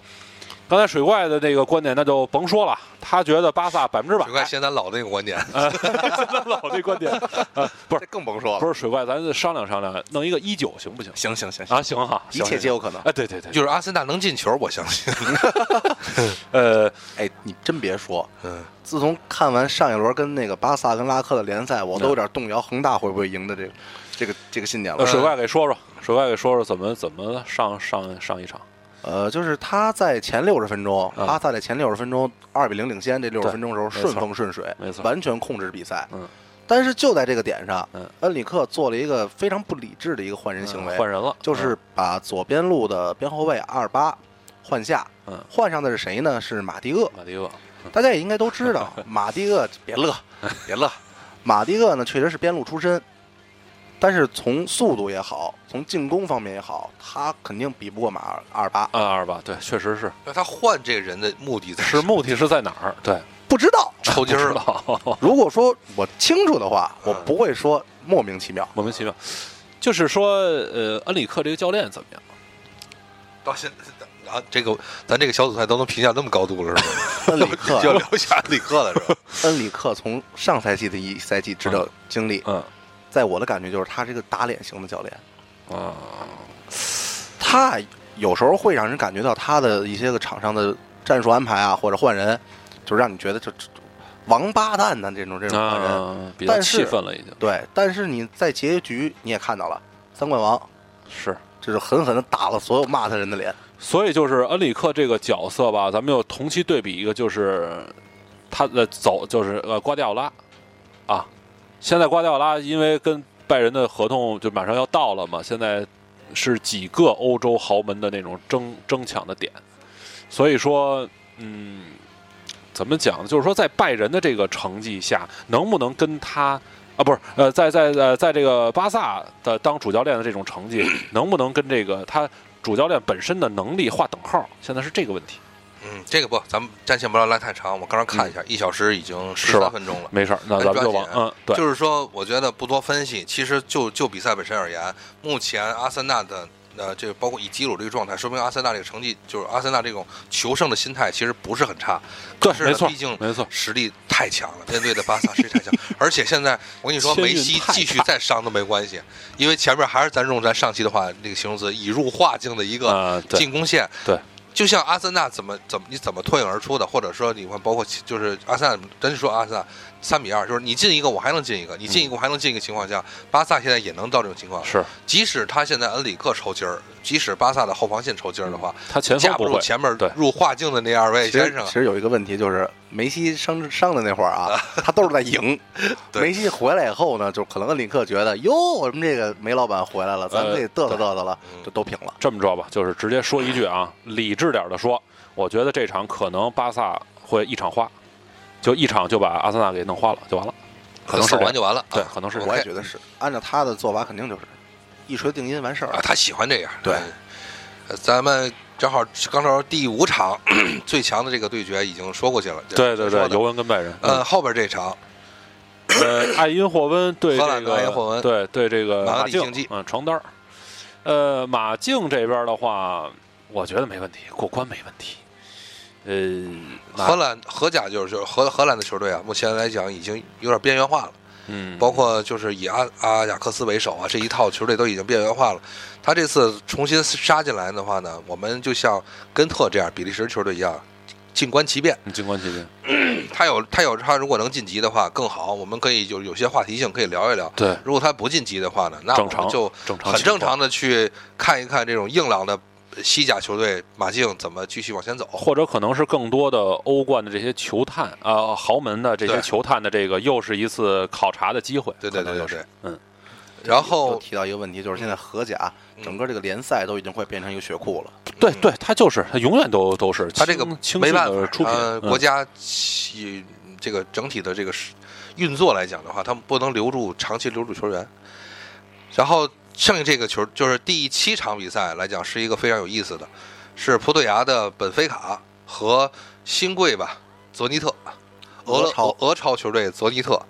Speaker 3: 刚才水怪的那个观点那就甭说了，他觉得巴萨百分之百
Speaker 2: 水，怪现在老那个观点，
Speaker 3: 呃老那 观点，呃，不
Speaker 4: 这
Speaker 3: 是
Speaker 4: 更甭说了，
Speaker 3: 不是水怪，咱商量商量，弄一个一九行不行？
Speaker 4: 行行行行，
Speaker 3: 啊，行哈，
Speaker 4: 一
Speaker 3: 行
Speaker 4: 切皆有可能
Speaker 3: 行哎，对对对，
Speaker 2: 就是阿森纳能进球，我相信。
Speaker 3: 呃，
Speaker 4: 哎，你真别说，
Speaker 2: 嗯，
Speaker 4: 自从看完上一轮跟那个巴萨跟拉科的联赛，我都有点动摇恒大会不会赢的这个这个这个信念
Speaker 3: 嗯呃
Speaker 4: 了。
Speaker 3: 水怪给说说，水怪给说说怎么怎么上上上一场，
Speaker 4: 呃，就是他在前六十分钟，
Speaker 3: 嗯
Speaker 4: 巴萨在前六十分钟二比零领先，这六十
Speaker 3: 对
Speaker 4: 分钟时候
Speaker 3: 没
Speaker 4: 顺
Speaker 3: 错
Speaker 4: 风顺水，
Speaker 3: 没错
Speaker 4: 完全控制比赛。
Speaker 3: 嗯，
Speaker 4: 但是就在这个点上
Speaker 3: 嗯，
Speaker 4: 恩里克做了一个非常不理智的一个换人行为，
Speaker 3: 换人了，嗯
Speaker 4: 就是把左边路的边后卫阿尔巴换下，
Speaker 3: 嗯
Speaker 4: 换上的是谁呢？是马蒂厄
Speaker 3: 嗯。马蒂厄，
Speaker 4: 大家也应该都知 道，马蒂厄别乐，别乐。马蒂厄呢，确实是边路出身，但是从速度也好，从进攻方面也好，他肯定比不过马尔阿尔巴。
Speaker 3: 啊二吧，对，确 实是，
Speaker 2: 那他换这个人的目的在
Speaker 3: 是目的是在哪儿？对，
Speaker 4: 不知道，
Speaker 2: 抽筋儿
Speaker 3: 不知
Speaker 2: 了。
Speaker 3: 道。
Speaker 4: 如果说我清楚的话，我不会说莫名其妙。
Speaker 3: 莫名其妙。就是说，呃，恩里克这个教练怎么样？
Speaker 2: 到现在啊，这个咱这个小组赛都能评价那么高度了，是吧？
Speaker 4: 恩里
Speaker 3: 啊
Speaker 2: 就
Speaker 4: 克，
Speaker 2: 聊一下里克了，是吧？
Speaker 4: 恩里克从上赛季的一赛季执教经历，
Speaker 3: 嗯
Speaker 4: 在我的感觉就是他是一个打脸型的教练。
Speaker 3: 啊，
Speaker 4: 他有时候会让人感觉到他的一些个场上的战术安排啊，或者换人，就是让你觉得就就王八蛋呢这种这种换人。
Speaker 3: 那啊比较
Speaker 4: 啊但是
Speaker 3: 气愤了，已经
Speaker 4: 对，但是你在结局你也看到了，三冠王
Speaker 3: 是。
Speaker 4: 就是狠狠的打了所有骂他人的脸。
Speaker 3: 所以就是恩里克这个角色吧，咱们又同期对比一个，就是他的走就是呃瓜迪奥拉啊，现在瓜迪奥拉因为跟拜仁的合同就马上要到了嘛，现在是几个欧洲豪门的那种争争抢的点，所以说嗯，怎么讲呢？就是说在拜仁的这个成绩下，能不能跟他？啊，不是，呃，在在呃，在这个巴萨的当主教练的这种成绩，能不能跟这个他主教练本身的能力划等号？现在是这个问题。
Speaker 2: 嗯，这个不，咱们战线不要拉太长。我刚才看一下，一小时已经十
Speaker 3: 是吧
Speaker 2: 三分钟了。
Speaker 3: 没事儿，那咱们就往
Speaker 2: 抓紧
Speaker 3: 嗯，对，
Speaker 2: 就是说，我觉得不多分析。其实就就比赛本身而言，目前阿森纳的呃，这个包括以基鲁这个状态，说明阿森纳这个成绩，就是阿森纳这种求胜的心态其实不是很差。
Speaker 3: 对
Speaker 2: 可是，呢
Speaker 3: 没错
Speaker 2: 毕竟，
Speaker 3: 没错，
Speaker 2: 实力太强了，面对的巴萨实力 太强，而且现在我跟你说，
Speaker 3: 天运
Speaker 2: 梅西
Speaker 3: 太
Speaker 2: 继续
Speaker 3: 差
Speaker 2: 再伤都没关系，因为前面还是咱用咱上期的话那个形容词，已入化境的一
Speaker 3: 啊
Speaker 2: 个
Speaker 3: 对
Speaker 2: 进攻线。
Speaker 3: 对
Speaker 2: 就像阿森纳怎么怎么你怎么脱颖而出的，或者说你看包括其就是阿森纳，咱就说阿森纳三比二，就是你进一个我还能进一个，你进一个我还能进一个情况下，巴萨现在也能到这种情况。
Speaker 3: 是
Speaker 2: 即使他现在恩里克抽筋儿，即使巴萨的后防线抽筋儿的话，
Speaker 3: 他嗯前锋
Speaker 2: 架不
Speaker 3: 不
Speaker 2: 住
Speaker 3: 会，
Speaker 2: 前面
Speaker 3: 对
Speaker 2: 入化境的那二位
Speaker 4: 其
Speaker 2: 先
Speaker 4: 实
Speaker 2: 生啊
Speaker 4: 其。实有一个问题就是，梅西伤伤的那会 儿啊，他都是在赢。
Speaker 2: 对
Speaker 4: 梅西回来以后呢，就可能恩里克觉得哟，我们这个梅老板回来了，咱们
Speaker 2: 呃
Speaker 4: 可以嘚瑟嘚瑟了，
Speaker 2: 嗯
Speaker 4: 就都平了。
Speaker 3: 这么着吧，就是直接说一句啊，理智点的说，我觉得这场可能巴萨会一场花，就一场就把阿森纳给弄花了就完了。
Speaker 2: 可能扫完就完了。
Speaker 3: 对
Speaker 2: 啊，
Speaker 3: 可能是这
Speaker 4: 我也
Speaker 3: 样。
Speaker 4: 觉得是，按照他的做法，肯定就是一锤定音完事儿
Speaker 2: 啊，。他喜欢这样。
Speaker 4: 对
Speaker 2: 嗯，呃咱们正好刚才第五场 最强的这个对决已经说过去了。
Speaker 3: 对对对
Speaker 2: 说，的
Speaker 3: 尤文跟拜仁，嗯
Speaker 2: 呃，后边这场
Speaker 3: 呃，艾因霍温对
Speaker 2: 荷
Speaker 3: 这
Speaker 2: 兰的
Speaker 3: 个
Speaker 2: 艾因霍温
Speaker 3: 对对这个
Speaker 2: 马德
Speaker 3: 马
Speaker 2: 里竞
Speaker 3: 竞
Speaker 2: 技，
Speaker 3: 嗯，床单儿。呃，马竞这边的话，我觉得没问题，过关没问题。呃，马
Speaker 2: 荷兰荷甲就是就是荷荷兰的球队啊，目前来讲已经有点边缘化了，
Speaker 3: 嗯，
Speaker 2: 包括就是以阿阿贾克斯为首啊，这一套球队都已经边缘化了。他这次重新杀进来的话呢，我们就像根特这样比利时球队一样，静观其变。
Speaker 3: 静观
Speaker 2: 啊
Speaker 3: 其变。
Speaker 2: 他有他有他如果能晋级的话更好，我们可以有有些话题性可以聊一聊。
Speaker 3: 对，
Speaker 2: 如果他不晋级的话呢，那我
Speaker 3: 正常
Speaker 2: 们就
Speaker 3: 正常
Speaker 2: 很正
Speaker 3: 情况
Speaker 2: 常的去看一看这种硬朗的西甲球队马竞怎么继续往前走。
Speaker 3: 或者可能是更多的欧冠的这些球探啊、呃豪门的这些
Speaker 2: 对
Speaker 3: 球探的这个又是一次考察的机会。
Speaker 2: 对对
Speaker 3: 可
Speaker 2: 对
Speaker 3: 能
Speaker 2: 对
Speaker 3: 就是
Speaker 2: 对，
Speaker 3: 嗯，
Speaker 2: 然
Speaker 4: 又
Speaker 2: 后嗯
Speaker 4: 提到一个问题，就是现在荷甲整个这个联赛都已经快变成一个血库了。
Speaker 3: 对对，他就是他永远都都是
Speaker 2: 他这个
Speaker 3: 清清
Speaker 2: 没
Speaker 3: 晰
Speaker 2: 办
Speaker 3: 的
Speaker 2: 法，
Speaker 3: 出品、
Speaker 2: 呃，
Speaker 3: 嗯
Speaker 2: 国家起这个整体的这个是运作来讲的话，他们不能留住长期留住球员。然后剩下这个球就是第七场比赛来讲是一个非常有意思的，是葡萄牙的本菲卡和新贵吧泽尼特，俄
Speaker 4: 俄超
Speaker 2: 俄超球队泽尼特。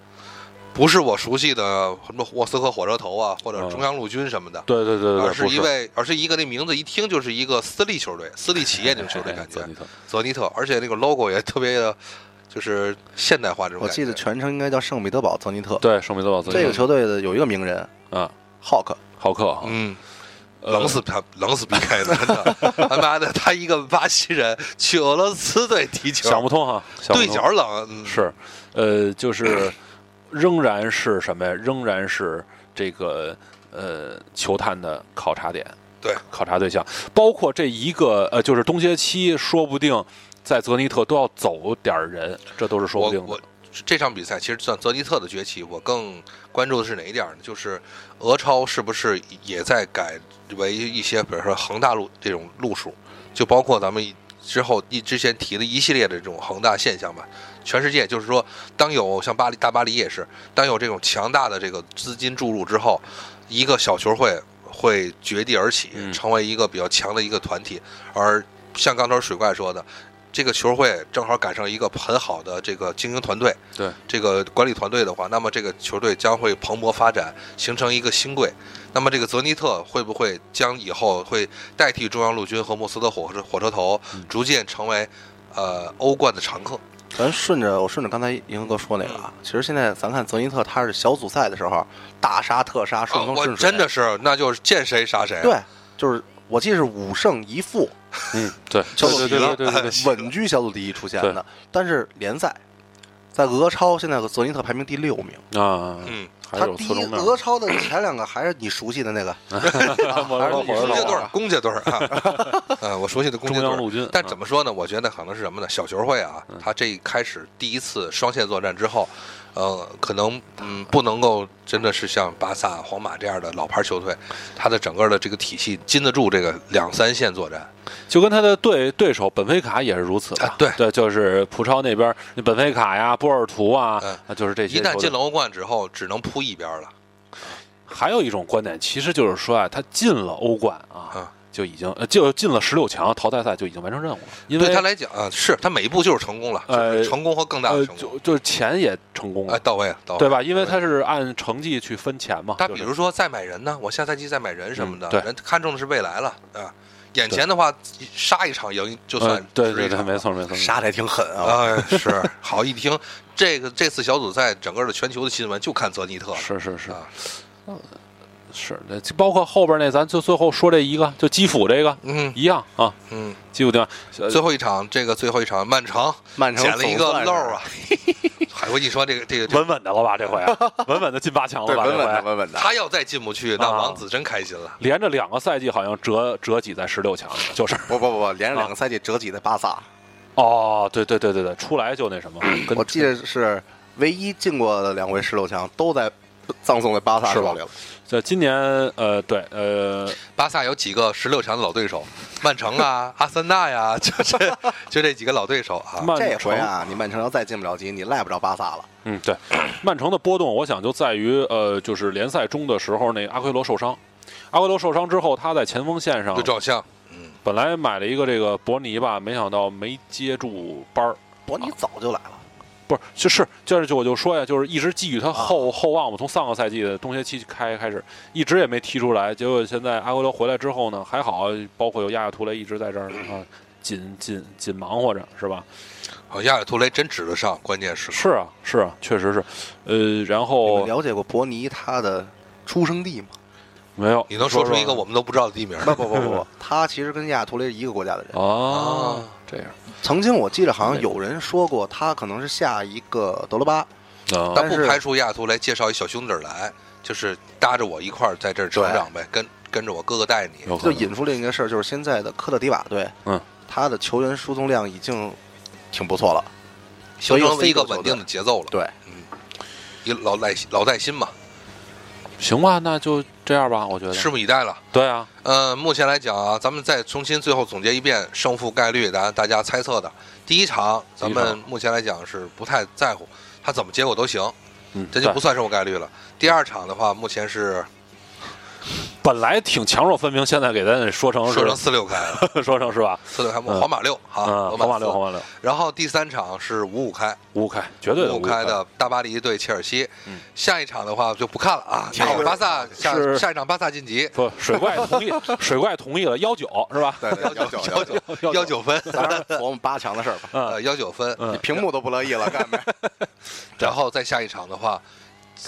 Speaker 2: 不是我熟悉的什么莫斯科火车头啊，或者
Speaker 3: 嗯
Speaker 2: 中央陆军什么的，
Speaker 3: 对对对
Speaker 2: 而
Speaker 3: 对，对
Speaker 2: 啊是
Speaker 3: 不
Speaker 2: 一位，而是一个那名字一听就是一个私立球队、私立企业那种球队
Speaker 3: 哎
Speaker 2: 感觉
Speaker 3: 泽。尼特
Speaker 2: 泽尼特，而且那个 logo 也特别的，就是现代化这种
Speaker 4: 我
Speaker 2: 感觉。
Speaker 4: 记得全称应该叫圣彼得堡泽尼特。
Speaker 3: 对，圣彼得堡泽尼特
Speaker 4: 这个球队的有一个名人
Speaker 3: 啊，
Speaker 4: 浩克，
Speaker 3: 豪克啊，
Speaker 2: 嗯，
Speaker 3: 呃
Speaker 2: 冷死他，冷死 PK 的，真的，他妈的，他一个巴西人去俄罗斯队踢球，
Speaker 3: 想不通哈，想不
Speaker 2: 对
Speaker 3: 通
Speaker 2: 角冷，嗯、
Speaker 3: 是，呃，就是仍然是什么呀？仍然是这个呃球探的考察点，
Speaker 2: 对，
Speaker 3: 考察对象，包括这一个呃，就是冬歇期，说不定在泽尼特都要走点儿人，这都是说
Speaker 2: 我
Speaker 3: 不定的
Speaker 2: 我。这场比赛其实算泽尼特的崛起，我更关注的是哪一点呢？就是俄超是不是也在改为一些，比如说恒大路这种路数，就包括咱们之后一之前提的一系列的这种恒大现象吧。全世界就是说，当有像巴黎大巴黎也是，当有这种强大的这个资金注入之后，一个小球会会绝地而起，
Speaker 3: 嗯
Speaker 2: 成为一个比较强的一个团体。而像刚才水怪说的，这个球会正好赶上一个很好的这个经营团队，
Speaker 3: 对
Speaker 2: 这个管理团队的话，那么这个球队将会蓬勃发展，形成一个新贵。那么这个泽尼特会不会将以后会代替中央陆军和莫斯科火车火车头，
Speaker 4: 嗯
Speaker 2: 逐渐成为呃欧冠的常客？
Speaker 4: 咱顺着我顺着刚才银河哥说那个啊，其实现在咱看泽尼特，他是小组赛的时候大杀特杀，顺
Speaker 2: 啊，
Speaker 4: 风
Speaker 2: 我
Speaker 4: 顺水，
Speaker 2: 真的是，那就是见谁杀谁。
Speaker 4: 对，就是我记得是五胜一负，
Speaker 3: 嗯，对，
Speaker 4: 小
Speaker 3: 对
Speaker 4: 组
Speaker 3: 对
Speaker 4: 第一
Speaker 3: 对对对对，
Speaker 4: 稳居小组第一出现
Speaker 3: 对
Speaker 4: 的。但是联赛在俄超现在泽尼特排名第六名，
Speaker 3: 啊，
Speaker 2: 嗯，
Speaker 3: 还
Speaker 4: 他
Speaker 3: 有
Speaker 4: 第
Speaker 3: 侧
Speaker 4: 一
Speaker 3: 重点
Speaker 4: 俄超的前两个还是你熟悉的那个，
Speaker 3: 儿，
Speaker 4: 还是
Speaker 3: 我
Speaker 4: 你
Speaker 2: 公
Speaker 4: 说
Speaker 2: 家
Speaker 4: 这
Speaker 2: 队
Speaker 4: 段
Speaker 2: 儿，公家队儿啊， 嗯，我熟悉的公家
Speaker 3: 中
Speaker 2: 队
Speaker 3: 央
Speaker 2: 儿。
Speaker 3: 陆军，嗯
Speaker 2: 但怎
Speaker 3: 啊
Speaker 2: 么说呢？我觉得可能是什么呢？小球会啊，他这一开始第一次双线作战之后，呃，可能嗯不能够真的是像巴萨、皇马这样的老牌球队，他的整个的这个体系禁得住这个两三线作战。
Speaker 3: 就跟他的对对手本菲卡也是如此吧
Speaker 2: 啊对
Speaker 3: 对，就是葡超那边那本菲卡呀、波尔图啊
Speaker 2: 嗯，
Speaker 3: 啊就是这些
Speaker 2: 一
Speaker 3: 球队。
Speaker 2: 旦进了欧冠之后，只能扑一边儿了。
Speaker 3: 还有一种观点，其实就是说啊，他进了欧冠啊，
Speaker 2: 嗯
Speaker 3: 就已经呃就进了十六强淘汰赛就已经完成任务了，因为
Speaker 2: 对他来讲啊，是他每一步就是成功了，就
Speaker 3: 呃
Speaker 2: 是成功和更大
Speaker 3: 呃
Speaker 2: 的成功
Speaker 3: 就。就是钱也成功了，
Speaker 2: 哎，到位了，到位了
Speaker 3: 对吧？因为他是按成绩去分钱嘛。
Speaker 2: 他
Speaker 3: 就是
Speaker 2: 比如说再买人呢，我下赛季再买人什么的
Speaker 3: 嗯，对
Speaker 2: 人看中的是未来了啊。眼前的话，杀一场赢就
Speaker 3: 呃
Speaker 2: 算
Speaker 3: 对
Speaker 2: 是
Speaker 3: 对
Speaker 2: 一
Speaker 3: 对，
Speaker 2: 场
Speaker 3: 没错没错。
Speaker 4: 杀的还挺狠啊。
Speaker 2: 哎，是好一听，这个这次小组赛整个的全球的新闻就看泽尼特了，
Speaker 3: 是是是
Speaker 2: 啊
Speaker 3: 是，那包括后边那，咱就最后说这一个，就基辅这个
Speaker 2: 嗯
Speaker 3: 一样啊，
Speaker 2: 嗯，
Speaker 3: 基辅对吧？呃
Speaker 2: 最后一场这个最后一场曼城
Speaker 4: 曼城
Speaker 2: 捡了一
Speaker 4: 总
Speaker 2: 个
Speaker 4: 算是
Speaker 2: 漏儿 啊，海我跟你说这个这个这个，
Speaker 3: 稳稳的了吧，这回 啊稳稳的进八强了
Speaker 4: 对，
Speaker 3: 吧，
Speaker 4: 稳
Speaker 3: 这
Speaker 4: 稳的，
Speaker 3: 回
Speaker 4: 稳稳的。
Speaker 2: 他要再进不去，那
Speaker 3: 啊
Speaker 2: 王子真开心了。
Speaker 3: 连着两个赛季好像折折戟在十六强里了，就是
Speaker 4: 不不不不，连着两个赛季折戟的巴萨，
Speaker 3: 哦，对对对 对对，出来就那什么，跟
Speaker 4: 我记得是唯一进过的两回十六强都在葬送在巴萨
Speaker 3: 是吧
Speaker 4: 手里了。
Speaker 3: 在今年，呃，对，呃，
Speaker 2: 巴萨有几个十六强的老对手，曼城啊、阿森纳呀、就这就这几个老对手 啊。
Speaker 3: 曼
Speaker 4: 这回
Speaker 3: 城
Speaker 4: 啊，你啊曼城要再进不了级，你赖不着巴萨了。
Speaker 3: 嗯，对， 曼城的波动，我想就在于呃，就是联赛中的时候，那阿奎罗受伤，阿奎罗受伤之后，他在前锋线上
Speaker 2: 对照相，
Speaker 3: 本来买了一个这个伯尼吧，没想到没接住班儿，
Speaker 4: 伯尼早就来了，
Speaker 3: 不是，就是就是就我就说呀，就是一直寄予他厚、厚望嘛，从上个赛季的冬歇期开开始，一直也没踢出来，结果现在阿奎罗回来之后呢，还好，包括有亚亚图雷一直在这儿啊，紧紧紧忙活着，是吧？
Speaker 2: 好，亚尔图雷真指得上，关键是
Speaker 3: 是啊，是啊，确实是，呃，然
Speaker 4: 你
Speaker 3: 后
Speaker 4: 们了解过伯尼他的出生地吗？
Speaker 3: 没有，
Speaker 2: 你能说出一个我们都不知道的地名
Speaker 4: 不啊不不不 哦不， 他其实跟亚图雷是一个国家的人。
Speaker 3: 啊，这样，
Speaker 4: 曾经我记得好像有人说过，他可能是下一个德罗巴。
Speaker 3: 啊
Speaker 2: 但
Speaker 4: 但
Speaker 2: 不
Speaker 4: 是
Speaker 2: 排除亚尔图雷介绍一小兄弟儿来，就是搭着我一块儿在这儿成长呗，跟跟着我哥哥带你。
Speaker 3: 有可
Speaker 4: 就
Speaker 3: 能
Speaker 4: 引出另一个事儿，就是现在的科特迪瓦队，
Speaker 3: 嗯，
Speaker 4: 他的球员输送量已经挺不错了，
Speaker 2: 形成了一个
Speaker 4: 所以有四
Speaker 2: 稳定的
Speaker 4: 球
Speaker 2: 节奏了。
Speaker 4: 队。对，
Speaker 2: 一老带老带新嘛，
Speaker 3: 行吧，那就这样吧，我觉得
Speaker 2: 拭目以待了。
Speaker 3: 对啊，
Speaker 2: 呃，目前来讲啊，咱们再重新最后总结一遍胜负概率，大家大家猜测的。第一场，咱
Speaker 3: 第一
Speaker 2: 们
Speaker 3: 场
Speaker 2: 目前来讲是不太在乎，它怎么结果都行，
Speaker 3: 嗯，
Speaker 2: 这就
Speaker 3: 对
Speaker 2: 不算胜负概率了。第二场的话，目前是
Speaker 3: 本来挺强弱分明，现在给咱说成
Speaker 2: 说成
Speaker 3: 是
Speaker 2: 四六开了，
Speaker 3: 说成是吧？
Speaker 2: 四六开
Speaker 3: 嗯
Speaker 2: 皇马六啊，
Speaker 3: 嗯，
Speaker 2: 罗
Speaker 3: 皇马
Speaker 2: 四
Speaker 3: 六，皇马六，
Speaker 2: 然后第三场是五五开，
Speaker 3: 五五开，绝对的
Speaker 2: 五五
Speaker 3: 五
Speaker 2: 开的大巴黎对切尔西。
Speaker 3: 嗯
Speaker 2: 下一场的话就不看了啊，
Speaker 4: 下
Speaker 2: 那
Speaker 4: 一
Speaker 2: 个
Speaker 4: 场
Speaker 2: 巴萨下
Speaker 3: 是
Speaker 2: 下一场巴萨晋级，
Speaker 3: 不，水怪 同意，水怪同意了，幺九是吧？
Speaker 4: 对对，幺九
Speaker 2: 幺九
Speaker 3: 幺
Speaker 2: 幺九分，
Speaker 4: 咱们琢磨八强的事儿 吧。
Speaker 2: 呃幺九分，
Speaker 3: 嗯
Speaker 4: 你屏幕都不乐意了， 干呗？
Speaker 2: 然后再下一场的话，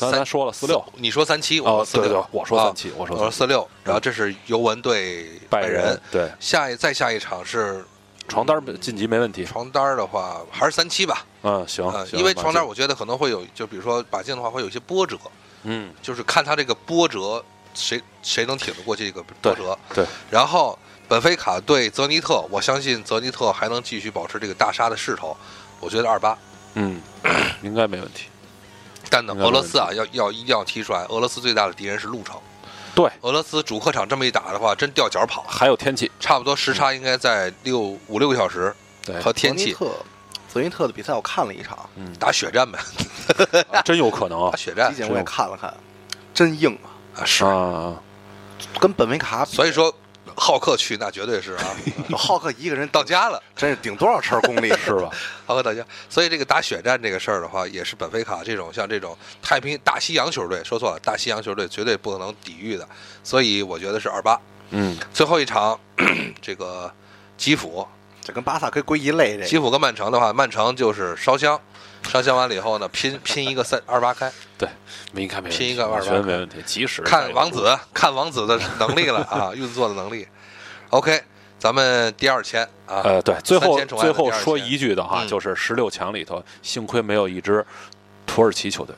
Speaker 3: 刚才咱说了四六，
Speaker 2: 你说三七，
Speaker 3: 哦
Speaker 2: 我四
Speaker 3: 对
Speaker 2: 六
Speaker 3: 对，我说
Speaker 2: 啊
Speaker 3: 37我说嗯
Speaker 2: 我说四六，然后这是尤文对
Speaker 3: 拜
Speaker 2: 仁，
Speaker 3: 对
Speaker 2: 下一再下一场是
Speaker 3: 床单晋级没问题，
Speaker 2: 床单儿的话还是三七吧，
Speaker 3: 嗯，行
Speaker 2: 呃，
Speaker 3: 行
Speaker 2: 因为
Speaker 3: 马
Speaker 2: 床单儿
Speaker 3: 竞
Speaker 2: 我觉得可能会有，就比如说把进的话会有一些波折，
Speaker 3: 嗯
Speaker 2: 就是看他这个波折谁谁能挺得过这个波折，
Speaker 3: 对，
Speaker 2: 然后本菲卡对泽尼特，我相信泽尼特还能继续保持这个大杀的势头，我觉得二八。
Speaker 3: 嗯，应该没问题，
Speaker 2: 但呢，俄罗斯啊，要要一定要提出来，俄罗斯最大的敌人是路程。
Speaker 3: 对，
Speaker 2: 俄罗斯主客场这么一打的话，真掉脚跑，
Speaker 3: 还有天气，
Speaker 2: 差不多时差应该在六五六个小时
Speaker 3: 对，
Speaker 2: 和天气
Speaker 4: 泽尼特，泽尼特的比赛我看了一场，
Speaker 3: 嗯，
Speaker 2: 打血战呗，
Speaker 3: 啊真有可能啊
Speaker 2: 打血战
Speaker 4: 集锦我也看了看，真硬啊，
Speaker 2: 啊是。
Speaker 3: 啊，
Speaker 4: 跟本维卡比
Speaker 2: 所以说，浩克去那绝对是啊，
Speaker 4: 浩克一个人
Speaker 2: 到家了，
Speaker 4: 真是顶多少车 功力
Speaker 3: 是吧？
Speaker 2: 浩克到家。所以这个打血战这个事儿的话，也是本菲卡这种像这种太平大西洋球队，说错了，大西洋球队绝对不可能抵御的。所以我觉得是二八。
Speaker 3: 嗯，
Speaker 2: 最后一场，这个基辅
Speaker 4: 这跟巴萨可以归一类这
Speaker 2: 基
Speaker 4: 个。
Speaker 2: 辅跟曼城的话，曼城就是烧香，烧香完了以后呢，拼拼一个三二八开，
Speaker 3: 对，应该没问题，
Speaker 2: 拼一个
Speaker 3: 我
Speaker 2: 二
Speaker 3: 觉
Speaker 2: 八
Speaker 3: 得没问题，即使
Speaker 2: 看王子，看王子的能力了啊，运作的能力。OK，咱们第二签啊，
Speaker 3: 呃，对，最后
Speaker 2: 三千宠爱
Speaker 3: 最
Speaker 2: 的
Speaker 3: 后
Speaker 2: 第二
Speaker 3: 说
Speaker 2: 线
Speaker 3: 一句的哈，
Speaker 2: 嗯
Speaker 3: 就是十六强里头，幸亏没有一支土耳其球队。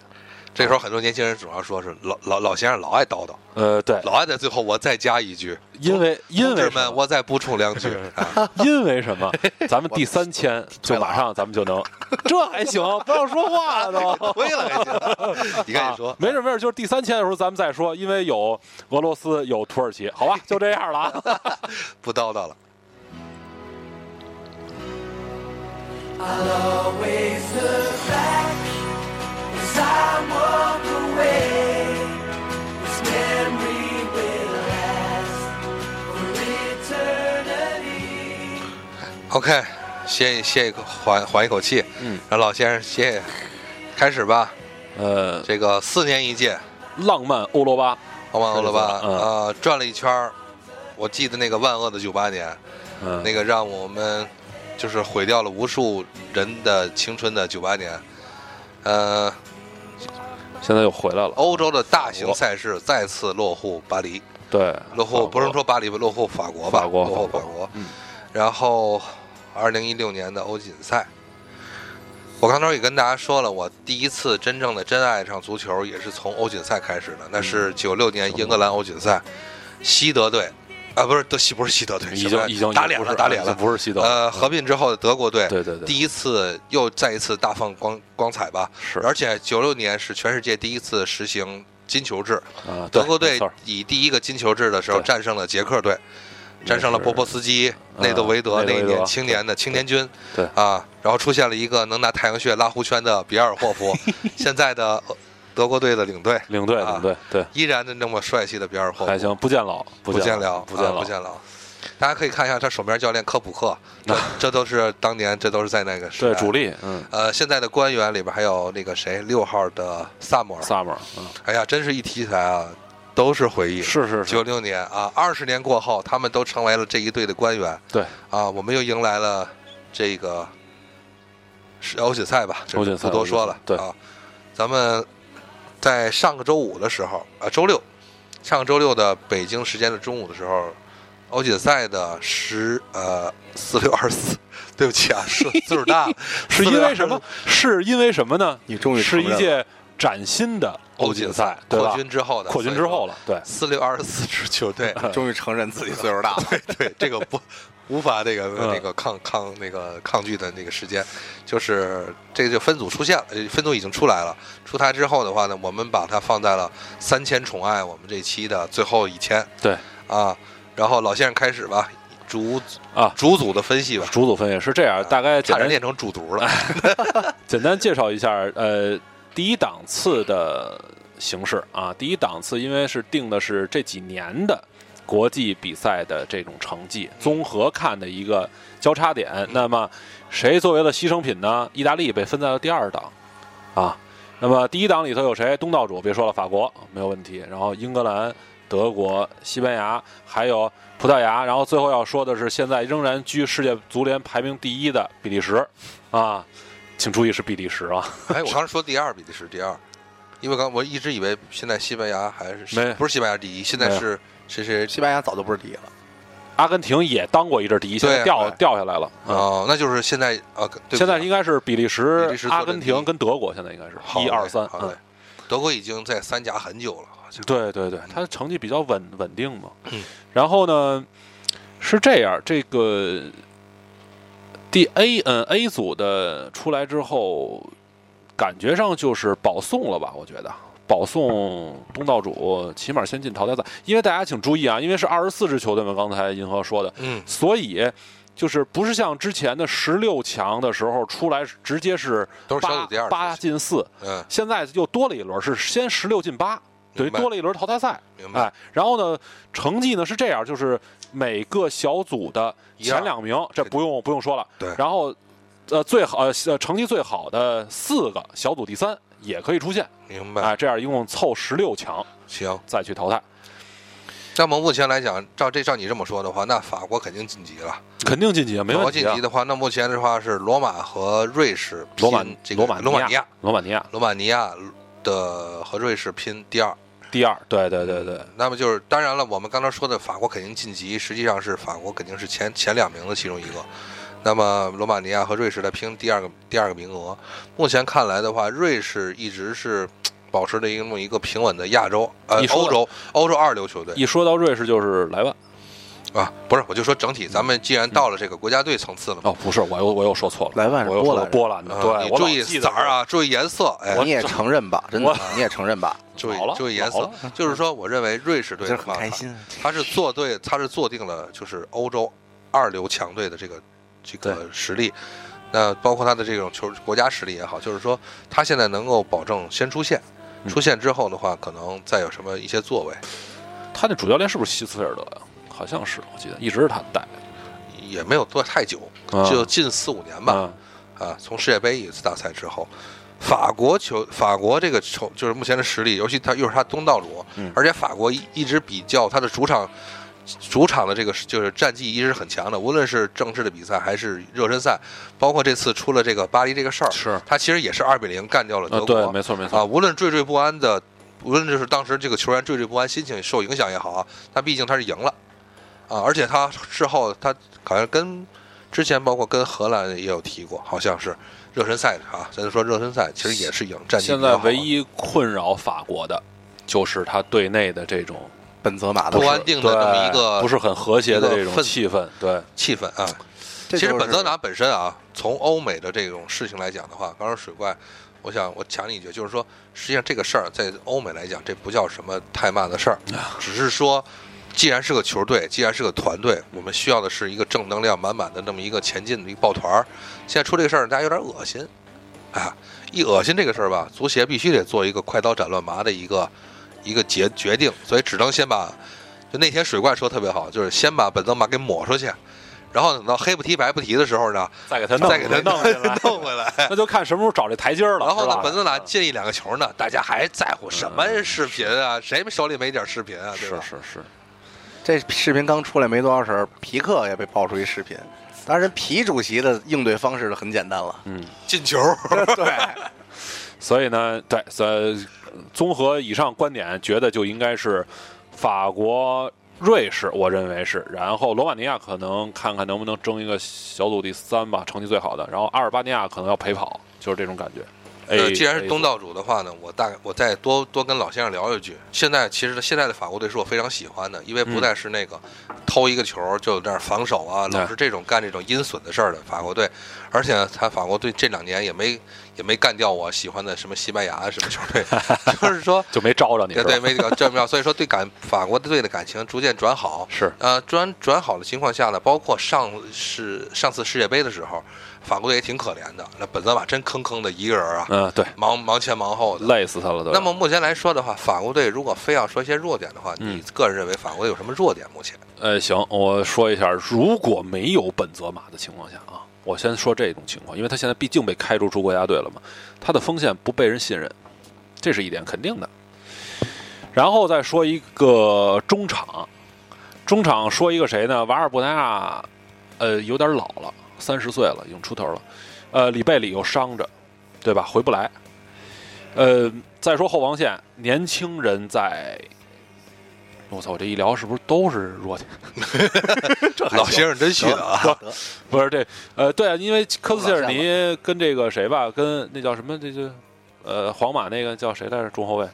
Speaker 2: 这时候很多年轻人主要说是老老老先生老爱叨叨，
Speaker 3: 呃，对，
Speaker 2: 老爱在最后我再加一句，
Speaker 3: 因为因
Speaker 2: 同
Speaker 3: 为
Speaker 2: 志
Speaker 3: 什么
Speaker 2: 们，我再补充两 句。啊
Speaker 3: 因为什么？咱们第三签就马上咱们 就能，这还行，不要说话了都。
Speaker 2: 亏了还行，你赶紧说
Speaker 3: 啊，没事没事，就是第三签的时候咱们再说，因为有俄罗斯有土耳其，好吧，就这样了啊。
Speaker 2: 不叨叨了。
Speaker 5: I'll always look back as I walk away. This memory will last for eternity.
Speaker 2: OK，歇一歇一口，缓缓一口气，嗯，让老先生歇歇，开始吧。
Speaker 3: 呃，
Speaker 2: 这个四年一届，
Speaker 3: 浪漫欧罗巴，
Speaker 2: 奥曼欧罗巴
Speaker 3: 是的嗯
Speaker 2: 啊，转了一圈儿。我记得那个万恶的九八年，
Speaker 3: 嗯，
Speaker 2: 那个让我们就是毁掉了无数人的青春的九八年。呃，
Speaker 3: 现在又回来了。
Speaker 2: 欧洲的大型赛事再次落户巴黎，
Speaker 3: 对，
Speaker 2: 哦
Speaker 3: 啊
Speaker 2: 落户不是
Speaker 3: 法国
Speaker 2: 说巴黎吧，落户法国吧，
Speaker 3: 法国
Speaker 2: 落户
Speaker 3: 法
Speaker 2: 法
Speaker 3: 国
Speaker 2: 国。
Speaker 3: 嗯
Speaker 2: 然后，二零一六年的欧锦赛，我刚才也跟大家说了，我第一次真正的真爱上足
Speaker 3: 嗯
Speaker 2: 球也是从欧锦赛开始的，那是九六年英格兰欧锦赛，西德队啊，不是德西不是西德队，
Speaker 3: 已
Speaker 2: 什么
Speaker 3: 经已经
Speaker 2: 打脸
Speaker 3: 不
Speaker 2: 了，
Speaker 3: 是啊
Speaker 2: 打脸
Speaker 3: 已
Speaker 2: 了，
Speaker 3: 经不是西德
Speaker 2: 呃，
Speaker 3: 了嗯
Speaker 2: 合并之后的德国队，
Speaker 3: 对对对
Speaker 2: 第一次又再一次大放光光彩吧。
Speaker 3: 是
Speaker 2: 而且九六年是全世界第一次实行金球制，
Speaker 3: 啊，对
Speaker 2: 德国
Speaker 3: 没
Speaker 2: 队
Speaker 3: 错儿
Speaker 2: 以第一个金球制的时候
Speaker 3: 对
Speaker 2: 战胜了捷克队，战胜了
Speaker 3: 是啊
Speaker 2: 波波斯基、内德维德
Speaker 3: 内
Speaker 2: 那
Speaker 3: 德
Speaker 2: 一
Speaker 3: 维德
Speaker 2: 年青年的青年军，
Speaker 3: 对
Speaker 2: 啊，然后出现了一个能拿太阳穴拉弧圈的比尔霍 夫，现在的呃德国队的领队，
Speaker 3: 领队
Speaker 2: 啊
Speaker 3: 领队对，
Speaker 2: 依然的那么帅气的比尔霍夫
Speaker 3: 还，行，不见老，
Speaker 2: 不
Speaker 3: 见
Speaker 2: 了，
Speaker 3: 不
Speaker 2: 啊
Speaker 3: 见老
Speaker 2: 不，见老。大家可以看一下他手面教练科普 克，这这都是当年，这都是在那个时
Speaker 3: 对
Speaker 2: 代
Speaker 3: 主。力，嗯，
Speaker 2: 呃，现在的官员里边还有那个谁，六号的萨姆尔。
Speaker 3: 萨姆尔，嗯，
Speaker 2: 哎呀，真是一提起来啊，都是回忆。
Speaker 3: 是是是
Speaker 2: 九六年啊，二十年过后，他们都成为了这一队的官员
Speaker 3: 对，
Speaker 2: 啊，我们又迎来了这个是欧锦赛吧，这
Speaker 3: 欧锦赛
Speaker 2: 不多说了。
Speaker 3: 欧锦赛对
Speaker 2: 啊，咱们在上个周五的时候，啊，周六，上个周六的北京时间的中午的时候，欧锦赛的十呃四六二四，对不起啊，是岁数大了，
Speaker 3: 是因为什么
Speaker 2: 4624？
Speaker 3: 是啊因为什么呢？
Speaker 4: 你终于
Speaker 3: 是
Speaker 4: 承
Speaker 3: 一
Speaker 4: 认
Speaker 3: 届崭新的
Speaker 2: 欧
Speaker 3: 锦
Speaker 2: 锦
Speaker 3: 赛
Speaker 2: 赛，
Speaker 3: 对吧
Speaker 2: 扩军之后的，
Speaker 3: 哦扩军之后了，对，
Speaker 2: 四六二十四支球 队，
Speaker 4: 终于承认自己岁数大了。
Speaker 2: 对这个不无法那个
Speaker 3: 嗯
Speaker 2: 那个抗抗那个抗拒的那个时间，就是这就分组出现了，呃分组已经出来了。出台之后的话呢，我们把它放在了三千宠爱我们这期的最后一千
Speaker 3: 对
Speaker 2: 啊。然后老先生开始吧，主
Speaker 3: 啊。
Speaker 2: 主组的分析吧，
Speaker 3: 主组分也是这样，大概简
Speaker 2: 差点
Speaker 3: 单哎
Speaker 2: 念成主读了。
Speaker 3: 简单介绍一下，呃，第一档次的形式啊，第一档次因为是定的是这几年的国际比赛的这种成绩，综合看的一个交叉点。那么谁作为了牺牲品呢？意大利被分在了第二档啊。那么第一档里头有谁？东道主别说了，法国没有问题，然后英格兰。德国、西班牙，还有葡萄牙，然后最后要说的是，现在仍然居世界足联排名第一的比利时，啊，请注意是比利时啊，
Speaker 2: 哎，我刚才说第二比利时第二，因为刚我一直以为现在西班牙还是
Speaker 3: 没
Speaker 2: 不是西班牙第一，现在
Speaker 3: 没有
Speaker 2: 是谁谁
Speaker 4: 西班牙早就不是第一了，
Speaker 3: 阿根廷也当过一阵第一，现在
Speaker 2: 对
Speaker 3: 掉
Speaker 2: 对
Speaker 3: 掉下来了。嗯，
Speaker 2: 哦，那就是现在啊，对不起
Speaker 3: 现在
Speaker 2: 啊
Speaker 3: 应该是比利时
Speaker 2: 比利时、坐
Speaker 3: 阿
Speaker 2: 镇
Speaker 3: 根
Speaker 2: 第
Speaker 3: 廷
Speaker 2: 一
Speaker 3: 跟德国，现在应该是
Speaker 2: 好嘞
Speaker 3: 一二三。
Speaker 2: 好嘞
Speaker 3: 嗯，
Speaker 2: 德国已经在三甲很久了，好像
Speaker 3: 对对对，他成绩比较稳稳定嘛。
Speaker 2: 嗯
Speaker 3: 然后呢，是这样，这个第 A 嗯 A 组的出来之后，感觉上就是保送了吧？我觉得保送东道主，起码先进淘汰赛。因为大家请注意啊，因为是二十四支球队嘛，刚才银河说的，
Speaker 2: 嗯
Speaker 3: 所以。就是不是像之前的十六强的时候出来直接是
Speaker 2: 都是小
Speaker 3: 八
Speaker 2: 组第二
Speaker 3: 八进四，
Speaker 2: 嗯，
Speaker 3: 现在又多了一轮，是先十六进八，等于
Speaker 2: 明白
Speaker 3: 多了一轮淘汰赛。
Speaker 2: 明白
Speaker 3: 哎，然后呢，成绩呢是这样，就是每个小组的
Speaker 2: 一样
Speaker 3: 前两名，这不用不用说了。
Speaker 2: 对
Speaker 3: 然后，呃，最好呃成绩最好的四个小组第三也可以出现，
Speaker 2: 明
Speaker 3: 哎，
Speaker 2: 白。
Speaker 3: 这样一共凑十六强
Speaker 2: 行，
Speaker 3: 再去
Speaker 2: 嗯
Speaker 3: 淘汰，
Speaker 2: 那么目前来讲，照这照你这么说的话，那法国肯定晋级了。
Speaker 3: 肯定晋级啊，没
Speaker 2: 法国
Speaker 3: 问
Speaker 2: 晋
Speaker 3: 题啊
Speaker 2: 级。的话，那目前的话是罗马和瑞士拼
Speaker 3: 罗马
Speaker 2: 这个
Speaker 3: 罗马
Speaker 2: 罗马尼亚
Speaker 3: 亚，罗马尼亚
Speaker 2: 罗马尼亚的和瑞士拼第二。
Speaker 3: 第二，对对对对，
Speaker 2: 那么就是，当然了，我们刚才说的法国肯定晋级，实际上是法国肯定是前前两名的其中一个。那么罗马尼亚和瑞士来拼第二个第二个名额。目前看来的话，瑞士一直是保持着一个那么一个平稳的亚洲呃
Speaker 3: 一说
Speaker 2: 欧
Speaker 3: 到
Speaker 2: 洲欧洲二流球队
Speaker 3: 一说到瑞士就是莱万
Speaker 2: 啊，不是，我就说整
Speaker 3: 嗯
Speaker 2: 体，咱们既然到了这个国家队层次了嘛，
Speaker 3: 哦，不是，我又我又说错了，
Speaker 4: 莱万是
Speaker 3: 我又说
Speaker 4: 波兰
Speaker 3: 到
Speaker 4: 人
Speaker 3: 波兰
Speaker 2: 啊
Speaker 3: 的，嗯对，
Speaker 2: 你
Speaker 3: 我
Speaker 2: 注
Speaker 3: 老
Speaker 2: 意
Speaker 3: 记
Speaker 2: 色
Speaker 3: 得
Speaker 2: 儿啊，注意颜色，哎，
Speaker 4: 你也承认吧？真的，你也承认 吧？
Speaker 2: 注意
Speaker 3: 好了
Speaker 2: 注意颜
Speaker 3: 好
Speaker 2: 色
Speaker 3: 了，
Speaker 2: 就是说，我认为瑞士
Speaker 4: 我
Speaker 2: 队
Speaker 4: 真
Speaker 2: 的
Speaker 4: 是
Speaker 2: 话
Speaker 4: 很开心啊。
Speaker 2: 他是做对，他是做定了就是欧洲二流强队的这个这个实力。那包括他的这种球国家实力也好，就是说他现在能够保证先出线，
Speaker 3: 嗯
Speaker 2: 出线之后的话，可能再有什么一些作为
Speaker 3: 他那主教练是不是希斯菲尔德呀？好像是，我记得一直是他带
Speaker 2: 也没有多太久，
Speaker 3: 啊
Speaker 2: 就近四五年吧。
Speaker 3: 吧。
Speaker 2: 啊，从世界杯一次大赛之后，法国球法国这个球就是目前的实力，尤其他又是他东道主，
Speaker 3: 嗯
Speaker 2: 而且法国一一直比较他的主场主场的这个就是战绩一直是很强的，无论是正式的比赛还是热身赛，包括这次出了这个巴黎这个事儿，
Speaker 3: 是
Speaker 2: 他其实也是二比零干掉了
Speaker 3: 呃，
Speaker 2: 德国，
Speaker 3: 对，没错没
Speaker 2: 啊，
Speaker 3: 错，
Speaker 2: 无论惴惴不安的，无论就是当时这个球员惴惴不安，心情受影响也好啊，他毕竟他是赢了啊，而且他事后他好像跟之前包括跟荷兰也有提过，好像是热身赛啊，咱就说热身赛其实也是赢战绩比
Speaker 3: 现
Speaker 2: 较好
Speaker 3: 在
Speaker 2: 啊。
Speaker 3: 唯一困扰法国的就是他队内的这种
Speaker 4: 本泽马的
Speaker 2: 不
Speaker 4: 事
Speaker 2: 安
Speaker 4: 儿。
Speaker 2: 定的
Speaker 3: 对，
Speaker 2: 这么一个
Speaker 3: 不是很和谐的这
Speaker 2: 一个
Speaker 3: 种
Speaker 2: 氛
Speaker 3: 气氛，对，
Speaker 2: 气氛啊。
Speaker 4: 这
Speaker 2: 其实
Speaker 4: 就是
Speaker 2: 本泽马本身啊，从欧美的这种事情来讲的话，刚刚水怪，我想我强你一句，就是说，实际上这个事儿在欧美来讲，这不叫什么太慢的事儿，只是说，既然是个球队，既然是个团队，我们需要的是一个正能量满满的那么一个前进的一个抱团儿。现在出这个事儿，大家有点恶心，啊，一恶心这个事儿吧，足协必须得做一个快刀斩乱麻的一个一个决决定，所以只能先把。就那天水怪说得特别好，就是先把本泽马给抹出去，然后等到黑不提白不提的时候呢，
Speaker 3: 再给他弄，
Speaker 2: 再给他
Speaker 3: 弄
Speaker 2: 回，
Speaker 3: 回来
Speaker 2: 弄回来。
Speaker 3: 那就看什么时候找这台阶儿了。
Speaker 2: 然后
Speaker 3: 是
Speaker 2: 呢
Speaker 3: 吧，
Speaker 2: 本泽马进一两个球呢，大家还在乎什么视频啊？谁手里没点视频啊？对
Speaker 3: 嗯是
Speaker 2: 吧？
Speaker 3: 嗯是是，
Speaker 4: 这视频刚出来没多少时候，皮克也被爆出一视频。当然，皮主席的应对方式就很简单了，
Speaker 3: 嗯，
Speaker 2: 进 球，
Speaker 4: 对，
Speaker 3: 所以呢，对，所以综合以上观点，觉得就应该是法国、瑞士，我认为是，然后罗马尼亚可能看看能不能争一个小组第三吧，成绩最好的，然后阿尔巴尼亚可能要陪跑，就是这种感觉。哎
Speaker 2: 呃，
Speaker 3: A-
Speaker 2: 既然是
Speaker 3: A
Speaker 2: 东
Speaker 3: 组
Speaker 2: 道主的话呢，我大概我再多多跟老先生聊一句。现在其实现在的法国队是我非常喜欢的，因为不
Speaker 3: 嗯
Speaker 2: 再是那个偷一个球就在那儿防守啊，
Speaker 3: 对
Speaker 2: 老是这种干这种阴损的事儿的法国队。而且他法国队这两年也没也没干掉我喜欢的什么西班牙啊什么球 队，就是说
Speaker 3: 就没招着你，
Speaker 2: 对
Speaker 3: 是吧
Speaker 2: 对，没这个这么样，所以说对感法国队的感情逐渐转好。
Speaker 3: 是
Speaker 2: 呃，转转好的情况下呢，包括上是上次世界杯的时候，法国队也挺可怜的，那本泽马真坑坑的一个人啊，
Speaker 3: 嗯，对，
Speaker 2: 忙忙前忙后的。
Speaker 3: 累死他了，对吧。
Speaker 2: 那么目前来说的话，法国队如果非要说一些弱点的话，
Speaker 3: 嗯
Speaker 2: 你个人认为法国队有什么弱点？目前
Speaker 3: 呃，行，我说一下，如果没有本泽马的情况下啊，我先说这种情况，因为他现在毕竟被开除出国家队了嘛，他的锋线不被人信任，这是一点肯定的。然后再说一个中场，中场说一个谁呢？瓦尔布纳亚，呃，有点老了，三十岁了，已经出头了。呃，里贝里又伤着，对吧？回不来。呃，再说后防线，年轻人在，我操，我这一聊是不是都是弱点？
Speaker 2: 老先生真逊啊，
Speaker 3: 不是这，呃，对啊，因为科斯切尔尼跟这个谁吧，跟那叫什么，这就，呃，皇马那个叫谁来着，中后卫，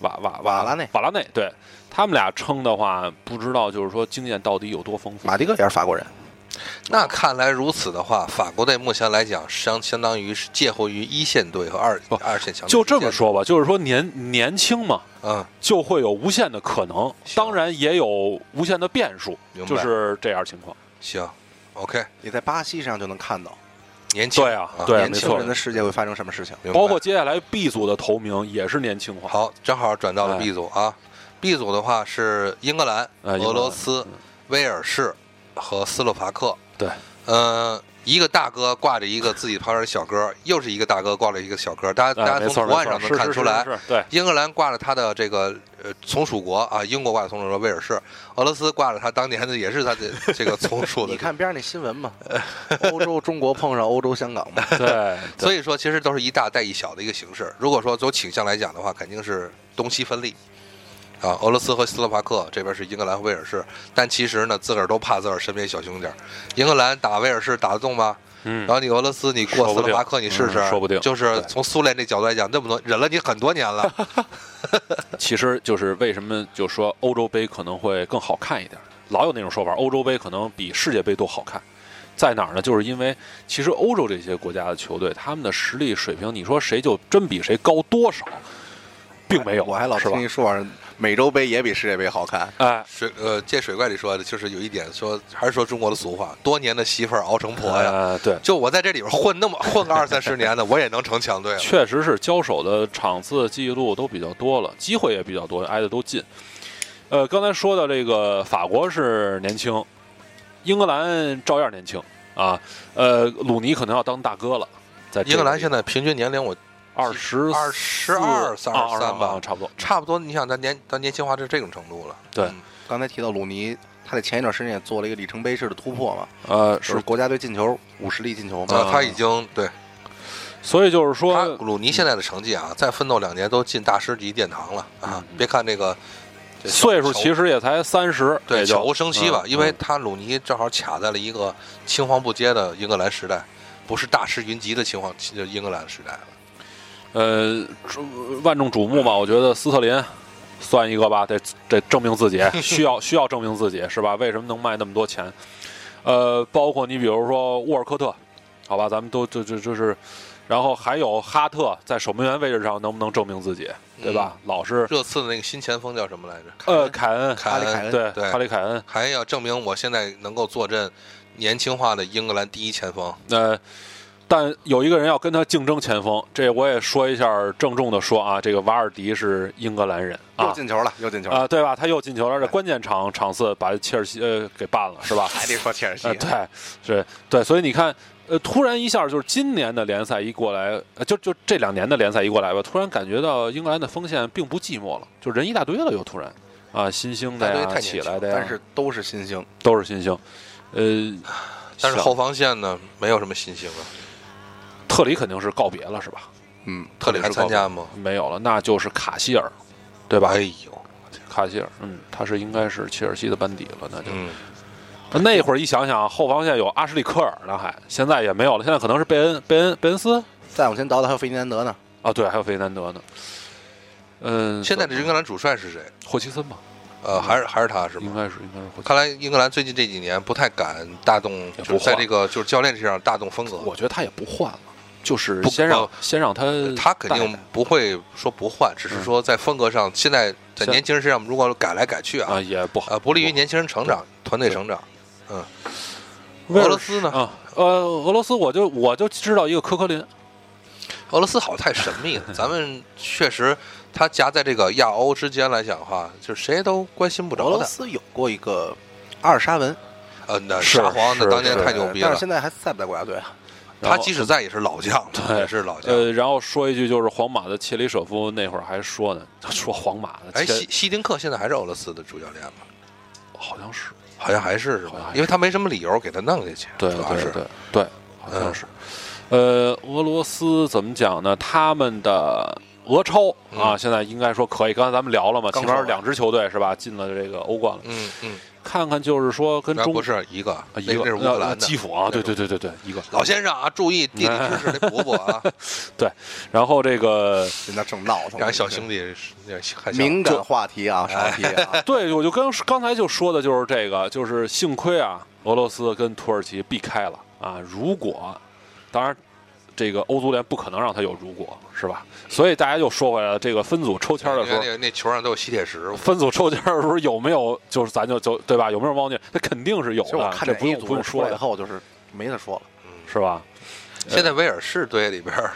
Speaker 3: 瓦瓦
Speaker 4: 瓦拉内
Speaker 3: 瓦拉内，对他们俩称的话，不知道就是说经验到底有多丰富。
Speaker 4: 马蒂克也是法国人，
Speaker 2: 那看来如此的话，法国队目前来讲相相当于是介乎于一线队和二
Speaker 3: 不
Speaker 2: 二线强队
Speaker 3: 哦就这
Speaker 2: 之
Speaker 3: 么
Speaker 2: 间，
Speaker 3: 说吧，就是说年年轻嘛，
Speaker 2: 嗯，
Speaker 3: 就会有无限的可能，当然也有无限的变数
Speaker 2: 明，白
Speaker 3: 就是这样情况。
Speaker 2: 行，OK，
Speaker 4: 你在巴西上就能看到
Speaker 2: 年轻
Speaker 3: 对啊对啊
Speaker 4: 年
Speaker 3: 没
Speaker 4: 轻
Speaker 3: 错
Speaker 4: 人的世界会发生什么事情。
Speaker 2: 明白
Speaker 3: 包括接下来 B 组的头名也是年轻化，
Speaker 2: 好，正好转到了
Speaker 3: 哎
Speaker 2: B 组啊。B 组的话是英格兰、
Speaker 3: 哎英格兰
Speaker 2: 俄罗斯、威尔士和斯洛伐克。
Speaker 3: 对，
Speaker 2: 呃，一个大哥挂着一个自己旁边的小哥，又是一个大哥挂着一个小哥，大家、
Speaker 3: 哎
Speaker 2: 大家
Speaker 3: 没
Speaker 2: 从
Speaker 3: 错
Speaker 2: 图
Speaker 3: 没
Speaker 2: 案
Speaker 3: 错，
Speaker 2: 上能
Speaker 3: 是
Speaker 2: 看
Speaker 3: 是
Speaker 2: 出来。
Speaker 3: 是是对，
Speaker 2: 英格兰挂着他的这个呃从属国啊，英国挂着从属国威尔士，俄罗斯挂着他当年的也是他的这个从属的。
Speaker 4: 你，看边上那新闻 嘛，欧洲中国碰上欧洲香港嘛，
Speaker 3: 对，
Speaker 2: 所
Speaker 3: 以
Speaker 2: 以说其实都是一大带一小的一个形式。如果说走倾向来讲的话，肯定是东西分立。啊，俄罗斯和斯洛伐克这边是英格兰和威尔士，但其实呢，自个儿都怕自个儿身边小兄弟儿。英格兰打威尔士打得动吗？
Speaker 3: 嗯
Speaker 2: 然后你俄罗斯，你过斯
Speaker 3: 说不定
Speaker 2: 洛伐克，你试试，
Speaker 3: 嗯说不定
Speaker 2: 就是
Speaker 3: 对
Speaker 2: 从苏联这角度来讲，那么多忍了你很多年 了，
Speaker 3: 其实就是为什么就说欧洲杯可能会更好看一点，老有那种说法，欧洲杯可能比世界杯都好看。在哪儿呢？就是因为其实欧洲这些国家的球队，他们的实力水平，你说谁就真比谁高多少，并没有，
Speaker 4: 我还老
Speaker 3: 是吧
Speaker 4: 听？一说法，美洲杯也比世界杯好看。
Speaker 3: 哎，
Speaker 2: 水呃，借水怪里说的，就是有一点说，还是说中国的俗话，多年的媳妇儿熬成婆呀。
Speaker 3: 呃，对，
Speaker 2: 就我在这里边混那么混个二三十年的，我也能成强 队了。
Speaker 3: 确实是交手的场次记录都比较多了，机会也比较多，挨得都近。呃，刚才说到这个法国是年轻，英格兰照样年轻啊。呃，鲁尼可能要当大哥了，在
Speaker 2: 英格兰现在平均年龄我
Speaker 3: 二十啊
Speaker 2: 二十二三二三吧
Speaker 3: 差不多。
Speaker 2: 差不多，你想咱年咱年轻化至这种程度了，
Speaker 3: 对
Speaker 2: 嗯
Speaker 4: 刚才提到鲁尼，他在前一段时间也做了一个里程碑式的突破嘛，
Speaker 3: 呃，
Speaker 4: 就是
Speaker 3: 是，
Speaker 4: 国家队进球五十粒进球嘛。
Speaker 3: 嗯
Speaker 2: 啊，他已经对
Speaker 3: 所以就是
Speaker 2: 他
Speaker 3: 说，
Speaker 2: 鲁尼现在的成绩啊，再奋斗两年都进大师级殿堂了啊！
Speaker 3: 嗯
Speaker 2: 别看这个这小
Speaker 3: 岁数其
Speaker 2: 小
Speaker 3: 实也才三十，
Speaker 2: 对
Speaker 3: 也就
Speaker 2: 悄无声息吧，
Speaker 3: 嗯
Speaker 2: 因为他鲁尼正好卡在了一个青黄不接的英格兰时代，不是大师云集的呃情况，就英格兰时代了。
Speaker 3: 呃，主万众瞩目嘛，我觉得斯特林算一个吧，得得证 明自己，需要需要证明自己是吧？为什么能卖那么多钱？呃，包括你比如说沃尔科特，好吧，咱们都就就就是，然后还有哈特在守门员位置上能不能证明自己，对吧？老是
Speaker 2: 热刺的那个新前锋叫什么来着？
Speaker 3: 呃凯恩，
Speaker 2: 嗯凯
Speaker 4: 哈利凯
Speaker 2: 恩
Speaker 4: 恩
Speaker 3: 对
Speaker 2: 对
Speaker 3: 哈里凯恩，
Speaker 2: 还要证明我现在能够坐镇年轻化的英格兰第一前锋。
Speaker 3: 呃，但有一个人要跟他竞争前锋，这我也说一下，郑重的说啊，这个瓦尔迪是英格兰人
Speaker 4: 又
Speaker 3: 啊。
Speaker 4: 进球了，又进球
Speaker 3: 啊、
Speaker 4: 了，
Speaker 3: 对吧？他又进球了，而且关键场场次把切尔西呃给办了，是吧？
Speaker 4: 还得说切尔西
Speaker 3: 啊，，对，是，对，所以你看，呃，突然一下就是今年的联赛一过来，呃、就就这两年的联赛一过来吧，突然感觉到英格兰的锋线并不寂寞了，就人一大堆了，又突然啊，新兴的
Speaker 2: 大堆
Speaker 3: 呀，
Speaker 2: 太年
Speaker 3: 起
Speaker 2: 轻
Speaker 3: 来的呀，
Speaker 4: 但是都是新星，
Speaker 3: 都是新星，呃，
Speaker 2: 但是
Speaker 3: 小
Speaker 2: 后防线呢，没有什么新星了。
Speaker 3: 特里肯定是告别了，是吧？
Speaker 4: 嗯，
Speaker 2: 特里还
Speaker 3: 是告
Speaker 2: 参
Speaker 3: 别
Speaker 2: 加吗？
Speaker 3: 没有了，那就是卡希尔，对吧？
Speaker 2: 哎呦，
Speaker 3: 卡希尔，嗯，他是应该是切尔西的班底了，那就、
Speaker 2: 嗯，
Speaker 3: 那会儿一想想，后防线有阿什利科尔呢，还现在也没有了，现在可能是贝恩贝恩贝恩斯
Speaker 4: 再往前倒倒还有费迪南德呢，
Speaker 3: 啊，对，还有费迪南德呢。嗯，
Speaker 2: 现在的英格兰主帅是谁？啊
Speaker 3: 霍奇森吧，
Speaker 2: 呃，还是还是他是
Speaker 3: 应
Speaker 2: 吗？
Speaker 3: 该是应该是霍奇森。
Speaker 2: 看来英格兰最近这几年不太敢大动，
Speaker 3: 也
Speaker 2: 就是
Speaker 3: 不
Speaker 2: 在
Speaker 3: 换
Speaker 2: 这个就是教练这上大动风格。
Speaker 3: 我觉得他也不换了，就是
Speaker 2: 不
Speaker 3: 先让
Speaker 2: 不呃
Speaker 3: 先让他
Speaker 2: 他肯定
Speaker 3: 带嗯
Speaker 2: 不会说不换，只是说在风格上，现在在
Speaker 3: 像
Speaker 2: 年轻人身上如果改来改去
Speaker 3: 啊
Speaker 2: 啊，
Speaker 3: 也不好
Speaker 2: 呃，不利于年轻人成长、团队成长。
Speaker 3: 威
Speaker 2: 俄
Speaker 3: 尔
Speaker 2: 罗斯呢？
Speaker 3: 啊呃俄罗斯我就我就知道一个科科林，
Speaker 2: 俄罗斯好像太神秘了，咱们确实，它夹在这个亚欧之间来讲的话，就是谁都关心不
Speaker 4: 俄
Speaker 2: 着
Speaker 4: 罗
Speaker 2: 的。
Speaker 4: 斯有过一个阿尔沙文，
Speaker 2: 呃，那
Speaker 3: 是
Speaker 2: 沙皇那
Speaker 3: 是
Speaker 2: 当年
Speaker 3: 是
Speaker 2: 太牛逼
Speaker 4: 但
Speaker 2: 了
Speaker 4: 是，现在还在不在国家队啊？
Speaker 3: 然
Speaker 2: 他
Speaker 3: 后
Speaker 2: 即使在也是老将，
Speaker 3: 对
Speaker 2: 也是老将。
Speaker 3: 呃，然后说一句，就是皇马的切里舍夫那会儿还说呢，说皇马的
Speaker 2: 哎，
Speaker 3: 切
Speaker 2: 希希丁克现在还是俄罗斯的主教练吧？
Speaker 3: 好像是，
Speaker 2: 好像还是是
Speaker 3: 好像
Speaker 2: 吧
Speaker 3: 还？是
Speaker 2: 因为他没什么理由给他弄下去，
Speaker 3: 对
Speaker 2: 主要
Speaker 3: 对
Speaker 2: 是
Speaker 3: 对对，好像是。呃，俄罗斯怎么讲呢？他们的俄超啊，
Speaker 2: 嗯
Speaker 3: 现在应该说可以。刚才咱们聊了嘛，
Speaker 4: 刚
Speaker 3: 前
Speaker 4: 说
Speaker 3: 面
Speaker 4: 完
Speaker 3: 两支球队是吧，进了这个欧冠了。
Speaker 2: 嗯嗯，
Speaker 3: 看看就是说跟
Speaker 2: 那
Speaker 3: 中
Speaker 2: 不是一个，
Speaker 3: 啊
Speaker 2: 那
Speaker 3: 一个
Speaker 2: 那是乌
Speaker 3: 呃
Speaker 2: 克兰的
Speaker 3: 基辅啊，对
Speaker 2: 那
Speaker 3: 对对对对，一个。
Speaker 2: 老先生啊，注意地理知识得补补 啊，
Speaker 3: 然后这个
Speaker 4: 人家正闹腾，
Speaker 2: 让小兄弟让看小
Speaker 4: 敏感话题啊，话题 啊，
Speaker 3: 对，我就刚刚才就说的就是这个，就是幸亏啊，俄罗斯跟土耳其避开了啊。如果，当然，这个欧足联不可能让他有如果，是吧？所以大家又说回来了，这个分组抽签的时候呃
Speaker 2: 那，个那球上都有吸铁石，
Speaker 3: 分组抽签的时候有没有就是咱就就对吧？有没有猫腻？那肯定是有
Speaker 4: 其实我
Speaker 3: 的，
Speaker 4: 看
Speaker 3: 这
Speaker 4: 哪
Speaker 3: 不
Speaker 4: 一
Speaker 3: 用
Speaker 4: 组
Speaker 3: 不用
Speaker 4: 出
Speaker 3: 说
Speaker 4: 来以
Speaker 3: 的，
Speaker 4: 后就是没得说了，
Speaker 3: 是吧？
Speaker 2: 现在威尔士队里边儿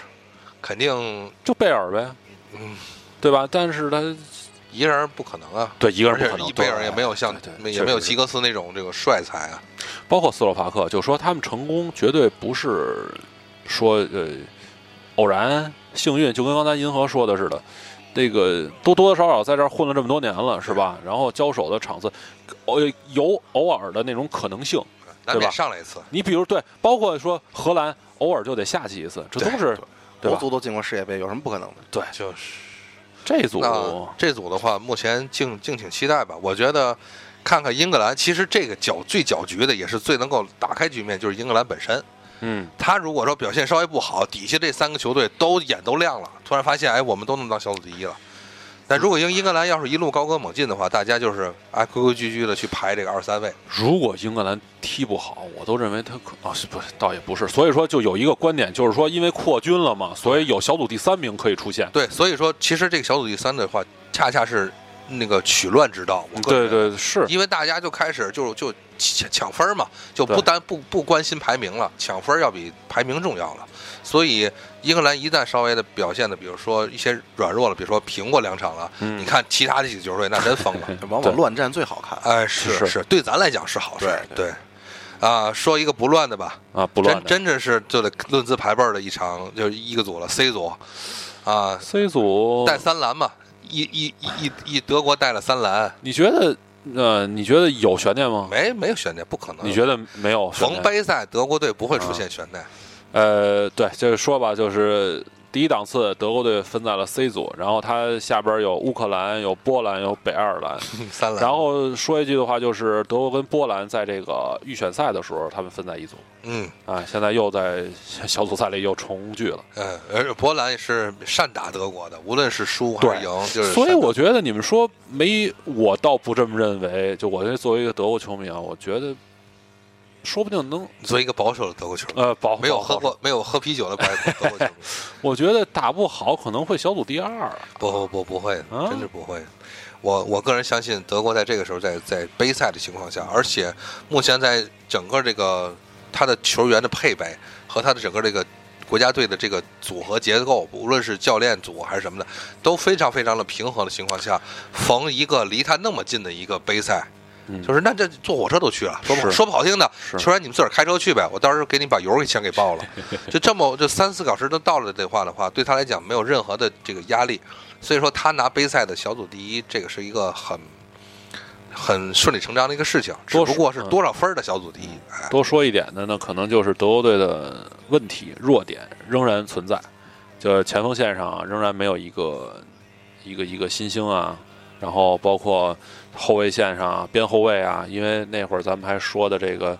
Speaker 2: 肯定
Speaker 3: 就贝尔呗，
Speaker 2: 嗯，
Speaker 3: 对吧？但是他
Speaker 2: 一个人不可能啊，
Speaker 3: 对一个
Speaker 2: 而
Speaker 3: 人
Speaker 2: 且
Speaker 3: 不可能，
Speaker 2: 贝尔也没有像
Speaker 3: 对对
Speaker 2: 没也
Speaker 3: 确实
Speaker 2: 没有
Speaker 3: 是
Speaker 2: 基格斯那种这个帅才啊，
Speaker 3: 包括斯洛伐克，就说他们成功绝对不是说呃偶然幸运，就跟刚才银河说的似的，那个都多多少少在这儿混了这么多年了，是吧？然后交手的场次，偶有偶尔的那种可能性。
Speaker 2: 难
Speaker 3: 对吧
Speaker 2: 免上来一次，
Speaker 3: 你比如对，包括说荷兰偶尔就得下去一次，这都是对
Speaker 4: 国
Speaker 3: 吧？
Speaker 4: 足都进过世界杯，有什么不可能的？
Speaker 3: 对，
Speaker 2: 就是
Speaker 3: 这组
Speaker 2: 那这组的话，目前敬敬请期待吧，我觉得。看看英格兰，其实这个搅最搅局的，也是最能够打开局面，就是英格兰本身。
Speaker 3: 嗯，
Speaker 2: 他如果说表现稍微不好，底下这三个球队都眼都亮了，突然发现，哎，我们都能当小组第一了。但如果英英格兰要是一路高歌猛进的话，大家就是哎规规矩矩的去排这个二三位。
Speaker 3: 如果英格兰踢不好，我都认为他可啊、是不是倒也不是，所以说就有一个观点，就是说因为扩军了嘛，所以有小组第三名可以出现。
Speaker 2: 对，所以说其实这个小组第三的话，恰恰是那个取乱之道。我个人
Speaker 3: 对，对是，
Speaker 2: 因为大家就开始就就抢抢分儿嘛，就不
Speaker 3: 对
Speaker 2: 单不不关心排名了，抢分儿要比排名重要了。所以英格兰一旦稍微的表现的，比如说一些软弱了，比如说平过两场了，
Speaker 3: 嗯
Speaker 2: 你看其他的几个球队那真疯 了。
Speaker 4: 往
Speaker 3: 对
Speaker 4: 往乱战最好看。
Speaker 2: 哎，是
Speaker 3: 是
Speaker 2: 对咱来讲是好事，
Speaker 4: 对
Speaker 2: 对。啊，说一个不乱的吧，
Speaker 3: 啊，不乱
Speaker 2: 真
Speaker 3: 的。
Speaker 2: 真的是就得论资排辈儿的一场，就是一个组了 C 组，啊，
Speaker 3: C 组，
Speaker 2: 带三篮嘛，一一一一一德国带了三篮，
Speaker 3: 你觉得呃，你觉得有悬念吗？
Speaker 2: 没没有悬念，不可能。
Speaker 3: 你觉得没有悬念？
Speaker 2: 逢
Speaker 3: 啊
Speaker 2: 杯赛德国队不会出现悬念，
Speaker 3: 呃，对，就是说吧，就是第一档次德国队分在了 C 组，然后它下边有乌克兰、有波兰、有北爱尔兰。
Speaker 2: 嗯三篮，
Speaker 3: 然后说一句的话，就是德国跟波兰在这个预选赛的时候，他们分在一组
Speaker 2: 嗯
Speaker 3: 啊，现在又在小组赛里又重聚了。
Speaker 2: 嗯，而且波兰也是善打德国的，无论是输还是赢，就是善打。
Speaker 3: 所以我觉得你们说没，我倒不这么认为。就我这作为一个德国球迷啊，我觉得说不定能
Speaker 2: 作为一个保守的德国球迷，
Speaker 3: 呃保
Speaker 2: 没有
Speaker 3: 保
Speaker 2: 喝过没有喝啤酒的白德国球迷，
Speaker 3: 我觉得打不好可能会小组第二啊。
Speaker 2: 不不不不会的
Speaker 3: 啊，
Speaker 2: 真是不会的。我我个人相信德国在这个时候在在杯赛的情况下，而且目前在整个这个他的球员的配备和他的整个这个国家队的这个组合结构，无论是教练组还是什么的，都非常非常的平衡的情况下，逢一个离他那么近的一个杯赛。
Speaker 3: 嗯
Speaker 2: 就是那这坐火车都去了，说不好
Speaker 3: 是
Speaker 2: 说不好听的，
Speaker 3: 是
Speaker 2: 球员你们自个儿开车去呗，我到时候给你把油给钱给报了，就这么这三四个小时都到了这话的话，对他来讲没有任何的这个压力，所以说他拿杯赛的小组第一，这个是一个很很顺理成章的一个事情，只
Speaker 3: 多
Speaker 2: 不过是
Speaker 3: 嗯
Speaker 2: 多少分儿的小组第一，哎，
Speaker 3: 多说一点的呢，可能就是德国队的问题弱点仍然存在，就是前锋线上啊仍然没有一个一个一个新星啊，然后包括后卫线上啊边后卫啊，因为那会儿咱们还说的这个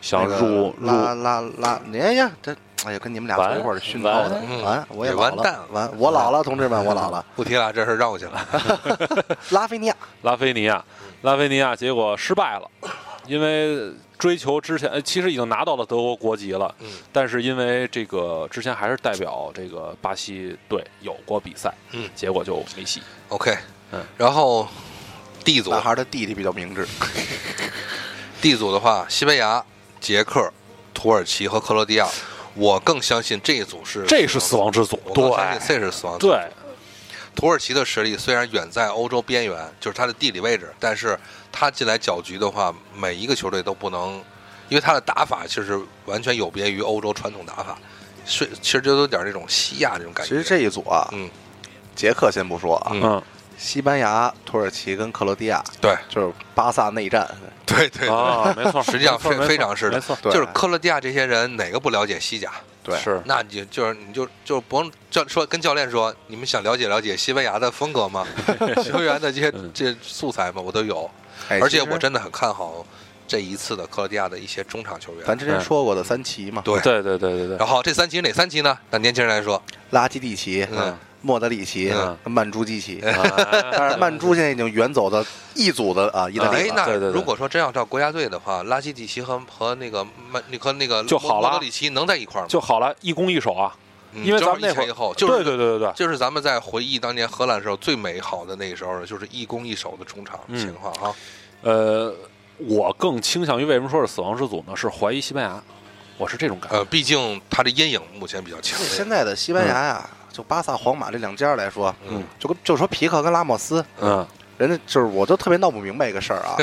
Speaker 3: 想
Speaker 4: 那个
Speaker 3: 入入
Speaker 4: 拉拉拉，你哎呀，这哎呀，跟你们俩
Speaker 3: 完
Speaker 4: 坐一块儿熏陶的
Speaker 2: 完，
Speaker 4: 完我也
Speaker 2: 也
Speaker 4: 老
Speaker 2: 嗯完蛋
Speaker 4: 了
Speaker 2: 了，
Speaker 4: 完我老了，同志们，我老 了。
Speaker 2: 不提了，这事儿让过去了，
Speaker 4: 拉菲尼亚
Speaker 3: 拉菲尼亚，拉菲尼亚结果失败了，因为追求之前呃其实已经拿到了德国国籍了，
Speaker 2: 嗯
Speaker 3: 但是因为这个之前还是代表这个巴西队有过比赛，
Speaker 2: 嗯
Speaker 3: 结果就没戏。
Speaker 2: ，OK，
Speaker 3: 嗯
Speaker 2: 然后 D 组
Speaker 4: 男孩的弟弟比较明智，
Speaker 2: D 组的话，西班牙、捷克、土耳其和克罗地亚，我更相信这一组是
Speaker 3: 这是死亡之组，
Speaker 2: 我更相信
Speaker 3: 对
Speaker 2: 这是死亡之组
Speaker 3: 对，
Speaker 2: 土耳其的实力虽然远在欧洲边缘，就是它的地理位置，但是它进来搅局的话，每一个球队都不能，因为它的打法其实完全有别于欧洲传统打法，是其实就有点那种西亚这种感
Speaker 4: 其
Speaker 2: 觉。
Speaker 4: 实这一组啊，
Speaker 2: 嗯，
Speaker 4: 捷克先不说啊，
Speaker 2: 嗯
Speaker 3: 嗯
Speaker 4: 西班牙、土耳其跟克罗地亚
Speaker 2: 对
Speaker 4: 就是巴萨内战，
Speaker 2: 对对对，
Speaker 3: 啊，没错，
Speaker 2: 实际上
Speaker 3: 没错
Speaker 2: 非
Speaker 3: 没错
Speaker 2: 非常是的
Speaker 3: 没错，
Speaker 4: 对
Speaker 2: 就是克罗地亚这些人哪个不了解西甲？
Speaker 4: 对，
Speaker 3: 是
Speaker 2: 那你就是你就就不用教说跟教练说，你们想了解了解西班牙的风格吗？ 球员的这些这素材吗？我都有，
Speaker 4: 嗯哎
Speaker 2: 而且
Speaker 4: 其实
Speaker 2: 我真的很看好这一次的克罗地亚的一些中场球员。
Speaker 4: 咱之前
Speaker 3: 嗯
Speaker 4: 说过的三旗嘛，
Speaker 2: 对，
Speaker 3: 对对对对对
Speaker 2: 然，后这三期哪三期呢？那年轻人来说，
Speaker 4: 拉基蒂奇、
Speaker 2: 嗯哎
Speaker 4: 莫德里奇、
Speaker 3: 嗯
Speaker 4: 曼朱基奇，但
Speaker 3: 但
Speaker 4: 是曼朱现在已经远走到一组的啊意大利
Speaker 2: 哎，
Speaker 4: 了，
Speaker 2: 那
Speaker 3: 对对对
Speaker 2: 如果说真要照国家队的话，拉基蒂奇和和那个曼和那个
Speaker 3: 就好了
Speaker 2: 莫德里奇能在一块儿吗？
Speaker 3: 就好了，一攻一守啊，
Speaker 2: 嗯
Speaker 3: 因为
Speaker 2: 正
Speaker 3: 咱
Speaker 2: 好
Speaker 3: 们那
Speaker 2: 一
Speaker 3: 会
Speaker 2: 前
Speaker 3: 儿
Speaker 2: 一后就是
Speaker 3: 对对对对对，
Speaker 2: 就是咱们在回忆当年荷兰时候最美好的那个时候，就是一攻一守的中场
Speaker 3: 嗯
Speaker 2: 情况啊。
Speaker 3: 呃，我更倾向于为什么说是死亡之组呢？是怀疑西班牙，我是这种感觉。
Speaker 2: 呃，毕竟他的阴影目前比较强
Speaker 4: 就
Speaker 2: 烈。
Speaker 4: 现在的西班牙呀，就巴萨、皇马这两家来说，
Speaker 2: 嗯，
Speaker 4: 就跟就说皮克跟拉莫斯，
Speaker 3: 嗯，
Speaker 4: 人家就是我都特别闹不明白一个事儿 啊，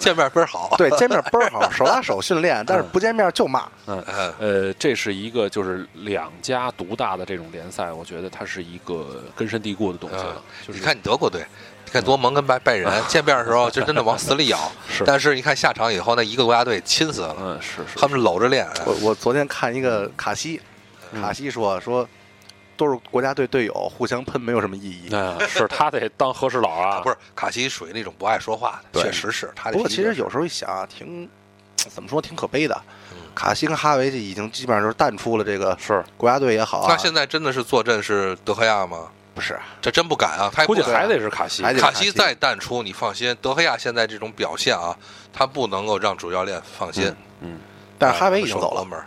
Speaker 2: 见面倍儿好。
Speaker 4: 对，见面倍儿好，手拉手训练，但是不见面就骂，
Speaker 2: 嗯，
Speaker 3: 呃，这是一个就是两家独大的这种联赛，我觉得它是一个根深蒂固的东西了。就是啊
Speaker 2: 你看你德国队，你看多蒙跟拜拜仁见面的时候就真的往死里咬，
Speaker 3: 是
Speaker 2: 但是你看下场以后，那一个国家队亲死了，
Speaker 3: 嗯，是是，
Speaker 2: 他们搂着练。啊
Speaker 4: 我我昨天看一
Speaker 2: 嗯
Speaker 4: 个卡西，卡西说说都是国家队队友，互相喷没有什么意
Speaker 2: 嗯
Speaker 4: 义。
Speaker 3: 啊、是他得当和事佬啊，
Speaker 2: 不是卡西属于那种不爱说话的，
Speaker 4: 对
Speaker 2: 确实是他。
Speaker 4: 不过其实有时候一想啊，挺怎么说，挺可悲的
Speaker 2: 嗯。
Speaker 4: 卡西跟哈维这已经基本上就是淡出了这个
Speaker 3: 是，
Speaker 4: 国家队也好啊
Speaker 2: 那，现在真的是坐镇是德赫亚吗？
Speaker 4: 不是
Speaker 2: 这真不敢啊，他也
Speaker 3: 估
Speaker 2: 不
Speaker 3: 计
Speaker 2: 敢
Speaker 3: 哎还得是卡西
Speaker 4: 还。得
Speaker 2: 卡
Speaker 4: 西
Speaker 2: 西再淡出，你放心，德赫亚现在这种表现啊，他不能够让主教练放心。啊
Speaker 3: 嗯，
Speaker 4: 但是哈维已经走了
Speaker 2: 守，门儿。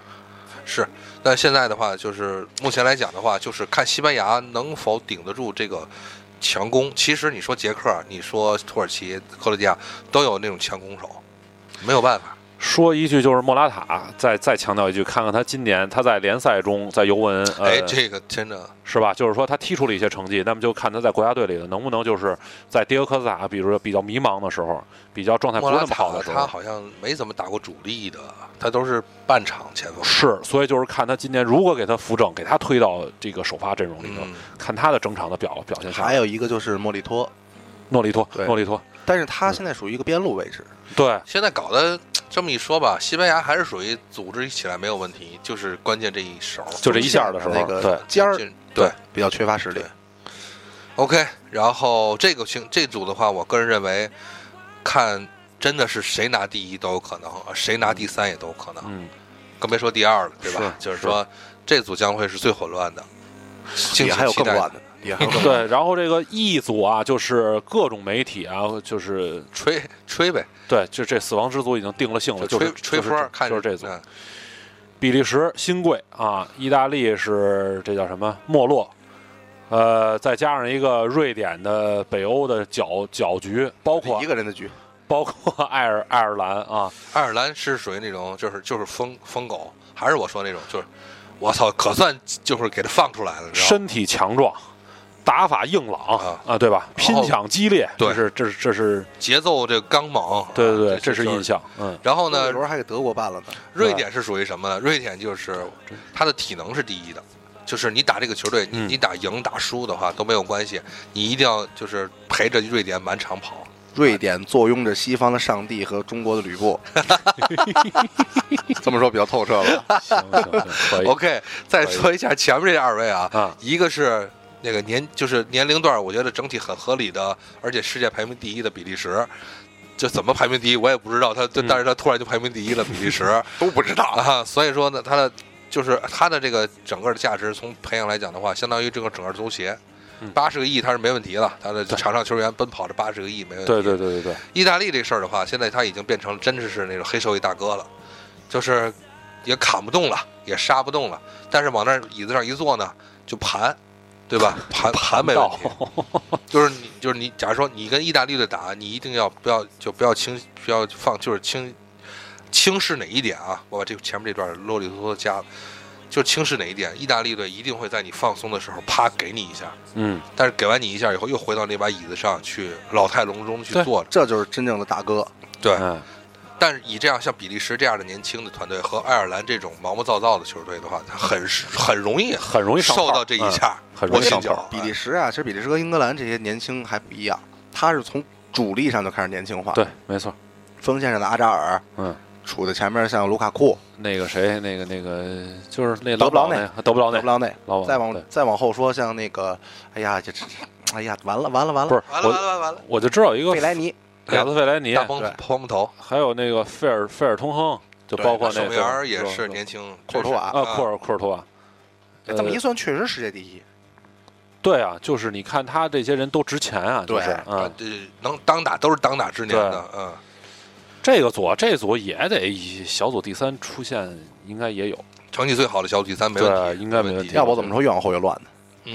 Speaker 2: 是，但现在的话，就是目前来讲的话，就是看西班牙能否顶得住这个强攻。其实你说捷克，啊你说土耳其、克罗地亚都有那种强攻手，没有办法。
Speaker 3: 说一句就是莫拉塔，再再强调一句，看看他今年他在联赛中在尤文，呃、
Speaker 2: 哎，这个真的，
Speaker 3: 是吧？就是说他踢出了一些成绩，那么就看他在国家队里头能不能就是在迭戈科斯塔，比如说比较迷茫的时候，比较状态不
Speaker 2: 莫
Speaker 3: 是
Speaker 2: 拉
Speaker 3: 那么好
Speaker 2: 塔
Speaker 3: 的时
Speaker 2: 他
Speaker 3: 候，
Speaker 2: 好像没怎么打过主力的，他都是半场前锋。
Speaker 3: 是，所以就是看他今年如果给他扶正，给他推到这个首发阵容里头，
Speaker 2: 嗯，
Speaker 3: 看他的整场的表表现下来。
Speaker 4: 还有一个就是莫里托，
Speaker 3: 诺里托，
Speaker 4: 对
Speaker 3: 诺里托，
Speaker 2: 嗯
Speaker 4: 但是他现在属于一个边路位置，
Speaker 3: 对，
Speaker 2: 现在搞得这么一说吧，西班牙还是属于组织起来没有问题，就是关键这一手儿
Speaker 3: 就这一下的时候，
Speaker 4: 那个
Speaker 3: 对，
Speaker 4: 尖儿
Speaker 2: 就对。
Speaker 4: 比较缺乏实力
Speaker 2: 对。OK，然后这个群这组的话，我个人认为，看真的是谁拿第一都有可能，呃谁拿第三也都有可能，
Speaker 3: 嗯，
Speaker 2: 更别说第二了，对吧？
Speaker 3: 是
Speaker 2: 就是说，这组将会是最混乱的，敬
Speaker 4: 也
Speaker 2: 请
Speaker 4: 还有
Speaker 2: 期
Speaker 4: 更
Speaker 2: 待
Speaker 4: 乱的，也 还有更乱的。
Speaker 3: 对。然后这个 E 组啊，就是各种媒体啊，就是
Speaker 2: 吹吹呗，
Speaker 3: 对，就这死亡之组已经定了性了，就
Speaker 2: 吹
Speaker 3: 是
Speaker 2: 吹
Speaker 3: 就是
Speaker 2: 风
Speaker 3: 这
Speaker 2: 儿，看
Speaker 3: 就是
Speaker 2: 着
Speaker 3: 这组，
Speaker 2: 嗯
Speaker 3: 比利时新贵啊，意大利是这叫什么没落，呃，再加上一个瑞典的北欧的搅搅局，包括
Speaker 4: 一个人的局，
Speaker 3: 包括爱尔爱尔兰啊，
Speaker 2: 爱尔兰是属于那种就是就是疯疯狗，还是我说那种就是，我操，可算就是给他放出来了，你知道吗？
Speaker 3: 身体强壮，打法硬朗
Speaker 2: 啊
Speaker 3: 对吧？拼抢激烈，
Speaker 2: 对
Speaker 3: 这是这是这是
Speaker 2: 节奏这刚猛，
Speaker 3: 对对对，
Speaker 2: 啊
Speaker 3: 这是印。
Speaker 2: 就
Speaker 3: 象， 嗯，
Speaker 2: 然后
Speaker 4: 那
Speaker 2: 呢，
Speaker 4: 轮还给德国办了呢。
Speaker 2: 瑞典是属于什么呢？瑞典就是他的体能是第一的，就是你打这个球队，你
Speaker 3: 嗯
Speaker 2: 你打赢打输的话都没有关系，你一定要就是陪着瑞典满场跑。
Speaker 4: 瑞典坐拥着西方的上帝和中国的吕 布，这么说比较透彻了。
Speaker 3: 行嗯行行，可以，
Speaker 2: OK，再说一下前面这二位啊，
Speaker 3: 啊
Speaker 2: 一个是那个年就是年龄段，我觉得整体很合理的，而且世界排名第一的比利时。就怎么排名第一，我也不知道。他，就
Speaker 3: 嗯
Speaker 2: 但是他突然就排名第一了，比利时 都不知道啊。所以说呢，他的就是他的这个整个的价值，从培养来讲的话，相当于这个整个足协
Speaker 3: 嗯，
Speaker 2: 八十个亿他是没问题了。他的场上球员奔跑这八十个亿没问题。
Speaker 3: 对对对对对，
Speaker 2: 意大利这事儿的话，现在他已经变成真的是那种黑社会大哥了，就是也砍不动了，也杀不动了，但是往那儿椅子上一坐呢，就盘，对吧？盘盘没问
Speaker 3: 到
Speaker 2: 题。就是你就是你，假如说你跟意大利队打，你一定要不要就不要轻不要放，就是轻轻视哪一点啊？我把这个前面这段啰里啰嗦加了，就轻视哪一点，意大利队一定会在你放松的时候啪给你一下，
Speaker 3: 嗯，
Speaker 2: 但是给完你一下以后，又回到那把椅子上去老态龙钟去
Speaker 3: 对
Speaker 2: 坐着。
Speaker 4: 这就是真正的大哥，
Speaker 2: 对，
Speaker 3: 嗯，
Speaker 2: 但是以这样像比利时这样的年轻的团队和爱尔兰这种毛毛躁躁的球队的话，他很是很容易
Speaker 3: 很容易上
Speaker 2: 受
Speaker 3: 套
Speaker 2: 到这一下，
Speaker 3: 嗯很容
Speaker 2: 我
Speaker 3: 易
Speaker 2: 跟
Speaker 3: 上
Speaker 2: 你讲
Speaker 3: 套，
Speaker 4: 比利时啊，其实比利时和英格兰这些年轻还不一样，他是从主力上就开始年轻化。
Speaker 3: 对，啊没错，
Speaker 4: 锋线上的阿扎尔，
Speaker 3: 嗯，
Speaker 4: 杵在前面像卢卡库、
Speaker 3: 那个谁，那个那个就是那
Speaker 4: 德布劳
Speaker 3: 劳
Speaker 4: 内
Speaker 3: 内，德布劳内
Speaker 4: 德布，劳内，
Speaker 3: 老王
Speaker 4: 再
Speaker 3: 对
Speaker 4: 往嗯再往后说，像那个，哎呀，这这，这哎呀，完了完了完了，
Speaker 3: 不是
Speaker 2: 完了完
Speaker 3: 我，
Speaker 2: 了完了，
Speaker 3: 我就知道一个
Speaker 4: 费莱尼，
Speaker 3: 亚斯费莱尼，
Speaker 2: 大崩
Speaker 4: 对
Speaker 2: 泡沫头，
Speaker 3: 还有那个费尔费尔通亨，就包括
Speaker 2: 守
Speaker 3: 那
Speaker 2: 门
Speaker 3: 个
Speaker 2: 员也是
Speaker 3: 对
Speaker 2: 年轻，
Speaker 4: 库尔图瓦
Speaker 3: 啊，库尔库尔图瓦。
Speaker 4: 这么一
Speaker 3: 呃
Speaker 4: 算，确实世界第一。
Speaker 3: 对啊，就是你看他这些人都值钱啊，就是
Speaker 4: 对
Speaker 2: 啊
Speaker 3: 啊，，
Speaker 2: 这能当打都是当打之年的，嗯，
Speaker 3: 这个组啊这组也得以小组第三出现，应该也有，
Speaker 2: 成绩最好的小组第三没问
Speaker 3: 对，
Speaker 2: 题，
Speaker 3: 应该
Speaker 2: 没
Speaker 3: 没问
Speaker 2: 问
Speaker 3: 题。
Speaker 2: 题
Speaker 4: 要不我怎么说越往后越乱呢？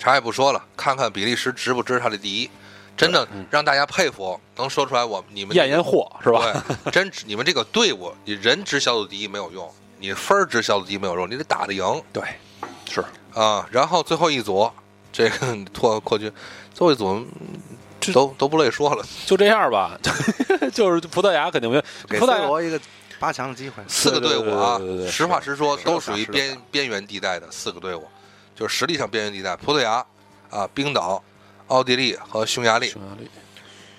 Speaker 2: 啥也不说了，看看比利时值不值他的第一，真的让大家佩服，能说出来我你们
Speaker 3: 验验货嗯是吧？
Speaker 2: 对，真你们这个队伍，你人值小组第一没有用，你分儿值小组第一没有用，你得打得赢。
Speaker 3: 对，是
Speaker 2: 啊，然后最后一组，这个 拓扩军，最后一组嗯都都不累说了，
Speaker 3: 就这样吧， 就是葡萄牙肯定没有，
Speaker 4: 给
Speaker 3: 葡
Speaker 4: C
Speaker 3: 萄牙
Speaker 4: 罗一个八强的机会。
Speaker 2: 四个队伍啊
Speaker 3: 对对对对，对
Speaker 2: 实话实说，
Speaker 4: 是
Speaker 2: 都属于
Speaker 4: 是
Speaker 2: 边边缘地带的四个队伍，就是实力上边缘地带，葡萄牙啊、冰岛、奥地利和匈牙利。
Speaker 3: 匈牙利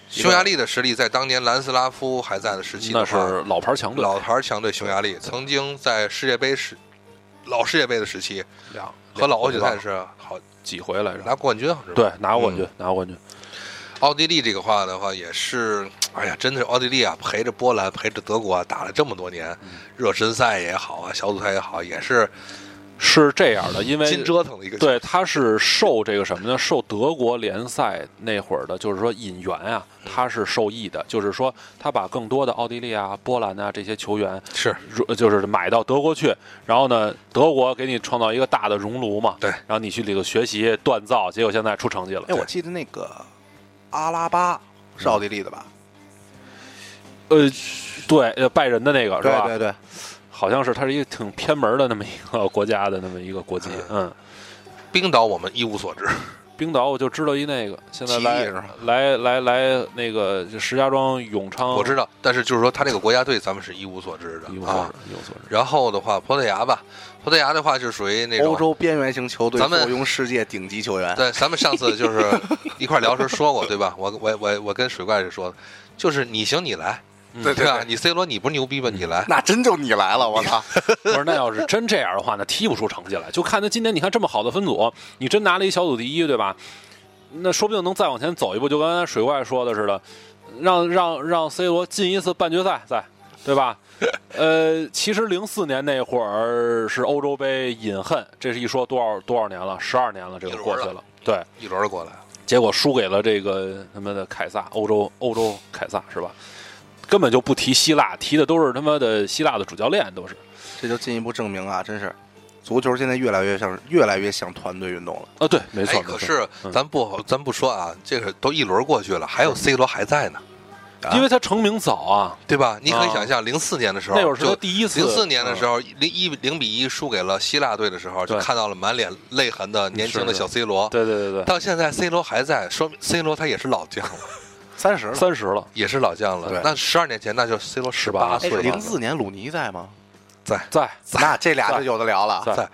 Speaker 2: 匈牙利的实力在当年兰斯拉夫还在的时期的
Speaker 3: 那
Speaker 2: 话，
Speaker 3: 是老牌强队，
Speaker 2: 老牌强队匈牙利，曾经在世界杯时老世界杯的时期
Speaker 3: 两
Speaker 2: 和老欧锦赛是好
Speaker 3: 几回来着？
Speaker 2: 拿嗯冠军，好啊像是吧
Speaker 3: 对，拿冠军，拿冠军，
Speaker 2: 奥地利这个话的话，也是，哎呀，真的是奥地利啊，陪着波兰，陪着德国啊，打了这么多年，
Speaker 3: 嗯
Speaker 2: 热身赛也好啊，小组赛也好，也是
Speaker 3: 是这样的，因为
Speaker 2: 金折腾的一个。，
Speaker 3: 对，他是受这个什么呢？受德国联赛那会儿的，就是说引援啊，
Speaker 2: 嗯
Speaker 3: 他是受益的。就是说，他把更多的奥地利啊、波兰啊这些球员，
Speaker 2: 是
Speaker 3: 如就是买到德国去，然后呢，德国给你创造一个大的熔炉嘛，
Speaker 2: 对
Speaker 3: 然后你去里头学习锻造，结果现在出成绩了。
Speaker 4: 哎，我记得那个阿拉巴是奥地利的吧？
Speaker 3: 呃，对，呃，拜仁的那个是吧？
Speaker 4: 对对，
Speaker 3: 好像是他是一个挺偏门的那么一个国家的那么一个国籍，嗯。
Speaker 2: 冰岛我们一无所知，
Speaker 3: 冰岛我就知道一那个，现在
Speaker 4: 奇异
Speaker 3: 来
Speaker 4: 是吧
Speaker 3: 来来来那个就石家庄永昌，
Speaker 2: 我知道，但是就是说他这个国家队咱们是一无所知
Speaker 3: 嗯一无
Speaker 2: 的
Speaker 3: 所
Speaker 2: 啊
Speaker 3: 知。，一无所知。
Speaker 2: 然后的话，葡萄牙吧，葡萄牙的话就属于那种
Speaker 4: 欧洲边缘型球队
Speaker 2: 咱们
Speaker 4: 坐拥世界顶级球员。
Speaker 2: 对， 咱们上次就是 一块儿聊的时候说过，对吧？我我我我跟水怪是说的，就是你行你来，
Speaker 3: 嗯
Speaker 2: 对吧？你 C 罗你不是牛逼吗？你来，
Speaker 7: 那真就你来了，我操！
Speaker 3: 不是，那要是真这样的话，那踢不出成绩来。就看他今年，你看这么好的分组，你真拿了一小组第一，对吧？那说不定能再往前走一步，就跟刚才水怪说的似的，让让让 C 罗进一次半决赛赛，对吧？ 呃，其实零四年那会儿是欧洲杯隐恨，这是一说多少多少年了，十二年了，这个过去
Speaker 2: 一轮
Speaker 3: 了，对。
Speaker 2: 一轮儿过来，
Speaker 3: 结果输给了这个他妈的凯撒，欧洲欧洲凯撒是吧？根本就不提希腊，提的都是他妈的希腊的主教练，都是。
Speaker 4: 这就进一步证明啊，真是，足球现在越来越像越来越像团队运动了。
Speaker 3: 啊，对，没错。
Speaker 2: 哎，
Speaker 3: 没
Speaker 2: 可
Speaker 3: 错
Speaker 2: 是
Speaker 3: 嗯
Speaker 2: 咱不咱不说啊，这个都一轮儿过去了，还有 C 罗还在呢，
Speaker 4: 啊
Speaker 3: 因为他成名早啊，
Speaker 2: 对吧？你可以
Speaker 3: 啊
Speaker 2: 想象，零四年的时候，
Speaker 3: 那会儿是
Speaker 2: 就
Speaker 3: 他第一次。嗯
Speaker 2: 零四年的时候，零一零比一输给了希腊队的时候，就
Speaker 3: 对
Speaker 2: 看到了满脸泪痕的年轻的小 C 罗
Speaker 3: 嗯，。对对对对，
Speaker 2: 到现在 C 罗还在，说明 C 罗他也是老将了，
Speaker 4: 三十了，
Speaker 3: 三十了，
Speaker 2: 也是老将了
Speaker 4: 对。
Speaker 2: 那十二年前，那就是 C 罗十
Speaker 3: 18
Speaker 2: 八
Speaker 4: 哎
Speaker 2: 岁，
Speaker 4: 零四年鲁尼在吗？
Speaker 3: 在
Speaker 4: 那这俩就有的聊了。
Speaker 3: 在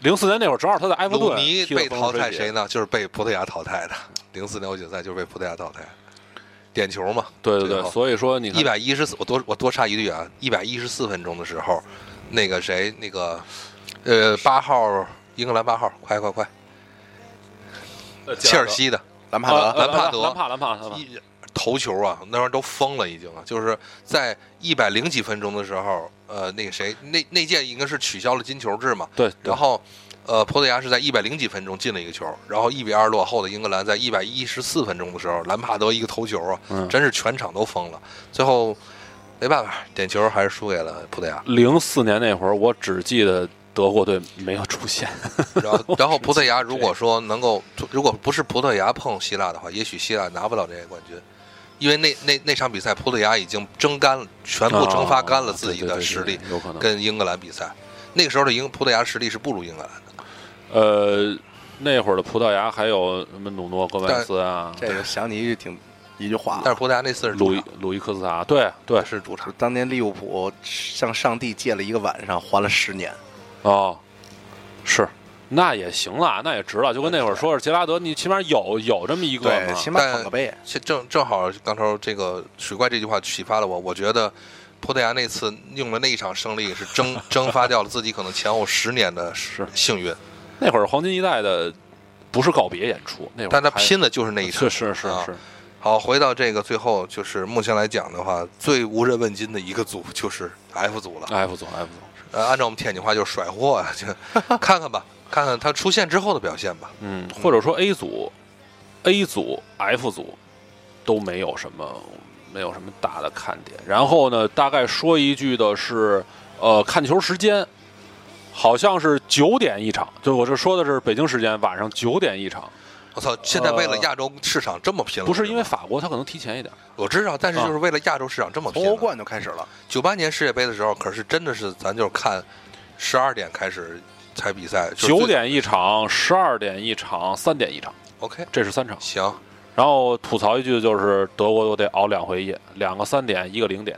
Speaker 3: 零四年那会儿，正好他在埃弗
Speaker 2: 鲁
Speaker 3: 顿
Speaker 2: 尼
Speaker 3: 踢得
Speaker 2: 被
Speaker 3: 风
Speaker 2: 淘
Speaker 3: 生
Speaker 2: 汰
Speaker 3: 水起
Speaker 2: 谁？呢？就是被葡萄牙淘汰的。零四年欧锦赛就是被葡萄牙淘汰，点球嘛。
Speaker 3: 对对
Speaker 2: 最
Speaker 3: 对，
Speaker 2: 后
Speaker 3: 所以说你看
Speaker 2: 一百一十四，我多我多插一句啊，一百一十四分钟的时候，那个谁，那个呃八号英格兰八号，快快快，
Speaker 3: 呃
Speaker 2: 切尔西的
Speaker 4: 兰帕
Speaker 3: 呃呃
Speaker 4: 德，
Speaker 2: 兰帕德
Speaker 3: 兰帕兰帕兰帕，
Speaker 2: 一头球啊，那玩意儿都疯了，已经啊，就是在一百零几分钟的时候，呃，那个谁，那那届应该是取消了金球制嘛，
Speaker 3: 对，对
Speaker 2: 然后。呃，葡萄牙是在一百零几分钟进了一个球，然后一比二落后的英格兰在一百一十四分钟的时候，兰帕德一个头球啊，
Speaker 3: 嗯
Speaker 2: 真是全场都疯了。最后没办法，点球还是输给了葡萄牙。
Speaker 3: 零四年那会儿，我只记得德国队没有出现。
Speaker 2: 然 后，然后葡萄牙如果说能够，如果不是葡萄牙碰希腊的话，也许希腊拿不了这个冠军，因为那那那场比赛葡萄牙已经蒸干了，全部蒸发干了
Speaker 3: 啊
Speaker 2: 自己
Speaker 3: 对对
Speaker 2: 的
Speaker 3: 对
Speaker 2: 实
Speaker 3: 对
Speaker 2: 力，
Speaker 3: 有可能。
Speaker 2: 跟英格兰比赛。那个时候的英葡萄牙实力是不如英格兰的，
Speaker 3: 呃，那会儿的葡萄牙还有什么努诺、戈麦斯啊，
Speaker 4: 这个想起一句挺一句话
Speaker 2: 但，是葡萄牙那次是
Speaker 3: 鲁
Speaker 2: 主
Speaker 3: 伊
Speaker 2: 场
Speaker 3: 鲁伊科斯塔，对对
Speaker 2: 是主场，
Speaker 4: 就当年利物浦向上帝借了一个晚上，还了十年。
Speaker 3: 哦，是。那也行了，那也值了，就跟那会儿说是杰拉德，你起码有有这么一个
Speaker 4: 对，
Speaker 3: 嘛，
Speaker 4: 起码捧个杯。
Speaker 2: 其正正好刚才这个水怪这句话启发了我，我觉得葡萄牙那次用了那一场胜利是蒸 蒸发掉了自己可能前后十年的幸运，
Speaker 3: 那会儿黄金一代的不是告别演出，那会儿
Speaker 2: 但他
Speaker 3: 还
Speaker 2: 拼的就是那一场
Speaker 3: 是。是是
Speaker 2: 啊
Speaker 3: 是，
Speaker 2: 好，回到这个最后，就是目前来讲的话，最无人问津的一个组就是 F 组了。
Speaker 3: F 组 F 组，
Speaker 2: 呃，按照我们天津话就是甩货啊， 就看看吧，看看他出现之后的表现吧。
Speaker 3: 嗯，或者说 A 组、A 组、F 组都没有什么没有什么大的看点。然后呢，大概说一句的是，呃，看球时间好像是九点一场，就我这说的是北京时间晚上九点一场，
Speaker 2: 我操，现在为了亚洲市场这么拼了，
Speaker 3: 呃不是因为啊
Speaker 2: 吗
Speaker 3: 法国他可能提前一点，
Speaker 2: 我知道，但是就是为了亚洲市场这么
Speaker 4: 从
Speaker 2: 拼
Speaker 4: 欧
Speaker 2: 了。
Speaker 4: 冠就开始了，
Speaker 2: 九八年世界杯的时候，可是真的是咱就是看十二点开始才比赛，就是最
Speaker 3: 九点一场，十二点一场，三点一场，
Speaker 2: OK
Speaker 3: 这是三场。
Speaker 2: 行。
Speaker 3: 然后吐槽一句就是德国都得熬两回夜，两个三点，一个零点。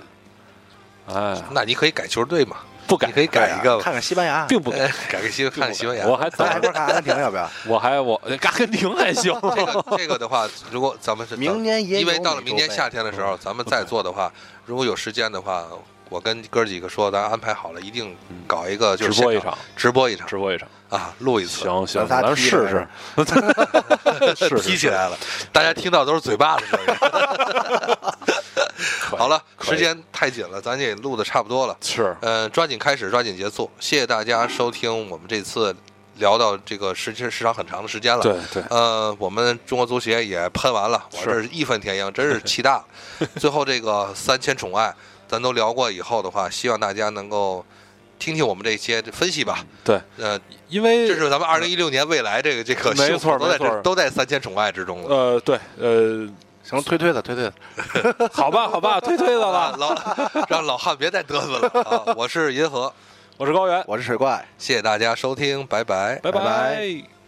Speaker 3: 哎，
Speaker 2: 那你可以改球队嘛？
Speaker 3: 不改哎
Speaker 2: 你可以改一个
Speaker 4: 看看西班牙，
Speaker 3: 并不改，
Speaker 2: 改个西看西班牙。
Speaker 3: 我还
Speaker 4: 咱俩 一块
Speaker 3: 咱
Speaker 4: 儿看阿根廷要不要？
Speaker 3: 我还我 阿根廷还行，
Speaker 2: 这个这个的话，如果咱们是
Speaker 4: 明年也有
Speaker 2: 因为到了明年夏天的时
Speaker 4: 嗯
Speaker 2: 候，咱们再做的话，如果有时间的话，我跟哥几个说，咱安排好了，一定
Speaker 4: 嗯
Speaker 2: 搞一个就是
Speaker 3: 直播一
Speaker 2: 现
Speaker 3: 场，
Speaker 2: 直播一场
Speaker 3: 直播一场，
Speaker 2: 啊，录一 次，
Speaker 3: 行行，
Speaker 4: 咱仨
Speaker 3: 咱
Speaker 4: 踢
Speaker 3: 试试
Speaker 4: 了，
Speaker 3: 是是
Speaker 2: 踢起来了，大家听到都是嘴巴子声音。 好了，
Speaker 3: 可
Speaker 2: 时
Speaker 3: 以
Speaker 2: 间太紧了，咱也录的差不多了，
Speaker 3: 是
Speaker 2: 嗯，抓紧开始，抓紧结束，谢谢大家收听我们这次聊到这个时间时长很长的时间了，
Speaker 3: 对对，
Speaker 2: 呃，我们中国足协也喷完了，我
Speaker 3: 是
Speaker 2: 这是义愤填膺，真是气大了。 最后这个三千宠爱，咱都聊过以后的话，希望大家能够听听我们这些分析吧。
Speaker 3: 对，
Speaker 2: 呃，
Speaker 3: 因为
Speaker 2: 这是咱们二零一六年未来这个这个
Speaker 3: 嗯没
Speaker 2: 幸福
Speaker 3: 错
Speaker 2: 都在
Speaker 3: 没错
Speaker 2: 这都在三千宠爱之中了。
Speaker 3: 呃对呃，
Speaker 4: 行，推推的，推推的。
Speaker 3: 好吧好吧，推推的
Speaker 2: 啊
Speaker 3: 了，
Speaker 2: 老让老汉别再嘚瑟了啊！我是银河，
Speaker 3: 我是高原，
Speaker 4: 我是水怪。
Speaker 2: 谢谢大家收听，拜拜。
Speaker 3: 拜
Speaker 4: 拜
Speaker 3: 拜。